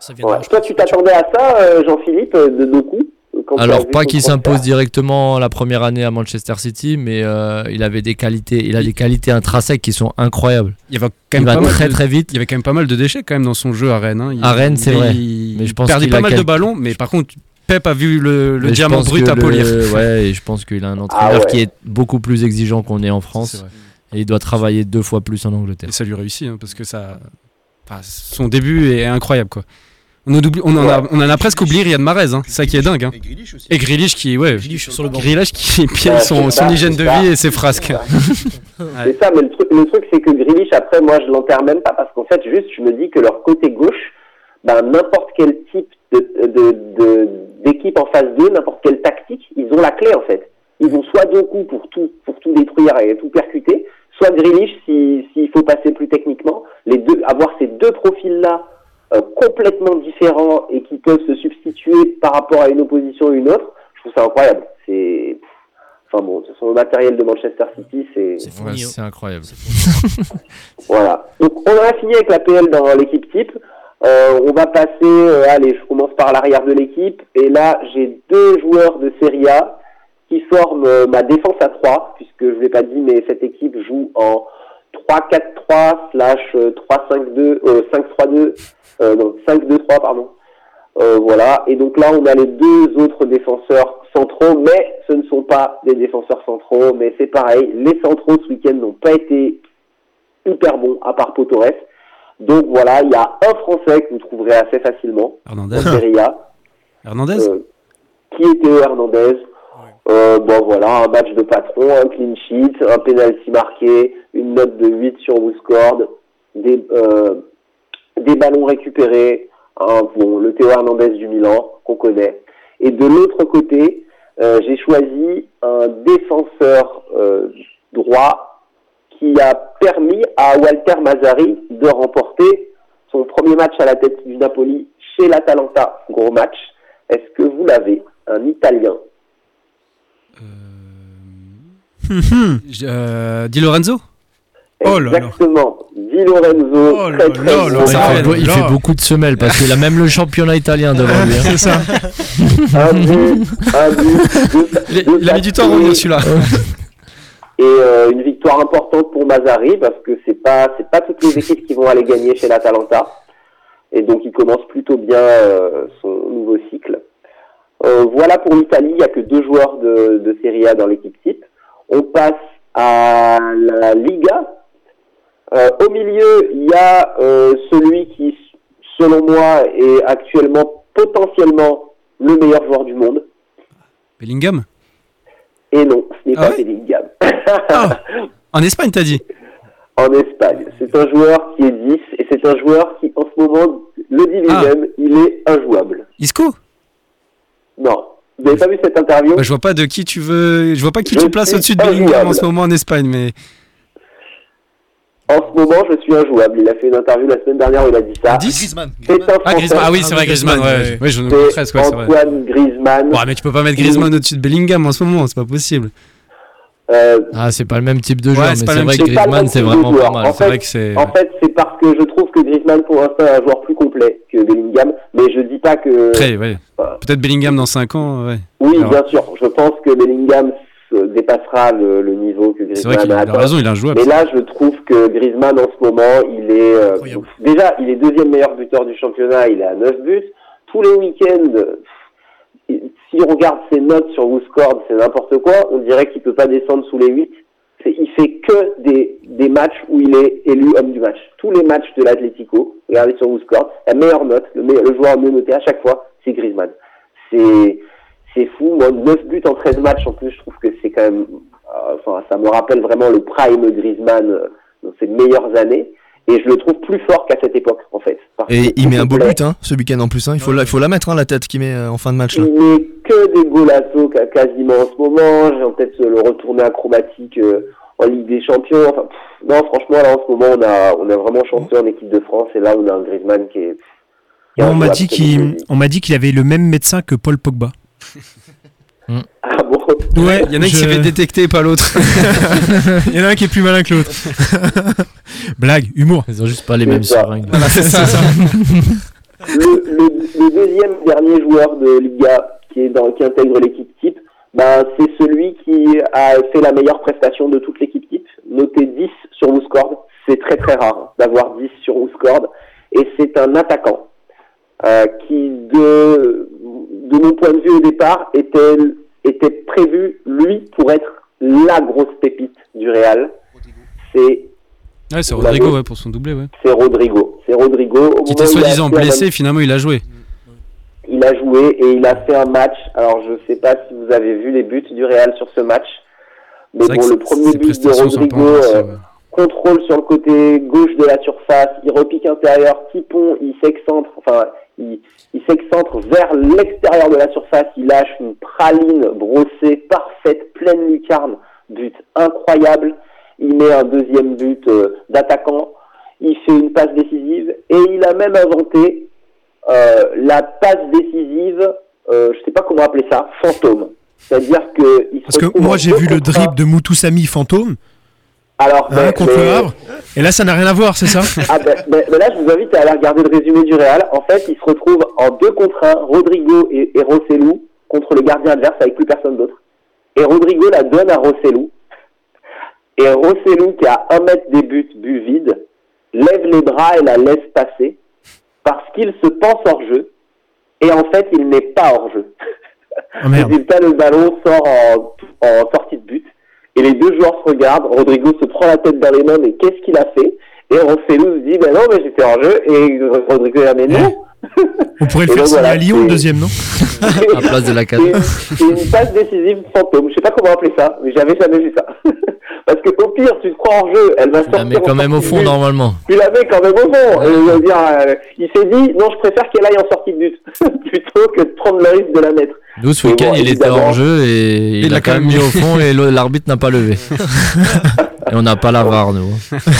Ça
Ouais.
viendra, je
Toi,
pense.
tu t'attendais à ça, euh, Jean-Philippe, euh, de Doku quand tu as
Alors
vu
pas
son
qu'il
transfert
s'impose directement la première année à Manchester City, mais euh, il avait des qualités, il a des qualités intrinsèques qui sont incroyables.
Il va quand
Il
même
va
pas mal
très
de-
très vite.
Il y avait quand même pas mal de déchets quand même dans son jeu à Rennes. hein. Il-
À Rennes, c'est
mais
vrai.
Il,
Mais je pense
perdait
qu'il
pas
a
mal de
quel-
ballons, mais par contre, Pep a vu le, le
Mais je
diamant
pense
brut
que
à
le-
polir.
Ouais, et je pense qu'il a un entraîneur
Ah ouais.
qui est beaucoup plus exigeant qu'on est en
C'est
France
vrai.
et il doit travailler deux fois plus en Angleterre.
Et ça lui réussit hein, parce que ça, enfin, son début est incroyable quoi. On, oublie- on en, a, on en a presque oublié Riyad Mahrez, hein, c'est ça qui est dingue. hein. Et Grealish qui, ouais,
Grealish sur le banc.
Grealish qui piège
Ouais,
son,
c'est ça,
son hygiène
c'est
de
ça.
vie et ses frasques.
C'est ça, mais le truc, le truc, c'est que Grealish, après, moi, je l'enterre même pas parce qu'en fait, juste, je me dis que leur côté gauche, ben, n'importe quel type de, de- de- d'équipe en phase 2, n'importe quelle tactique, ils ont la clé, en fait. Ils ont soit Doku pour tout, pour tout détruire et tout percuter, soit Grealish si- s'il faut passer plus techniquement. Les deux, avoir ces deux profils-là, euh, complètement différents et qui peuvent se substituer par rapport à une opposition ou une autre, je trouve ça incroyable. C'est, enfin bon, ce sont le matériel de Manchester City,
C'est
Ouais,
fourni. hein.
c'est incroyable.
voilà. Donc on a fini avec la PL dans l'équipe type. Euh, on va passer, euh, allez, je commence par l'arrière de l'équipe. Et là, j'ai deux joueurs de Serie A qui forment euh, ma défense à 3, puisque je ne l'ai pas dit, mais cette équipe joue en 3-4-3 slash euh, 3-5-2, euh, 5-3-2, euh, non, 5-2-3, pardon. Euh, voilà. Et donc là, on a les deux autres défenseurs centraux, mais ce ne sont pas des défenseurs centraux, mais c'est pareil. Les centraux ce week-end n'ont pas été hyper bons, à part Potores. Donc voilà, il y a un Français que vous trouverez assez facilement en
Hernandez,
Serie A.
Hernandez,
Euh, qui était Hernandez. Euh, bon voilà, un match de patron, un clean sheet, un penalty marqué, une note de 8 sur WhoScored, des, euh, des ballons récupérés, hein, bon, le Théo Hernandez du Milan qu'on connaît. Et de l'autre côté, euh, j'ai choisi un défenseur euh, droit qui a permis à Walter Mazzari de remporter son premier match à la tête du Napoli chez l'Atalanta. Gros match. Est-ce que vous l'avez Un Italien.
Je- euh, Di Lorenzo
Oh là là.
Exactement. Di Lorenzo.
Oh là
très, très
là
bon.
là.
Ça,
Ah,
fait beau- il
là.
fait beaucoup de semelles parce qu'il a même le championnat italien devant lui. hein.
Un but, un but, deux- deux passes clés.
celui-là.
Et euh, une victoire importante pour Mazari parce que c'est pas c'est pas toutes les équipes qui vont aller gagner chez l'Atalanta. Et donc il commence plutôt bien euh, son nouveau cycle. Euh, voilà pour l'Italie, il n'y a que deux joueurs de, de Serie A dans l'équipe type. On passe à la Liga. Euh, au milieu, il y a euh, celui qui, selon moi, est actuellement potentiellement le meilleur joueur du monde.
Bellingham
Et non, ce n'est
Ah
pas
ouais Ah
Bellingham.
En Espagne, t'as dit
en Espagne. C'est un joueur qui est 10 et c'est un joueur qui, en ce moment, le dit lui-même,
Ah.
il est injouable.
Isco
Non. Vous n'avez pas vu cette interview
Bah, Je vois pas de qui tu veux. Je vois pas qui
Je
tu places
suis
au-dessus de Bellingham en
injouable.
ce moment en Espagne, mais.
En ce moment, je suis injouable. Il a fait une interview la semaine dernière où il a dit ça.
Griezmann.
C'est un
Ah,
Français.
Griezmann. Ah oui, c'est vrai, Griezmann.
Griezmann,
ouais,
ouais.
ouais, je ne
C'est
compresse, quoi, c'est vrai.
Antoine Griezmann.
Ouais, mais tu peux pas mettre Griezmann au-dessus de Bellingham en ce moment, c'est pas possible.
Euh,
Ah, c'est pas le même type de
Ouais,
joueur,
c'est
mais
pas le
c'est
même
vrai que
type. C'est pas le
Griezmann,
même
c'est
type de
vraiment pas
joueur.
mal.
En
C'est vrai
fait,
que c'est.
En fait, c'est parce que je trouve que Griezmann, pour l'instant, est un joueur plus complet que Bellingham. Mais je dis pas que...
Après, ouais. Peut-être Bellingham dans 5 ans, ouais.
Oui,
Alors-
bien sûr. Je pense que Bellingham se dépassera le, le niveau que
C'est vrai
Griezmann
qu'il
a
a il a
atteint.
raison, il a un joueur.
Mais là, je trouve que Griezmann, en ce moment, il est. euh,
Incroyable.
déjà, il est deuxième meilleur buteur du championnat, il est à 9 buts. Tous les week-ends, euh, pff, si on regarde ses notes sur WhoScored, c'est n'importe quoi. On dirait qu'il peut pas descendre sous les 8. C'est- Il fait que des, des matchs où il est élu homme du match. Tous les matchs de l'Atlético, regardez sur WhoScored, la meilleure note, le, meilleur- le joueur mieux noté à chaque fois, c'est Griezmann. C'est. C'est fou, moi, 9 buts en 13 matchs en plus, je trouve que c'est quand même euh, enfin, ça me rappelle vraiment le prime Griezmann euh, dans ses meilleures années. Et je le trouve plus fort qu'à cette époque, en fait. Parce
Et
que
il met un beau
complet,
but hein, ce week-end en plus. hein. Il, faut la, il faut la mettre hein, la tête qu'il met euh, en fin de match. Là.
Il met que des golazos qu'a- quasiment en ce moment. J'ai en tête euh, le retourné acrobatique euh, en Ligue des Champions. Enfin, pff, non, franchement, là, en ce moment, on a, on a vraiment chanté en équipe de France. Et là, on a un Griezmann qui est. qui est
Moi, on m'a
injouable,
dit
c'est
qu'il
magnifique.
on m'a dit qu'il avait le même médecin que Paul Pogba.
Ah bon
Ouais,
Il y en a un qui s'est fait détecter, pas l'autre.
Il y en a un qui est plus malin que l'autre. Blague, humour.
Ils ont juste pas les
C'est
mêmes
ça.
seringues.
le, le- le deuxième dernier joueur de Liga qui, est dans, qui intègre l'équipe type, ben, c'est celui qui a fait la meilleure prestation de toute l'équipe type. Noté 10 sur WhoScored, c'est très très rare d'avoir 10 sur WhoScored. Et c'est un attaquant euh, qui, de, de mon point de vue au départ, était, était prévu, lui, pour être la grosse pépite du Real. C'est
Ouais, c'est Rodrigo, ouais, pour son doublé, ouais.
c'est Rodrigo. C'est Rodrigo.
Qui
Au moment où il a
était soi-disant
fait un
blessé, finalement, il a joué.
il a joué et il a fait un match. Alors je sais pas si vous avez vu les buts du Real sur ce match, mais
C'est vrai
bon, le
que c-
premier
ses
but de
prestations sont pas
Rodrigo, euh,
remerciables, ouais.
contrôle sur le côté gauche de la surface, il repique intérieur, Tipon, il s'excentre, enfin, il, il s'excentre vers l'extérieur de la surface, il lâche une praline brossée, parfaite, pleine lucarne, but incroyable, il met un deuxième but euh, d'attaquant, il fait une passe décisive, et il a même inventé euh, la passe décisive, euh, je sais pas comment appeler ça, fantôme. C'est-à-dire que... il se
Parce que
retrouve en
moi j'ai
deux
vu le
contre un.
dribble de Moutoussamy fantôme
Alors,
hein,
mais-
contre
mais-
le Havre. Et là ça n'a rien à voir, c'est ça
Ah ben, ben- ben là, je vous invite à aller regarder le résumé du Real. En fait, ils se retrouvent en deux contre un, Rodrigo et, et Rossellou, contre le gardien adverse avec plus personne d'autre. Et Rodrigo la donne à Rossellou. Et Rossellou, qui a un mètre des buts, but vide, lève les bras et la laisse passer parce qu'il se pense hors-jeu. Et en fait, il n'est pas hors-jeu.
Oh merde.
Résultat, le ballon sort en, en sortie de but. Et les deux joueurs se regardent. Rodrigo se prend la tête dans les mains, mais qu'est-ce qu'il a fait Et Rossellou se dit, ben non, mais j'étais en jeu. Et Rodrigo a mais non
On pourrait le
Et
faire
donc,
signer à
voilà,
Lyon le
c'est-
deuxième, non
À la place de la 4.
C'est c'est une passe décisive fantôme. Je sais pas comment appeler ça, mais j'avais jamais vu ça. Parce que au pire, tu te crois en jeu, elle
Tu
va sortir.
la mets
en
quand même au
sortie de
fond
but.
normalement.
Tu la mets quand même au fond. Et je veux dire, euh, il s'est dit, non, je préfère qu'elle aille en sortie de but plutôt que de prendre le risque de la mettre.
Nous ce
Mais
week-end
bon,
il était
évidemment.
hors jeu et il,
l'a
a quand même mis au fond et le- l'arbitre n'a pas levé. et on n'a pas la VAR nous.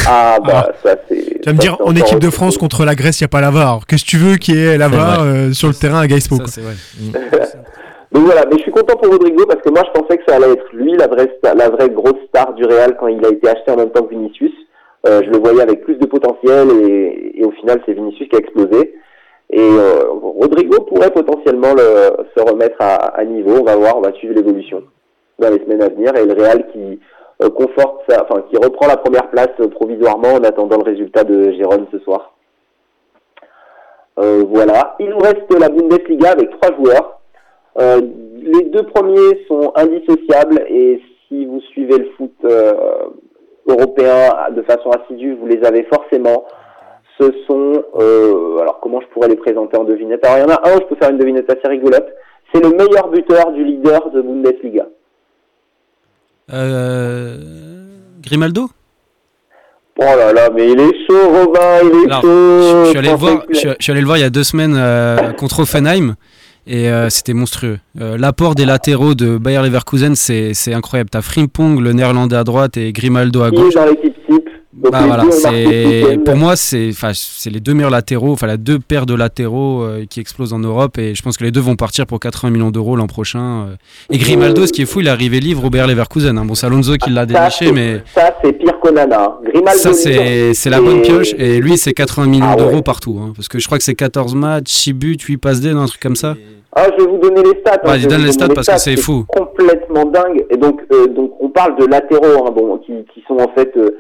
Ah bah ça c'est.
Tu vas me
ça,
dire
c'est
en
encore
équipe de
autre
France
chose.
contre la Grèce, il n'y a pas la VAR. Qu'est-ce que tu veux qu'il y ait la
C'est
VAR euh, sur le terrain à Gaispo
Ça, c'est vrai.
Donc voilà, mais je suis content pour Rodrigo parce que moi je pensais que ça allait être lui la vraie, sta- la vraie grosse star du Real quand il a été acheté en même temps que Vinicius. Euh, je le voyais avec plus de potentiel et, et au final c'est Vinicius qui a explosé. Et euh, Rodrigo pourrait potentiellement le- se remettre à, à niveau. On va voir, on va suivre l'évolution dans les semaines à venir et le Real qui euh, conforte, sa- enfin qui reprend la première place euh, provisoirement en attendant le résultat de Gérone ce soir. Euh, voilà, il nous reste la Bundesliga avec trois joueurs. Euh, les deux premiers sont indissociables et si vous suivez le foot euh, européen de façon assidue, vous les avez forcément. Ce sont, euh, alors comment je pourrais les présenter en devinette Alors il y en a un, je peux faire une devinette assez rigolote. C'est le meilleur buteur du leader de Bundesliga.
Euh, Grimaldo
Oh là là, mais il est chaud, Robin, il est
Alors,
chaud.
Je suis allé le voir,
Pensez que-
je suis- je suis allé le voir il y a deux semaines euh, contre Offenheim et euh, c'était monstrueux. Euh, L'apport des latéraux de Bayer Leverkusen, c'est c'est incroyable. T'as Frimpong, le néerlandais à droite, et Grimaldo à
Il est
gauche.
dans l'équipe type. Donc
Bah
les
voilà,
deux ont marqué ce
c'est
week-end.
pour moi c'est enfin c'est les deux meilleurs latéraux, enfin la deux paires de latéraux euh, qui explosent en Europe et je pense que les deux vont partir pour 80 millions d'euros l'an prochain. euh. Et Grimaldo, ce qui est fou, il est arrivé livre au Bayer Leverkusen. Hein. Bon, c'est Alonso qui l'a
Ça,
déniché,
c'est-
mais
Ça, c'est pire qu'Onana. hein. Grimaldo.
ça c'est c'est la bonne
Et-
pioche. Et lui, c'est 80 millions
Ah ouais.
d'euros partout, hein, parce que je crois que c'est 14 matchs, 6 buts, 8 passes D, un truc comme ça.
Ah, je vais vous donner les stats.
Ouais,
je vais
donne
vous
les
donner
stats parce que c'est fou.
Complètement dingue. Et donc, euh, donc on parle de latéraux, hein, bon, qui, qui sont en fait euh,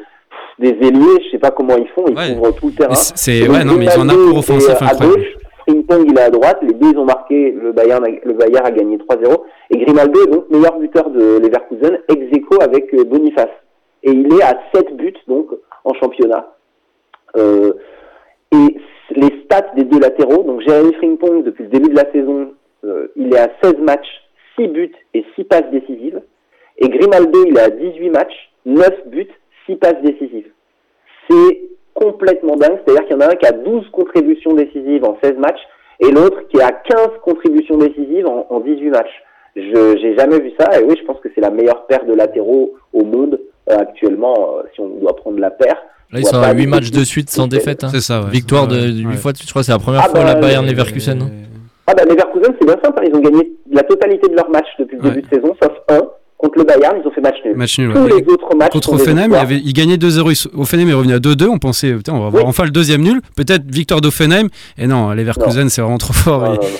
des ailiers. Je sais pas comment ils font. Ils
Ouais.
couvrent tout le terrain.
Mais c'est- C'est
Et
ouais,
donc,
non, mais ils ont un
Ah. Grimaldo
apport offensif
est à
incroyable.
gauche, Frimpong, il est à droite. Les deux ils ont marqué. Le Bayern, a, le Bayern a gagné 3-0. Et Grimaldo est donc meilleur buteur de Leverkusen, ex aequo avec euh, Boniface. Et il est à 7 buts donc en championnat. Euh, et les stats des deux latéraux, donc Jérémy Frimpong, depuis le début de la saison, euh, il est à 16 matchs, 6 buts et 6 passes décisives. Et Grimaldo, il est à 18 matchs, 9 buts, 6 passes décisives. C'est complètement dingue, c'est-à-dire qu'il y en a un qui a 12 contributions décisives en 16 matchs et l'autre qui a 15 contributions décisives en, en 18 matchs. Je j'ai jamais vu ça et oui, je pense que c'est la meilleure paire de latéraux au monde euh, actuellement, euh, si on doit prendre la paire.
Là, ils
Ouais,
sont
pas
à 8
du
matchs
tout.
de suite sans défaite. hein.
C'est ça, ouais.
Victoire de
Ouais,
8
ouais.
fois de suite, je crois que c'est la première
Ah
fois
bah,
la Bayern
euh,
Leverkusen. hein.
Ah bah Leverkusen, c'est bien simple, hein. ils ont gagné la totalité de leurs matchs depuis le
Ouais.
début de saison, sauf un. Contre le Bayern, ils ont fait match nul.
Match nul.
Tous
ouais.
les autres matchs
Contre
sont des
Offenheim, il,
victoires.
avait, il gagnait 2-0. ils sont- Offenheim est revenu à 2-2. On pensait, putain, on va avoir
Oui.
enfin le deuxième nul. Peut-être victoire d'Offenheim. Et non, Leverkusen, c'est vraiment trop fort.
Ah, Non, non,
Et
non.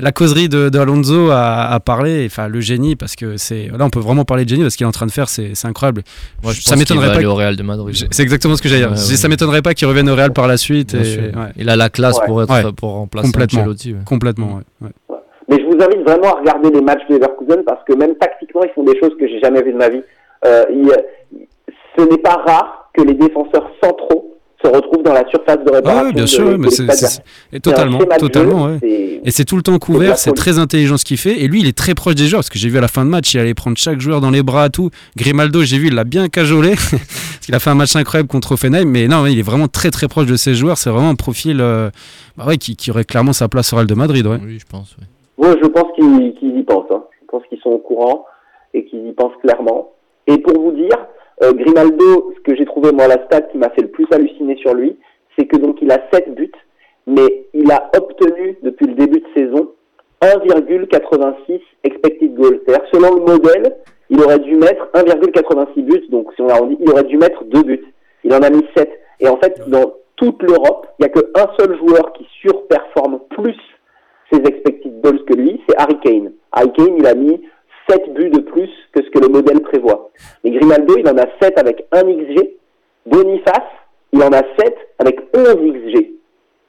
La causerie de, de Alonso a, a parlé. Enfin, le génie, parce que c'est. Là, on peut vraiment parler de génie parce qu'il est en train de faire, c'est c'est incroyable.
Moi, je
ça
pense
m'étonnerait
qu'il va
pas
aller
que-
au Real de Madrid.
J'ai- C'est exactement ce que j'allais dire.
Ouais,
J'ai-
ouais.
Ça m'étonnerait pas qu'il revienne au Real par la suite.
Bien
et-
sûr.
ouais,
Il a la classe
Ouais.
pour être
Ouais.
pour remplacer
Complètement.
Ancelotti. ouais.
complètement. ouais, ouais.
Mais je vous invite vraiment à regarder les matchs de Leverkusen parce que même tactiquement, ils font des choses que j'ai jamais vues de ma vie. Euh, il- ce n'est pas rare que les défenseurs centraux se retrouvent dans la surface de réparation.
Ah oui, bien
de-
sûr,
de
mais c'est
l'Espagne.
c'est- et totalement,
C'est un schéma de jeu,
totalement, ouais.
c'est-
Et c'est tout le temps
C'est de la
couvert, c'est
folie.
très intelligent ce qu'il fait. Et lui, il est très proche des joueurs, parce que j'ai vu à la fin de match, il allait prendre chaque joueur dans les bras, tout. Grimaldo, j'ai vu, il l'a bien cajolé, parce qu'il a fait un match incroyable contre Offenheim. Mais non, il est vraiment très très proche de ses joueurs. C'est vraiment un profil euh, bah ouais, qui, qui aurait clairement sa place au Real de Madrid. Ouais.
Oui, je pense. ouais.
Ouais, je pense qu'ils qu'ils y pensent. hein. Je pense qu'ils sont au courant et qu'ils y pensent clairement. Et pour vous dire, euh, Grimaldo, ce que j'ai trouvé moi la stat qui m'a fait le plus halluciner sur lui, c'est que donc il a 7 buts, mais il a obtenu depuis le début de saison 1,86 expected goal. C'est-à-dire que selon le modèle, il aurait dû mettre 1,86 buts, donc si on arrondit, il aurait dû mettre 2 buts. Il en a mis 7. Et en fait, dans toute l'Europe, il n'y a qu'un seul joueur qui surperforme plus ses expected goals que lui, c'est Harry Kane. Harry Kane, il a mis 7 buts de plus que ce que le modèle prévoit. Mais Grimaldo, il en a 7 avec 1 XG. Boniface, il en a 7 avec 11 XG.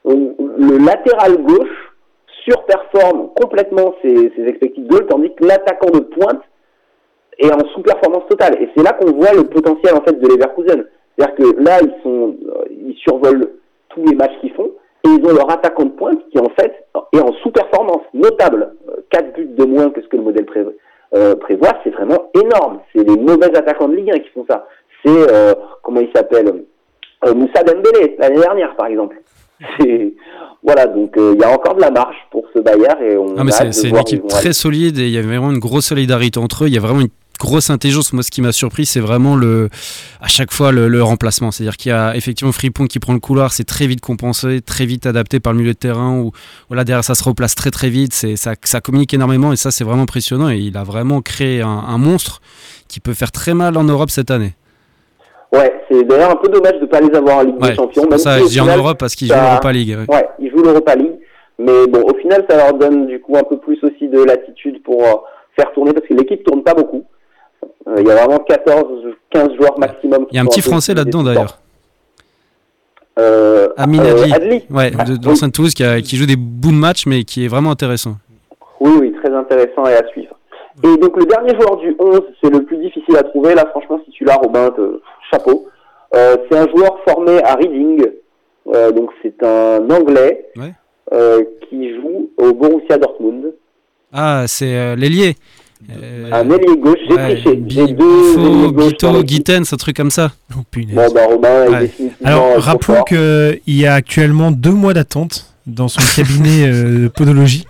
Donc, Le latéral gauche surperforme complètement ses, ses expected goals, tandis que l'attaquant de pointe est en sous-performance totale. Et c'est là qu'on voit le potentiel en fait de Leverkusen. C'est-à-dire que là, ils, sont, euh, ils survolent tous les matchs qu'ils font, et ils ont leur attaquant de pointe qui en fait est en sous-performance notable. 4 buts de moins que ce que le modèle pré- euh, prévoit, c'est vraiment énorme. C'est les mauvais attaquants de Ligue 1 qui font ça. C'est, euh, comment il s'appelle Euh, Moussa Dembélé, l'année dernière par exemple. C'est- Voilà, donc euh, il y a encore de la marche pour ce Bayern et on
Ah, mais
a hâte
c'est
de
c'est une
voir où ils
équipe
vont aller.
très solide et il y a vraiment une grosse solidarité entre eux. Il y a vraiment une grosse intelligence. Moi, ce qui m'a surpris, c'est vraiment le, à chaque fois le, le remplacement. C'est-à-dire qu'il y a effectivement Fripon qui prend le couloir, c'est très vite compensé, très vite adapté par le milieu de terrain. Où, voilà, derrière, ça se replace très très vite. C'est, ça, ça communique énormément et ça, c'est vraiment impressionnant. Et il a vraiment créé un, un monstre qui peut faire très mal en Europe cette année.
Ouais, c'est d'ailleurs un peu dommage de ne pas les avoir en Ligue
Ouais,
des Champions.
c'est pour
même
ça,
si au
je dis en
final,
Europe parce qu'il joue
ça-
l'Europa League. ouais.
Ouais, ils jouent l'Europa League. Mais bon, au final, ça leur donne du coup un peu plus aussi de latitude pour euh, faire tourner parce que l'équipe tourne pas beaucoup. Euh, Il y a vraiment 14, 15 joueurs maximum. qui
Il y a un
sont
petit
peu
français
des
là-dedans
supports.
d'ailleurs.
Euh,
Amin
euh,
Adli.
Adli.
Ouais, de, dans
oui.
Saint-Toulouse qui, a- qui joue des bouts de match mais qui est vraiment intéressant.
Oui, oui, très intéressant et à suivre. Et donc le dernier joueur du 11, c'est le plus difficile à trouver. Là, franchement, si tu l'as, Robin, te- chapeau. Euh, c'est un joueur formé à Reading. Euh, donc c'est un Anglais
Ouais.
euh, qui joue au Borussia Dortmund.
Ah, c'est euh, l'ailier. Euh,
Un ailier gauche, Ah, j'ai
ouais,
triché.
Bi-
J'ai deux
Bifo,
ailiers gauche dans
Bito,
l'équipe.
Guitens, un truc comme ça.
Oh, punaise.
Bon, bah Robin
Ouais.
est définitivement euh,
Alors,
trop
rappelons
fort.
qu'il y a actuellement deux mois d'attente dans son cabinet euh, de podologie.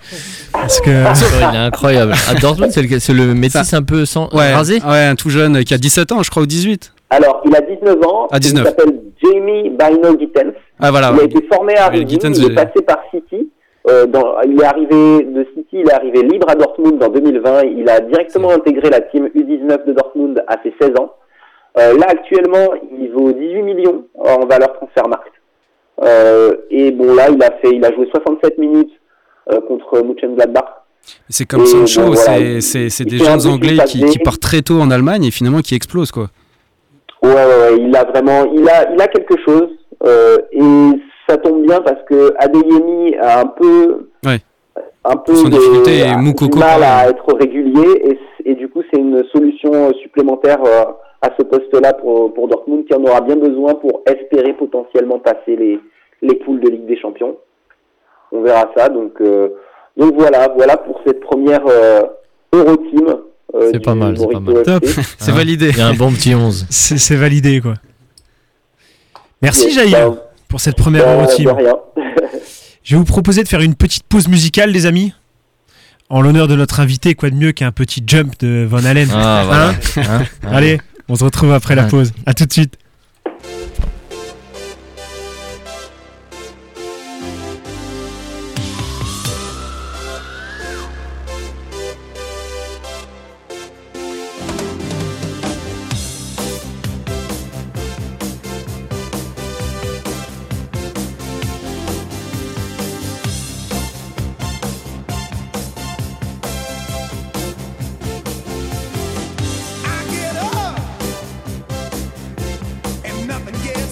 Parce que.
il est incroyable. À Dortmund, c'est le, c'est le métis un peu sans,
Ouais,
Ah,
rasé.
ouais, un tout jeune euh, qui a 17 ans, je crois, ou 18.
Alors, il a 19 ans.
Ah, 19.
Il s'appelle Jamie Bino Gittens.
Ah voilà.
il a
ouais.
été formé à
Mais
Reading,
Gittens,
il
j'ai-
est passé par City. euh, dans- il est arrivé de City, il est arrivé libre à Dortmund en 2020. Il a directement intégré la team U19 de Dortmund à ses 16 ans. Euh, là, actuellement, il vaut 18 millions en valeur transfert-markt. Euh, et bon, là, il a fait, il a joué 67 minutes euh, contre Mönchengladbach.
C'est comme
Et
Sancho,
bon, euh, voilà,
c'est-
il-
c'est c'est
il
des
fait
jeunes
un but, il
anglais
passe
qui,
des-
qui partent très tôt en Allemagne et finalement qui explosent quoi.
Ouais, ouais, ouais, il a vraiment, il a, il a quelque chose euh, et ça tombe bien parce que Adeyemi a un peu,
Ouais.
un peu
Sans
de-
difficulté, et
a
Moukoko,
du mal à
pareil.
être régulier et, c- et du coup c'est une solution supplémentaire euh, à ce poste-là pour, pour Dortmund qui en aura bien besoin pour espérer potentiellement passer les les poules de Ligue des Champions. On verra ça donc euh, donc voilà, voilà pour cette première euh, Euroteam. euh,
C'est
du
pas mal, c'est pas
Morito
mal.
FC.
Top.
C'est
Hein
validé.
Il y a un bon petit 11.
C'est c'est validé, quoi. Merci,
Ouais,
Jaïr,
bah,
pour cette première
bah,
routine.
de rien.
Je vais vous proposer de faire une petite pause musicale, les amis. En l'honneur de notre invité, quoi de mieux qu'un petit jump de Van Halen
Ah,
Hein
voilà. Hein Hein Ah.
Allez, on se retrouve après la
Ouais.
pause. À tout de suite.
I get up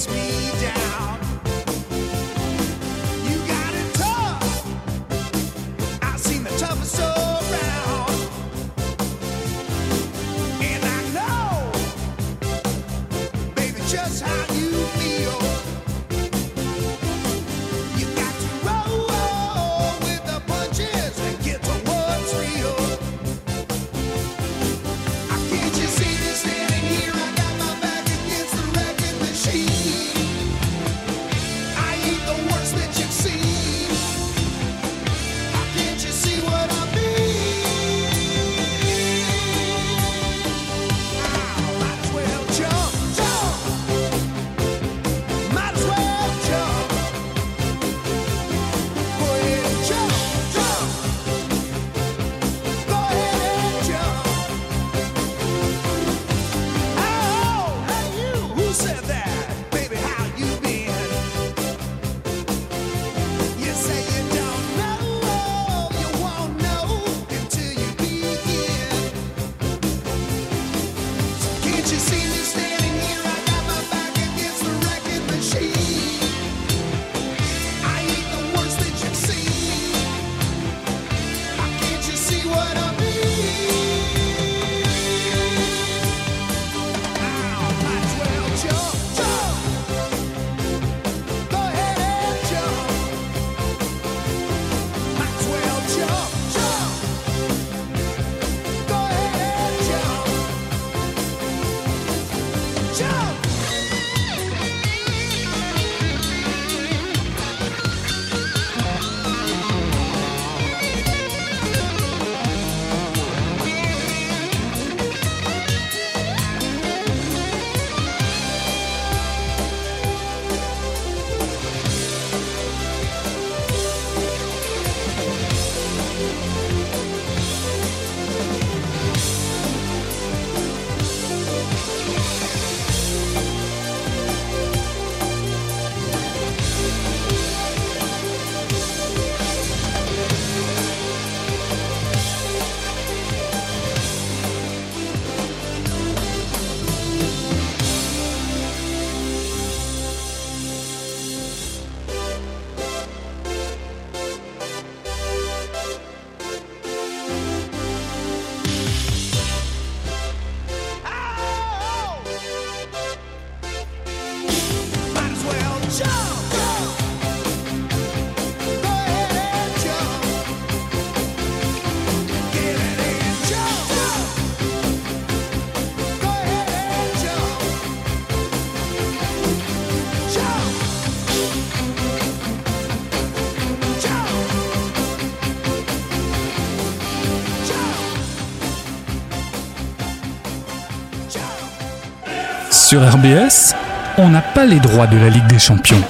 Sur RBS, on n'a pas les droits de la Ligue des Champions.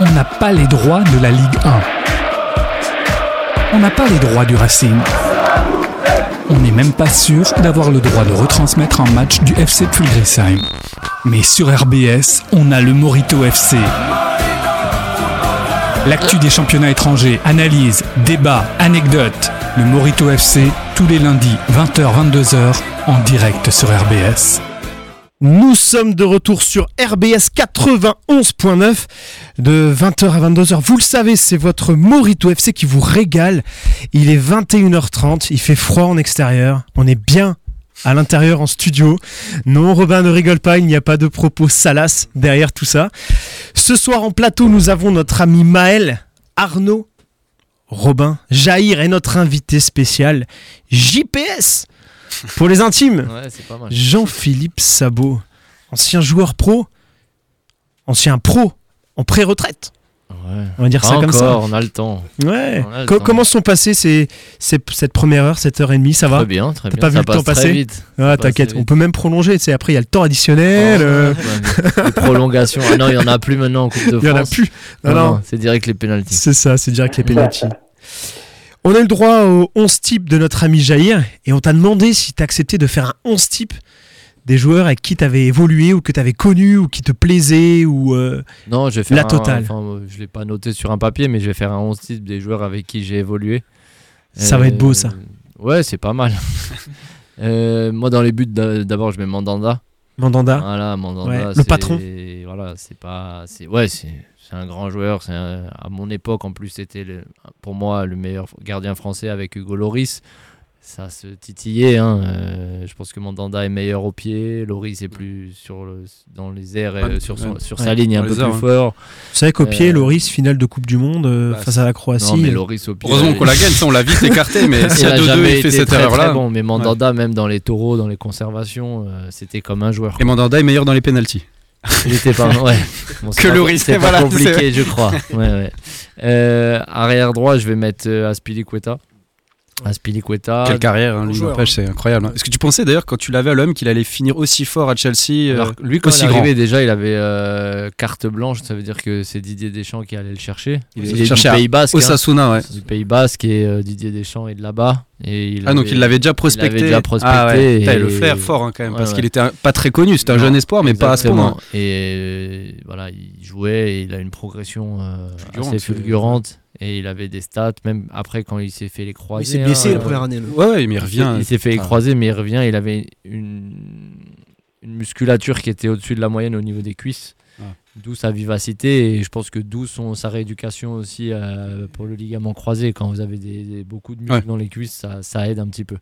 On n'a pas les droits de la Ligue 1. On n'a pas les droits du Racing. On n'est même pas sûr d'avoir le droit de retransmettre un match du FC Pulgresheim. Mais sur RBS, on a le Morito FC. L'actu des championnats étrangers, analyse, débat, anecdotes. Le Morito FC, tous les lundis, 20h-22h, en direct sur RBS.
Nous sommes de retour sur RBS 91.9 de 20h à 22h. Vous le savez, c'est votre Morito FC qui vous régale. Il est 21h30, il fait froid en extérieur, on est bien à l'intérieur en studio. Non, Robin ne rigole pas, il n'y a pas de propos salaces derrière tout ça. Ce soir en plateau, nous avons notre ami Maël, Arnaud, Robin, Jair et notre invité spécial, JPS, pour les intimes.
Ouais, c'est pas mal.
Jean-Philippe Sabot, ancien joueur pro, ancien pro en pré-retraite,
Ouais.
on va dire
Pas
ça
encore,
comme ça.
on a le temps.
Ouais.
on a le
Co-
temps.
comment sont passées ces, ces- cette première heure, cette heure et demie, ça va
Très bien, très
T'as
bien.
pas vu
ça
le temps
passe
passer
Très vite.
Ah,
Ça
t'inquiète,
passe
on
vite. Ah,
peut même prolonger, tu sais, après il y a le temps additionnel, euh,
Oh, les prolongations. Ah non, il y en a plus maintenant en Coupe de
il y en a
France.
plus.
Non,
Non, non,
non, c'est direct les pénalties.
c'est ça, c'est direct les pénaltys. On a eu le droit aux 11 types de notre ami Jair et on t'a demandé si t'acceptais de faire un 11 type des joueurs avec qui t'avais évolué ou que t'avais connu ou qui te plaisaient ou... euh,
Non, je vais faire
La
un-
totale.
enfin, euh, je l'ai pas noté sur un papier, mais je vais faire un 11 titre des joueurs avec qui j'ai évolué.
Ça va être beau, ça.
Ouais, c'est pas mal. Euh, moi, dans les buts, d'a- d'abord, je mets Mandanda.
Mandanda.
Voilà, Mandanda,
Ah. Ouais, le
c'est-
patron.
Voilà, c'est pas, c'est ouais, c'est c'est un grand joueur. C'est un- à mon époque, en plus, c'était le- pour moi le meilleur gardien français avec Hugo Loris. Ça se titillait. hein, euh, je pense que Mandanda est meilleur au pied. Loris est plus sur le- dans les airs et
Ouais,
euh, sur, son-
ouais.
sur
Ouais,
sa ligne
dans
un
les
peu
airs, hein.
plus
ouais.
fort.
Vous savez qu'au
Euh,
pied, Loris, finale de Coupe du Monde euh,
bah,
face à la Croatie.
Non, mais Loris au pied.
Heureusement qu'on la gagne, ça on l'a vite écarté, mais si
il
à
a
2-2
jamais
il fait
été
cette
très,
erreur-là.
très bon, mais Mandanda, même dans les taureaux, dans les conservations, euh, c'était comme un joueur.
Et Mandanda est meilleur dans les pénalties.
Il était pas ouais. Bon, c'est
Que
pas-
le risque,
c'est pas
voilà,
compliqué, je crois. Ouais, ouais. Euh, arrière droit, je vais mettre euh, Aspilicueta. Aspilicueta.
Quelle carrière, hein, lui,
joueur,
Lampage, c'est incroyable. hein. Est-ce que tu pensais d'ailleurs quand tu l'avais à l'homme qu'il allait finir aussi fort à Chelsea euh,
Alors, lui, quand
aussi
il est arrivé, déjà, il avait euh, carte blanche. Ça veut dire que c'est Didier Deschamps qui allait le chercher.
Il
est
allait le
du
chercher à
Pays Basque. hein.
Osasuna, ouais.
C'est du Pays Basque et euh, Didier Deschamps est de là-bas. Et il
Ah donc il
avait- euh,
l'avait déjà prospecté.
déjà prospecté
Ah ouais. Putain,
et-
Le flair fort hein, quand même
Ouais,
parce
ouais.
qu'il était un- pas très connu. C'était un
Non,
jeune espoir mais pas à ce
Exactement.
point. hein.
Et euh, voilà, il jouait, et il a une progression euh,
Fulgurante,
assez
c'est-
fulgurante. Et il avait des stats, même après quand il s'est fait les croisés.
Il s'est blessé
hein,
la
euh,
première année. lui.
Ouais, ouais, mais il
il s'est-
revient.
Il s'est fait les
Enfin,
croisés, mais il revient. Il avait une, une musculature qui était au-dessus de la moyenne au niveau des cuisses.
Ouais.
D'où sa vivacité et je pense que d'où son, sa rééducation aussi euh, pour le ligament croisé. Quand vous avez des, des- beaucoup de muscles
Ouais.
dans les cuisses, ça, ça aide un petit peu.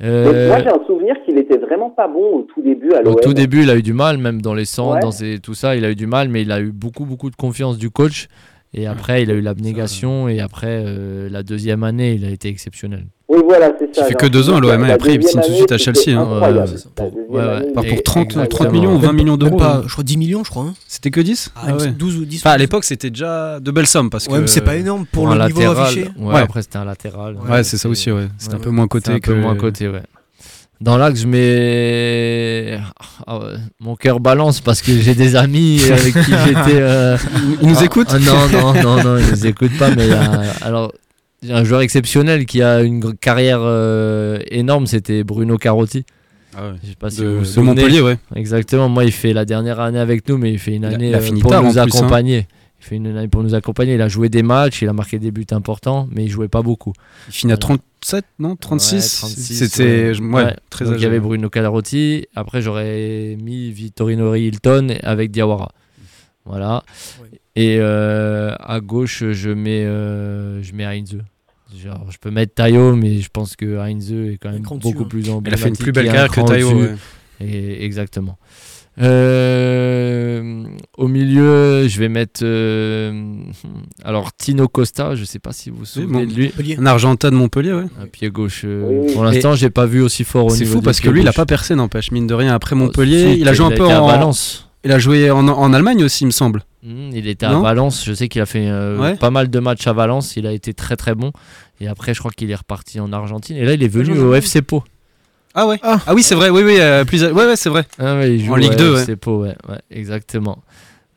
Mais
Euh,
Moi, j'ai un souvenir qu'il était vraiment pas bon au tout début à l'OM.
au tout début, il a eu du mal, même dans les centres,
Ouais.
dans ses- tout ça, il a eu du mal, mais il a eu beaucoup, beaucoup de confiance du coach. Et après, il a eu l'abnégation. Et après, euh, la deuxième année, il a été exceptionnel.
Oui, voilà, c'est ça.
fait
j'ai
que
un
deux ans à
souvenir
l'OM,
que la
après, il signe
deuxième
tout de suite à
année,
Chelsea, hein.
c'était incroyable.
Ouais, c'est ça.
La deuxième
Ouais, ouais.
année,
Enfin,
il
pour
est
30, 30
incroyable.
millions ou 20 millions
Même
d'euros.
pas,
hein.
je crois 10 millions, je crois. hein.
C'était que 10
Ah,
Ah
il me
ouais.
semble 12 ou 10.
Enfin, à l'époque c'était déjà de belles sommes parce
Ouais,
que.
mais c'est pas énorme pour,
un
le niveau
latéral,
affiché.
Ouais,
Ouais.
Après, c'était un latéral.
Ouais, c'est ça aussi. Ouais. C'est un
Ouais.
peu moins
C'est un
coté que.
peu moins côté, ouais. Dans l'axe, je mets. Ah ouais, Mon cœur balance parce que j'ai des amis avec qui j'étais. euh,
Ils nous
Ah,
écoutent
ah, Non, non, non, non, ils nous écoutent pas, mais il y a- alors. il y a Un joueur exceptionnel qui a une gr- carrière euh, énorme, c'était Bruno Carotti.
Ah ouais.
Je sais pas si vous vous
De, de
souvenez.
Montpellier, ouais.
Exactement. Moi, il fait la dernière année avec nous, mais il fait une
Il a-
année
il a
euh,
fini
pour
tard, en
nous
plus, hein.
accompagner. Il fait une année pour nous accompagner. Il a joué des matchs, il a marqué des buts importants, mais il jouait pas beaucoup.
Il finit à
Ouais.
37, non 36,
Ouais, 36,
C'était
ouais.
je- ouais,
Ouais.
très
Donc, il y
âgé.
avait Bruno Calarotti. Après, j'aurais mis Vittorino Hilton avec Diawara. Voilà. Et euh, à gauche, je mets, euh, je mets Heinze. Genre, je peux mettre Tayo, mais je pense que Heinze est quand
Un
même
cran
beaucoup
dessus, hein.
plus
Il a fait une
emblématique
plus belle
et un
carrière que
cran
Tayo.
au-dessus.
ouais.
Et- exactement. Euh, au milieu, je vais mettre euh, alors Tino Costa. Je sais pas si vous vous souvenez
bon.
de lui.
Montpellier.
Un Argentin de Montpellier, ouais.
Un pied gauche. euh,
Oui.
Pour l'instant, j'ai pas vu aussi fort au niveau.
C'est fou
du
parce que
pied
lui, il a
gauche.
pas percé, n'empêche, mine de rien. Après
Oh,
Montpellier,
si,
il a joué un peu
été à
en.
Valence.
Il a joué en, en Allemagne aussi, il me semble.
Mm, il était à
Non
Valence. Je sais qu'il a fait euh,
Ouais.
pas mal de matchs à Valence. Il a été très très bon. Et après, je crois qu'il est reparti en Argentine. Et là, il est venu
joué en
au
Argentine.
FC Pau.
Ah ouais.
Ah.
Ah, oui, c'est vrai. Oui, oui, euh, plus. Ouais, ouais, c'est vrai.
Ah ouais, il joue
En Ligue
ouais,
2, ouais.
C'est Pau, ouais, ouais, exactement.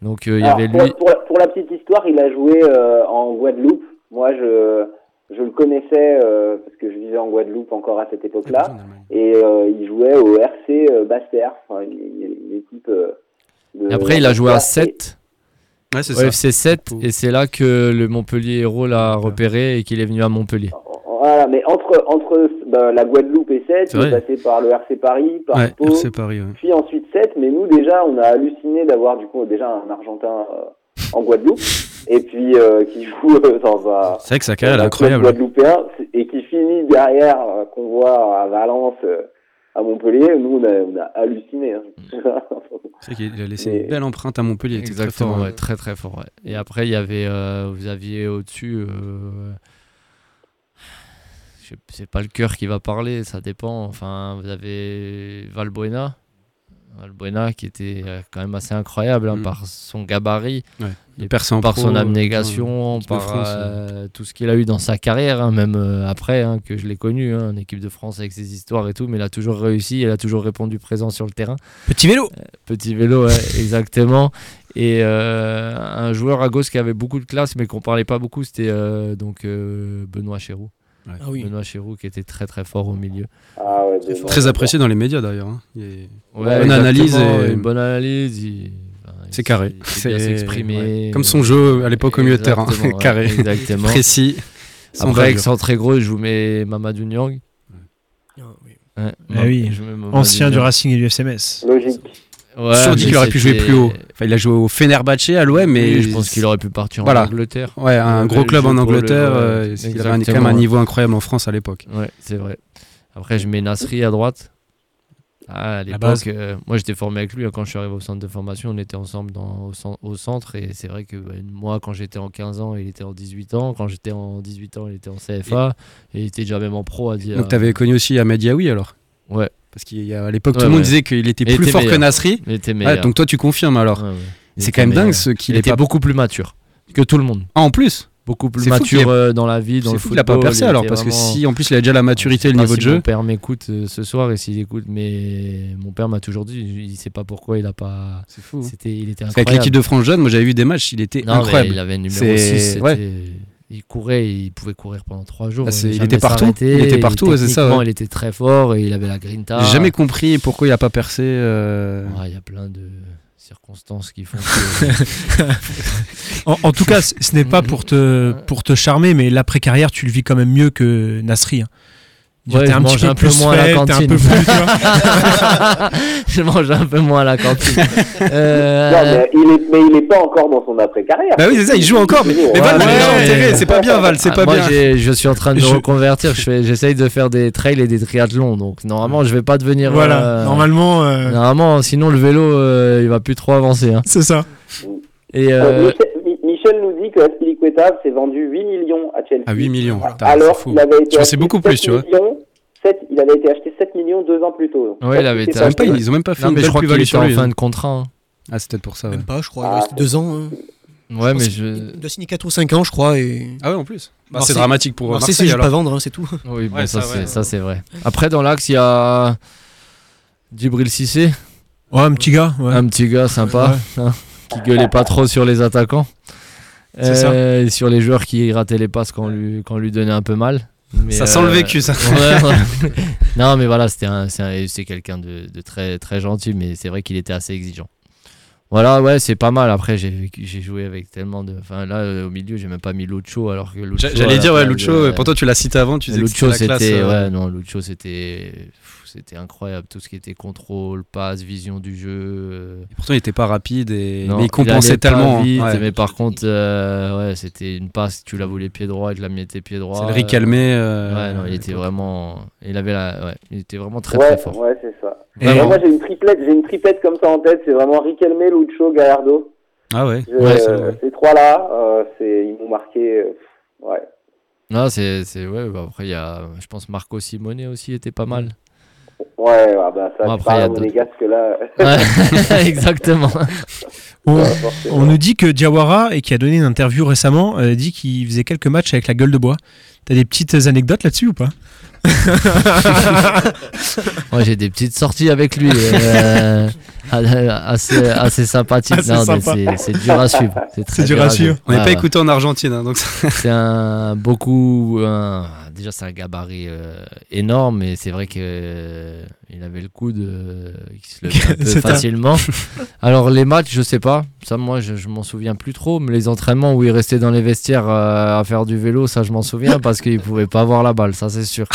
Donc euh, il y
Alors,
avait
pour,
lui.
pour la, pour la petite histoire, il a joué euh, en Guadeloupe. Moi, je, je le connaissais euh, parce que je vivais en Guadeloupe encore à cette
Ah,
époque-là. Et euh, il jouait au RC euh, Basse-Terre, enfin, une, une- une équipe. euh, de-
Et après, il a joué à
Et-
7,
Ouais, c'est
au FC 7, et c'est là que le Montpellier Héros l'a repéré et qu'il est venu à Montpellier.
Voilà, mais entre, entre ben, la Guadeloupe et 7,
C'est
il est
vrai.
passé par le RC Paris, par
Ouais,
Pau,
FC Paris. Ouais.
puis ensuite 7. Mais nous, déjà, on a halluciné d'avoir du coup déjà un Argentin euh, en Guadeloupe. Et puis euh, qui joue euh, dans un,
C'est vrai que Saka,
Un
elle est
club
incroyable.
Guadeloupéen c'est- et qui finit derrière euh, qu'on voit à Valence, euh, à Montpellier. Nous, on a, on a halluciné. hein.
Mm. C'est vrai qu'il a laissé
Mais-
une belle empreinte à Montpellier. il était très
Exactement,
fort,
ouais,
hein.
très très fort. ouais. Et après, il y avait, euh, vous aviez au-dessus, euh, je- c'est pas le cœur qui va parler, ça dépend. Enfin, vous avez Valbuena, Valbuena qui était euh, quand même assez incroyable hein,
Mm.
par son gabarit,
Il perce en
par
pro,
son
euh,
abnégation,
l'équipe de
par
France,
euh, tout ce qu'il a eu dans sa carrière, hein, même euh, après hein, que je l'ai connu hein, en équipe de France avec ses histoires et tout, mais il a toujours réussi, il a toujours répondu présent sur le terrain
Petit vélo.
petit vélo, ouais, exactement. Et euh, un joueur à gauche qui avait beaucoup de classe, mais qu'on parlait pas beaucoup, c'était euh, donc euh, Benoît Chéroux.
Ouais.
Ah oui.
Benoît Chéroux qui était très très fort au milieu.
Ah ouais,
euh,
de-
Très apprécié dans les médias d'ailleurs. hein. Il est-
Ouais,
Bonne analyse
exactement,
et-
une bonne analyse. il- enfin, il
C'est
s-
carré.
il sait bien s'exprimer.
ouais. Comme son jeu à l'époque au milieu de terrain.
Exactement, ouais,
carré.
Exactement.
Précis. sans
Après, avec
bavure.
son très gros, je vous mets Mamadou Niang. Ouais,
Ah oui,
je vous mets Mamadou
Ancien du
Niang.
Racing et du FCMS.
Logique.
Ouais,
Sûr dit
mais
qu'il aurait pu jouer
c'était-
plus haut. Enfin, il a joué au Fenerbahce à l'OM, mais
Oui, je pense qu'il aurait pu partir
Voilà.
en Angleterre.
Ouais, un
Ouais,
gros
le
club
jeu
en
pour le-
Angleterre.
ouais,
euh, il avait un- quand même
exactement,
un
ouais.
niveau incroyable en France à l'époque.
Ouais, c'est vrai. Après, je mets Nasri à droite. Ah, à
base.
l'époque, euh, moi j'étais formé avec lui. hein, Quand je suis arrivé au centre de formation, on était ensemble dans, au, cen- au centre. Et c'est vrai que bah, moi, quand j'étais en 15 ans, il était en 18 ans. Quand j'étais en 18 ans, il était en CFA. Et, il était déjà même en pro à dire.
Donc, tu avais connu aussi Ahmed Yaoui alors
Ouais.
Parce qu'à l'époque, tout
Ouais,
le monde
ouais.
disait qu'il était
Il
plus
était
fort que
meilleur.
Nasri.
Il était
Ouais,
meilleur.
donc, toi, tu confirmes alors.
Ouais, ouais. Il
C'est
était
quand même
meilleur.
dingue ce qu'il
Il
est
était
pas.
beaucoup plus mature que tout le monde.
Ah, en plus
Beaucoup plus
C'est fou qu'il
mature
ait-
euh, dans la vie, dans
C'est
le
fou qu'il
football.
a pas percé
il
alors,
était
parce que
vraiment- Ah,
si en plus il a déjà la maturité et
Je
le
sais
niveau
pas
de
si Mon
jeu.
père m'écoute euh, ce soir et s'il écoute, mais mon père m'a toujours dit, il il sait pas pourquoi il a pas.
C'est fou.
C'était, il était
Parce qu'avec
incroyable.
l'équipe de France jeune, moi j'avais vu des matchs, il était
Non, mais
incroyable.
Il avait un numéro
C'est-
6,
ouais.
Il courait, il pouvait courir pendant 3 jours. euh,
Ah, c'est- il
jamais
était partout,
s'arrêter,
il était
et
partout, ouais, c'est ça,
techniquement,
ouais.
Il était très fort et il avait la grinta.
J'ai jamais compris pourquoi il a pas percé. euh,
Ah, Il y a plein de circonstances qui font que.
En, en tout cas, c- ce n'est pas pour te, pour te charmer, mais l'après-carrière, tu le vis quand même mieux que Nasri. hein.
Ouais,
T'es
je mange un peu moins à la
t'es un
cantine.
peu plus, tu vois.
je mange un peu moins à la cantine. Euh,
Non, mais, il est, mais il est pas encore dans son après-carrière.
Bah oui, c'est ça, il joue encore, mais, mais
Ouais,
Val,
ouais,
il est
ouais.
enterré, c'est pas bien, Val, c'est
Ah,
pas
moi,
bien.
j'ai- je suis en train de me
Je-
reconvertir. Je fais- J'essaye de faire des trails et des triathlons. Donc, normalement, je vais pas devenir.
Voilà,
euh,
normalement, euh,
normalement, sinon, le vélo, euh, il va plus trop avancer. hein.
c'est ça.
Et
Euh,
euh,
Michel, Mi- Michel nous dit que Aspilicueta s'est vendu 8 millions à Chelsea.
À 8 millions.
Voilà.
putain,
Alors
c'est fou.
qu'il avait
Je
été
pensais
acheté
beaucoup plus,
7
tu vois.
millions- 7 il avait été acheté 7 millions deux ans plus tôt.
Ouais, il avait été
C'est même pas- ils ont même pas fait
non,
une
mais je
belle
crois qu'il
plus-value
était
sur
en
lui.
fin
hein.
de contrat. hein.
Ah, c'est peut-être pour ça. ouais.
Même pas, je crois. Il reste deux ans. hein.
Ouais, mais
pense
je.
Il doit signer 4 ou 5 ans, je crois. Et...
Ah ouais, en plus. Bah, c'est
Marseille-
dramatique pour
Marseille,
Marseille,
c'est juste
alors.
pas vendre, hein, c'est tout.
Oui, bon,
Ouais,
ça,
ça, ouais.
c'est- ça, c'est vrai. Après, dans l'axe, il y a. Djibril Cissé,
Ouais, un petit gars. ouais.
un petit gars sympa, hein, qui gueulait pas trop sur les attaquants.
C'est ça.
Euh, et Sur les joueurs qui rataient les passes quand on lui, quand on lui donnait un peu mal. Mais,
Ça sent le
euh,
vécu, ça.
Ouais, ouais. non, mais voilà, c'était un, c'est un- c'est quelqu'un de, de très, très gentil, mais c'est vrai qu'il était assez exigeant. Voilà, ouais, c'est pas mal. Après, j'ai vécu- j'ai joué avec tellement de. Enfin, là, euh, au milieu, j'ai même pas mis Lucho, alors que Lucho,
J'a-
à
J'allais
la
dire, ouais,
place,
Lucho,
euh,
pour toi, tu l'as cité avant, tu disais que
Lucho,
c'était la classe.
c'était.
euh,
Ouais, non, Lucho, c'était. pff, C'était incroyable. Tout ce qui était contrôle, passe, vision du jeu. euh,
Pourtant, il était pas rapide, et...
non,
mais il
allait
compensait
pas
tellement. hein.
vite,
Ouais.
Mais par contre, euh, ouais, c'était une passe, tu la voulais pied droit et tu la mettais pied droit.
C'est le Ricalmé. euh,
Ouais, non, il était vraiment. Il avait la. Ouais, il était vraiment très
ouais,
très fort.
ouais, c'est ça.
Et-
Alors moi j'ai une triplette, j'ai une triplette comme ça en tête, c'est vraiment Riquelme, Lucho, Gallardo.
Ah ouais.
Je-
Ouais,
c'est
euh,
vrai.
ces trois-là, euh, c'est ils m'ont marqué. euh, ouais.
Non, c'est. c'est- Ouais, bah, après, il y a. Je pense Marco Simone aussi était pas mal.
Ouais, ah bah ça,
Bon,
tu
après,
parles
y a
à
d'autres.
Monégasque là.
Ouais, Exactement.
On,
forcément.
on nous dit que Diawara, et qui a donné une interview récemment, euh, dit qu'il faisait quelques matchs avec la gueule de bois. T'as des petites anecdotes là-dessus ou pas
Moi, j'ai des petites sorties avec lui, euh, assez, assez sympathiques.
Assez
Non, mais
sympa.
c'est- c'est dur à suivre. C'est très
On n'est
Ah Ouais,
pas
ouais.
écouté en Argentine, hein, donc ça-
C'est un beaucoup. un- déjà, c'est un gabarit euh, énorme, et c'est vrai que euh, il avait le coude euh, qui se levait un peu
C'est un-
facilement. Alors les matchs, je sais pas. Ça, moi, je, je m'en souviens plus trop. Mais les entraînements où il restait dans les vestiaires euh, à faire du vélo, ça, je m'en souviens parce qu'il pouvait pas avoir la balle, ça, c'est sûr.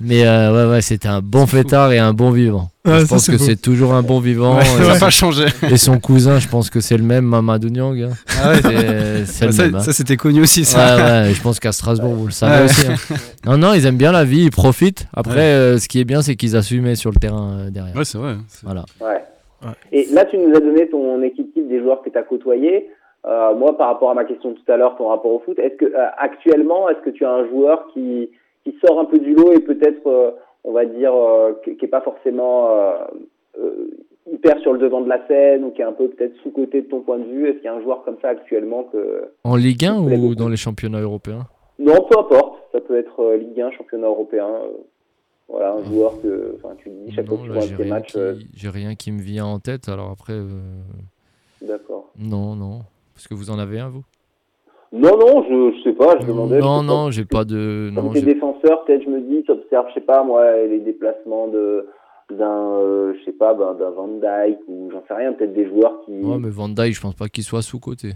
Mais euh, ouais, ouais, c'était un bon fêtard et un bon vivant.
Ouais,
je
ça,
pense
c'est
que
beau.
c'est toujours un bon vivant.
ça
et,
n'a pas changé.
et son cousin, je pense que c'est le même, Mamadou Niang. hein.
Ah
C'est- c'est le
ça,
même, hein.
ça, c'était connu aussi, ça.
Ouais, ouais, je pense qu'à Strasbourg, vous le
Ouais.
savez aussi. hein. Non, non, ils aiment bien la vie, ils profitent. Après, euh, ce qui est bien, c'est qu'ils assumaient sur le terrain euh, derrière.
c'est vrai.
Voilà.
Ouais.
Ouais.
Et là, tu nous as donné ton équipe type des joueurs que tu as côtoyés. Euh, moi, par rapport à ma question tout à l'heure, ton rapport au foot, est-ce que euh, actuellement, est-ce que tu as un joueur qui, qui sort un peu du lot et peut-être, euh, on va dire, euh, qui n'est pas forcément euh, euh, hyper sur le devant de la scène ou qui est un peu peut-être sous-côté de ton point de vue Est-ce qu'il y a un joueur comme ça actuellement que...
En Ligue 1
Ouais,
ou
beaucoup.
dans les championnats européens
Non, peu importe. Ça peut être euh, Ligue 1, championnat européen. euh, voilà, un joueur que enfin, tu dis chaque fois que
Ah. Non,
tu
là,
vois un de
j'ai
tes
rien,
matchs.
qui...
euh,
j'ai rien qui me vient en tête. Alors après, euh,
D'accord.
non, non. Parce que vous en avez un, vous
Non, non, je, je sais pas, je demandais. je
Non,
sais
non, j'ai pas de.
Comme
Non,
t'es
j'ai-
défenseur, peut-être je me dis, t'observes, je sais pas moi, les déplacements de d'un, euh, je sais pas, ben, d'un Van Dyke ou j'en sais rien, peut-être des joueurs qui.
Ouais, mais Van Dijk, je pense pas qu'il soit sous-côté.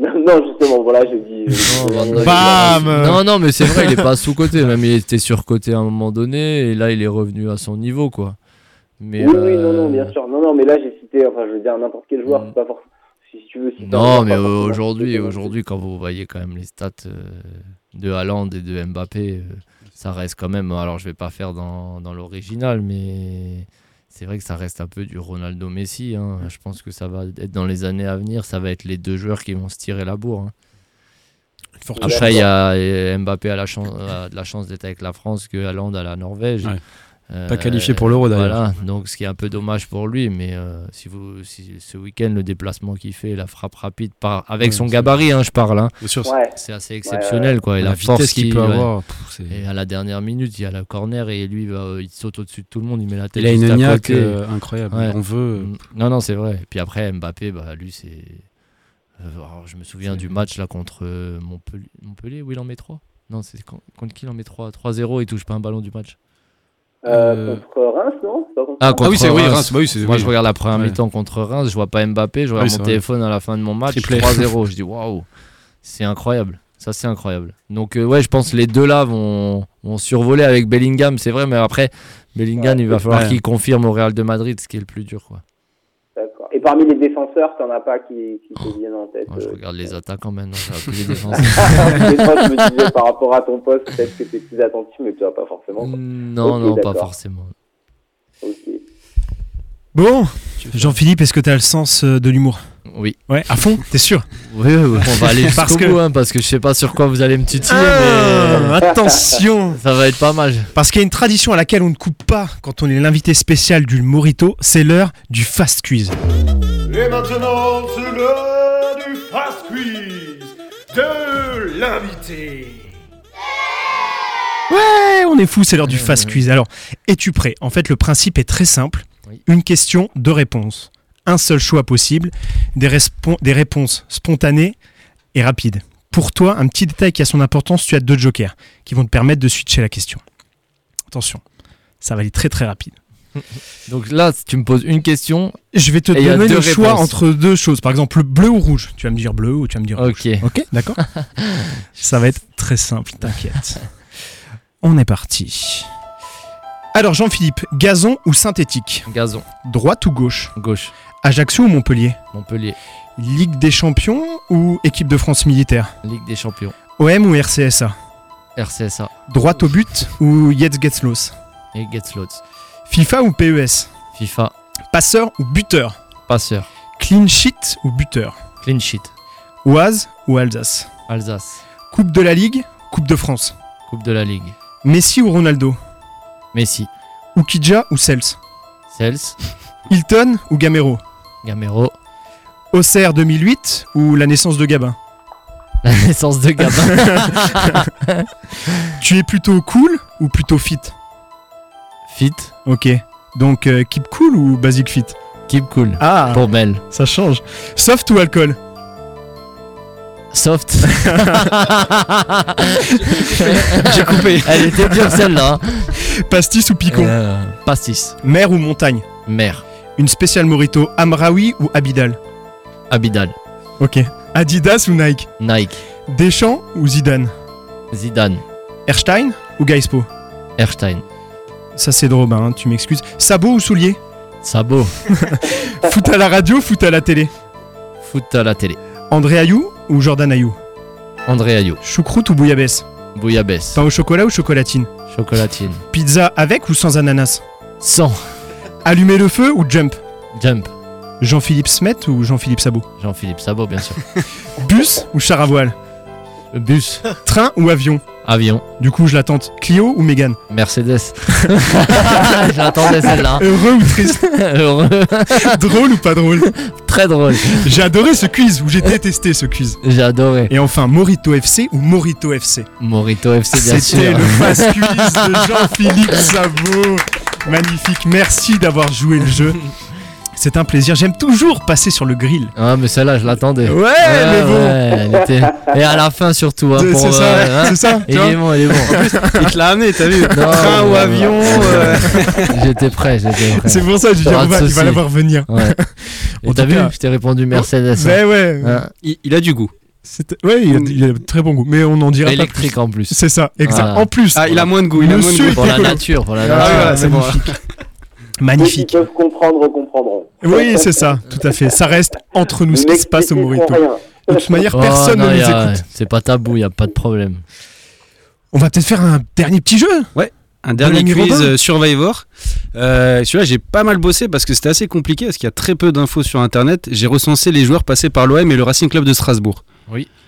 non, justement, voilà, j'ai dit. euh, j'ai dit-
Non, Van Dijk,
Bam
Non, non, mais c'est vrai, il est pas sous-côté. Même il était sur-côté à un moment donné, et là, il est revenu à son niveau, quoi. Mais,
Oui, oui, non, non,
euh,
bien sûr. Non, non, mais là j'ai cité, enfin, je veux dire n'importe quel joueur,
Mm.
c'est pas forcément. Si tu veux. citer un
Non,
joueur,
mais euh,
pas forcément
aujourd'hui,
sous-côté,
aujourd'hui, quand vous voyez quand même les stats euh, de Haaland et de Mbappé, euh, ça reste quand même. Alors, je vais pas faire dans, dans l'original, mais c'est vrai que ça reste un peu du Ronaldo Messi. hein. Je pense que ça va être dans les années à venir, ça va être les deux joueurs qui vont se tirer la bourre. hein. Après, il y a euh, Mbappé a, la chance, a de la chance d'être avec la France que Haaland à la Norvège.
Ouais.
Euh,
Pas qualifié pour l'Euro, d'ailleurs.
voilà, donc ce qui est un peu dommage pour lui, mais euh, si vous, si ce week-end, le déplacement qu'il fait, la frappe rapide, par, avec
Ouais,
son
c'est-
gabarit, hein, je parle, hein,
Bien sûr,
Ouais.
c'est assez exceptionnel, quoi. Et la,
la
force
vitesse qu'il peut
ouais.
avoir. pff, c'est-
Et à la dernière minute, il y a la corner et lui, va- euh, il saute au-dessus de tout le monde, il met la tête.
Il a
juste
une
à
niaque
côté.
euh, incroyable.
Ouais.
On veut.
Mm. Non, non, c'est vrai. Et puis après, Mbappé, bah, lui, c'est. Euh, alors, je me souviens du match là contre euh, Montpellier, Montpellier où il en met 3. Non, c'est con- contre qui il en met 3 3-0, il touche pas un ballon du match.
Euh, Contre Reims, non C'est pas contre Reims
Ah oui, c'est oui,
Reims.
Reims, bah oui, c'est-
Moi,
oui.
je regarde la première
Ouais.
mi-temps contre Reims, je vois pas Mbappé, je regarde
Oui, c'est
mon
vrai.
téléphone à la fin de mon match,
Triplé.
3-0. je dis waouh, c'est incroyable. Ça, c'est incroyable. Donc, euh, ouais, je pense que les deux là vont, vont survoler avec Bellingham, c'est vrai, mais après, Bellingham, il va falloir
Ouais.
qu'il confirme au Real de Madrid, ce qui est le plus dur. Quoi.
D'accord. Et parmi les défenseurs, t'en as pas qui, qui te viennent en tête
Oh, Moi, je
euh,
regarde les attaquants maintenant, je regarde plus les défenseurs.
Des fois, je me disais par rapport à ton poste, peut-être que t'es plus attentif, mais toi, pas forcément. quoi.
non,
Ok,
non, pas
d'accord.
forcément.
Mm.
Ok.
Bon, Jean-Philippe, est-ce que t'as le sens euh, de l'humour
Oui.
Ouais, à fond, t'es sûr
Oui, on va aller
Parce
jusqu'au
que-
bout, hein, parce que je sais pas sur quoi vous allez me titiller,
Ah,
mais
Attention
ça va être pas mal.
Parce qu'il y a une tradition à laquelle on ne coupe pas quand on est l'invité spécial du Morito, c'est l'heure du fast quiz.
Et maintenant, c'est l'heure du fast quiz de l'invité.
Eh, on est fou, c'est l'heure du
Ouais,
fast
ouais.
quiz. Alors, es-tu prêt En fait, le principe est très simple.
Oui.
Une question, deux réponses. Un seul choix possible, des, respon- des réponses spontanées et rapides. Pour toi, un petit détail qui a son importance, tu as deux jokers qui vont te permettre de switcher la question. Attention, ça va aller très très rapide.
Donc là, tu me poses une question.
Je vais te
Et il y a
donner
deux
le choix
réponses.
entre deux choses. Par exemple, le bleu ou rouge. Tu vas me dire bleu ou tu vas me dire
Ok.
Ok, d'accord. Ça va être très simple, t'inquiète. On est parti. Alors Jean-Philippe, gazon ou synthétique
Gazon,
Droite ou gauche
gauche,
Ajaccio ou Montpellier
Montpellier,
Ligue des champions ou équipe de France militaire
Ligue des Champions,
OM ou RCSA
RCSA
Droite au but ou Yates Getzlos
et Getzlotz.
FIFA ou PES
FIFA,
Passeur ou buteur
passeur,
Clean sheet ou buteur
clean sheet,
Oise ou Alsace
Alsace,
Coupe de la Ligue, Coupe de France
Coupe de la Ligue,
Messi ou Ronaldo
Messi,
Ukidja ou Sels
Sels,
Hilton ou Gamero
Gamero,
Auxerre 2008 ou la naissance de Gabin
La naissance de Gabin.
Tu es plutôt cool ou plutôt fit
Fit.
Ok. Donc euh, keep cool ou basic fit
Keep cool.
Ah,
Pour Belle.
ça change. Soft ou alcool
Soft. J'ai coupé. Elle était dure celle-là. hein.
Pastis ou picon
Euh, pastis.
Mer ou montagne
Mer.
Une spéciale Morito Amraoui ou Abidal
Abidal.
Ok. Adidas ou Nike
Nike.
Deschamps ou Zidane
Zidane.
Erstein ou Gaispo
Erstein.
Ça c'est de Robin, hein, tu m'excuses. Sabot ou soulier
Sabot.
Foot à la radio, foot à la télé
Foot à la télé.
André Ayou ou Jordan Ayou
André Ayo.
Choucroute ou bouillabaisse
Bouillabaisse.
Pain au chocolat ou chocolatine
Chocolatine.
Pizza avec ou sans ananas
100.
Allumer le feu ou jump
Jump.
Jean-Philippe Smet ou Jean-Philippe Sabot
Jean-Philippe Sabot, bien sûr.
Bus ou char à voile
Bus.
Train ou avion
Avion.
Du coup, je l'attends. Clio ou Mégane
Mercedes. J'attendais celle-là.
Heureux ou triste
Heureux.
Drôle ou pas drôle
Très drôle.
J'ai adoré ce quiz ou j'ai détesté ce quiz.
J'ai adoré.
Et enfin, Morito FC ou Morito FC
Morito FC, bien
C'était
sûr.
le fast quiz de Jean-Philippe Sabot. Magnifique, merci d'avoir joué le jeu. C'est un plaisir, j'aime toujours passer sur le grill.
Ah, mais celle-là, je l'attendais.
Ouais,
Ouais,
mais bon,
ouais, elle était- Et à la fin, surtout. hein,
c'est
pour,
ça,
euh, hein.
c'est ça, tu
Il
vois.
est bon, il est bon.
Il te l'a amené, t'as vu
Non,
Train ou
ouais,
avion euh,
ouais. J'étais prêt, j'étais prêt.
C'est pour ça, que je dis,
Pas
on
de
va, il va
souci.
la voir venir.
Ouais.
En
Et t'as
tout
vu,
cas-
je t'ai répondu Mercedes.
Ouais, ouais,
hein.
Il, il a du goût.
c'était- ouais, il, a, il a très bon goût, mais on en dira pas plus.
Électrique en plus.
C'est ça, exact.
Voilà.
En plus,
Ah, il a moins de goût. Il a moins de
Monsieur
goût.
Pour la
écolo.
nature, pour la
Ah,
nature.
voilà, c'est bon.
Ceux qui
magnifique.
peuvent comprendre comprendront.
Oui, c'est ça, tout à fait. Ça reste entre nous ce qui se passe au
N'expliquez
Morito.
rien.
De toute manière,
Oh,
personne
non,
ne
y
nous
a-
écoute.
C'est pas tabou, il a pas de problème.
On va peut-être faire un dernier petit jeu.
Un dernier
l'ami
quiz
Robin.
euh, Survivor. Euh, Celui-là, j'ai pas mal bossé parce que c'était assez compliqué parce qu'il y a très peu d'infos sur Internet. J'ai recensé les joueurs passés par l'OM et le Racing Club de Strasbourg.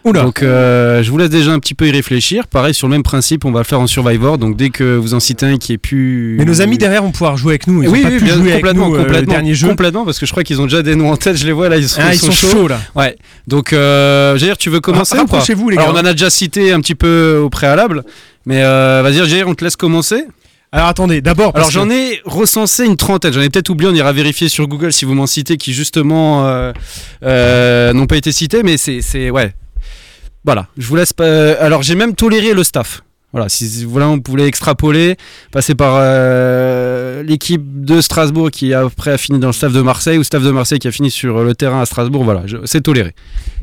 Oula.
Donc, euh, je vous laisse déjà un petit peu y réfléchir. Pareil, sur le même principe, on va le faire en Survivor. Donc, dès que vous en citez un qui est plus.
Mais nos amis derrière vont pouvoir jouer avec nous. Ils
euh, oui,
ont pas
oui,
pu
bien-
jouer avec
complètement,
nous euh,
complètement,
le dernier jeu.
complètement, parce que je crois qu'ils ont déjà des noms en tête. Je les vois là, ils sont,
Ah, ils sont chauds là.
Ouais. Donc, euh, Jair, tu veux commencer ou pas
Rapprochez-vous les gars.
Alors, on en a déjà cité un petit peu au préalable, mais euh, vas-y, Jair, on te laisse commencer.
Alors attendez, d'abord.
Alors j'en ai recensé une trentaine, j'en ai peut-être oublié, on ira vérifier sur Google si vous m'en citez qui justement euh, euh, n'ont pas été cités, mais c'est, c'est ouais. Voilà, je vous laisse pas. euh, Alors j'ai même toléré le staff. Voilà, si voilà, on pouvait extrapoler, passer par euh, l'équipe de Strasbourg qui après a fini dans le staff de Marseille ou staff de Marseille qui a fini sur le terrain à Strasbourg. Voilà, je- c'est toléré.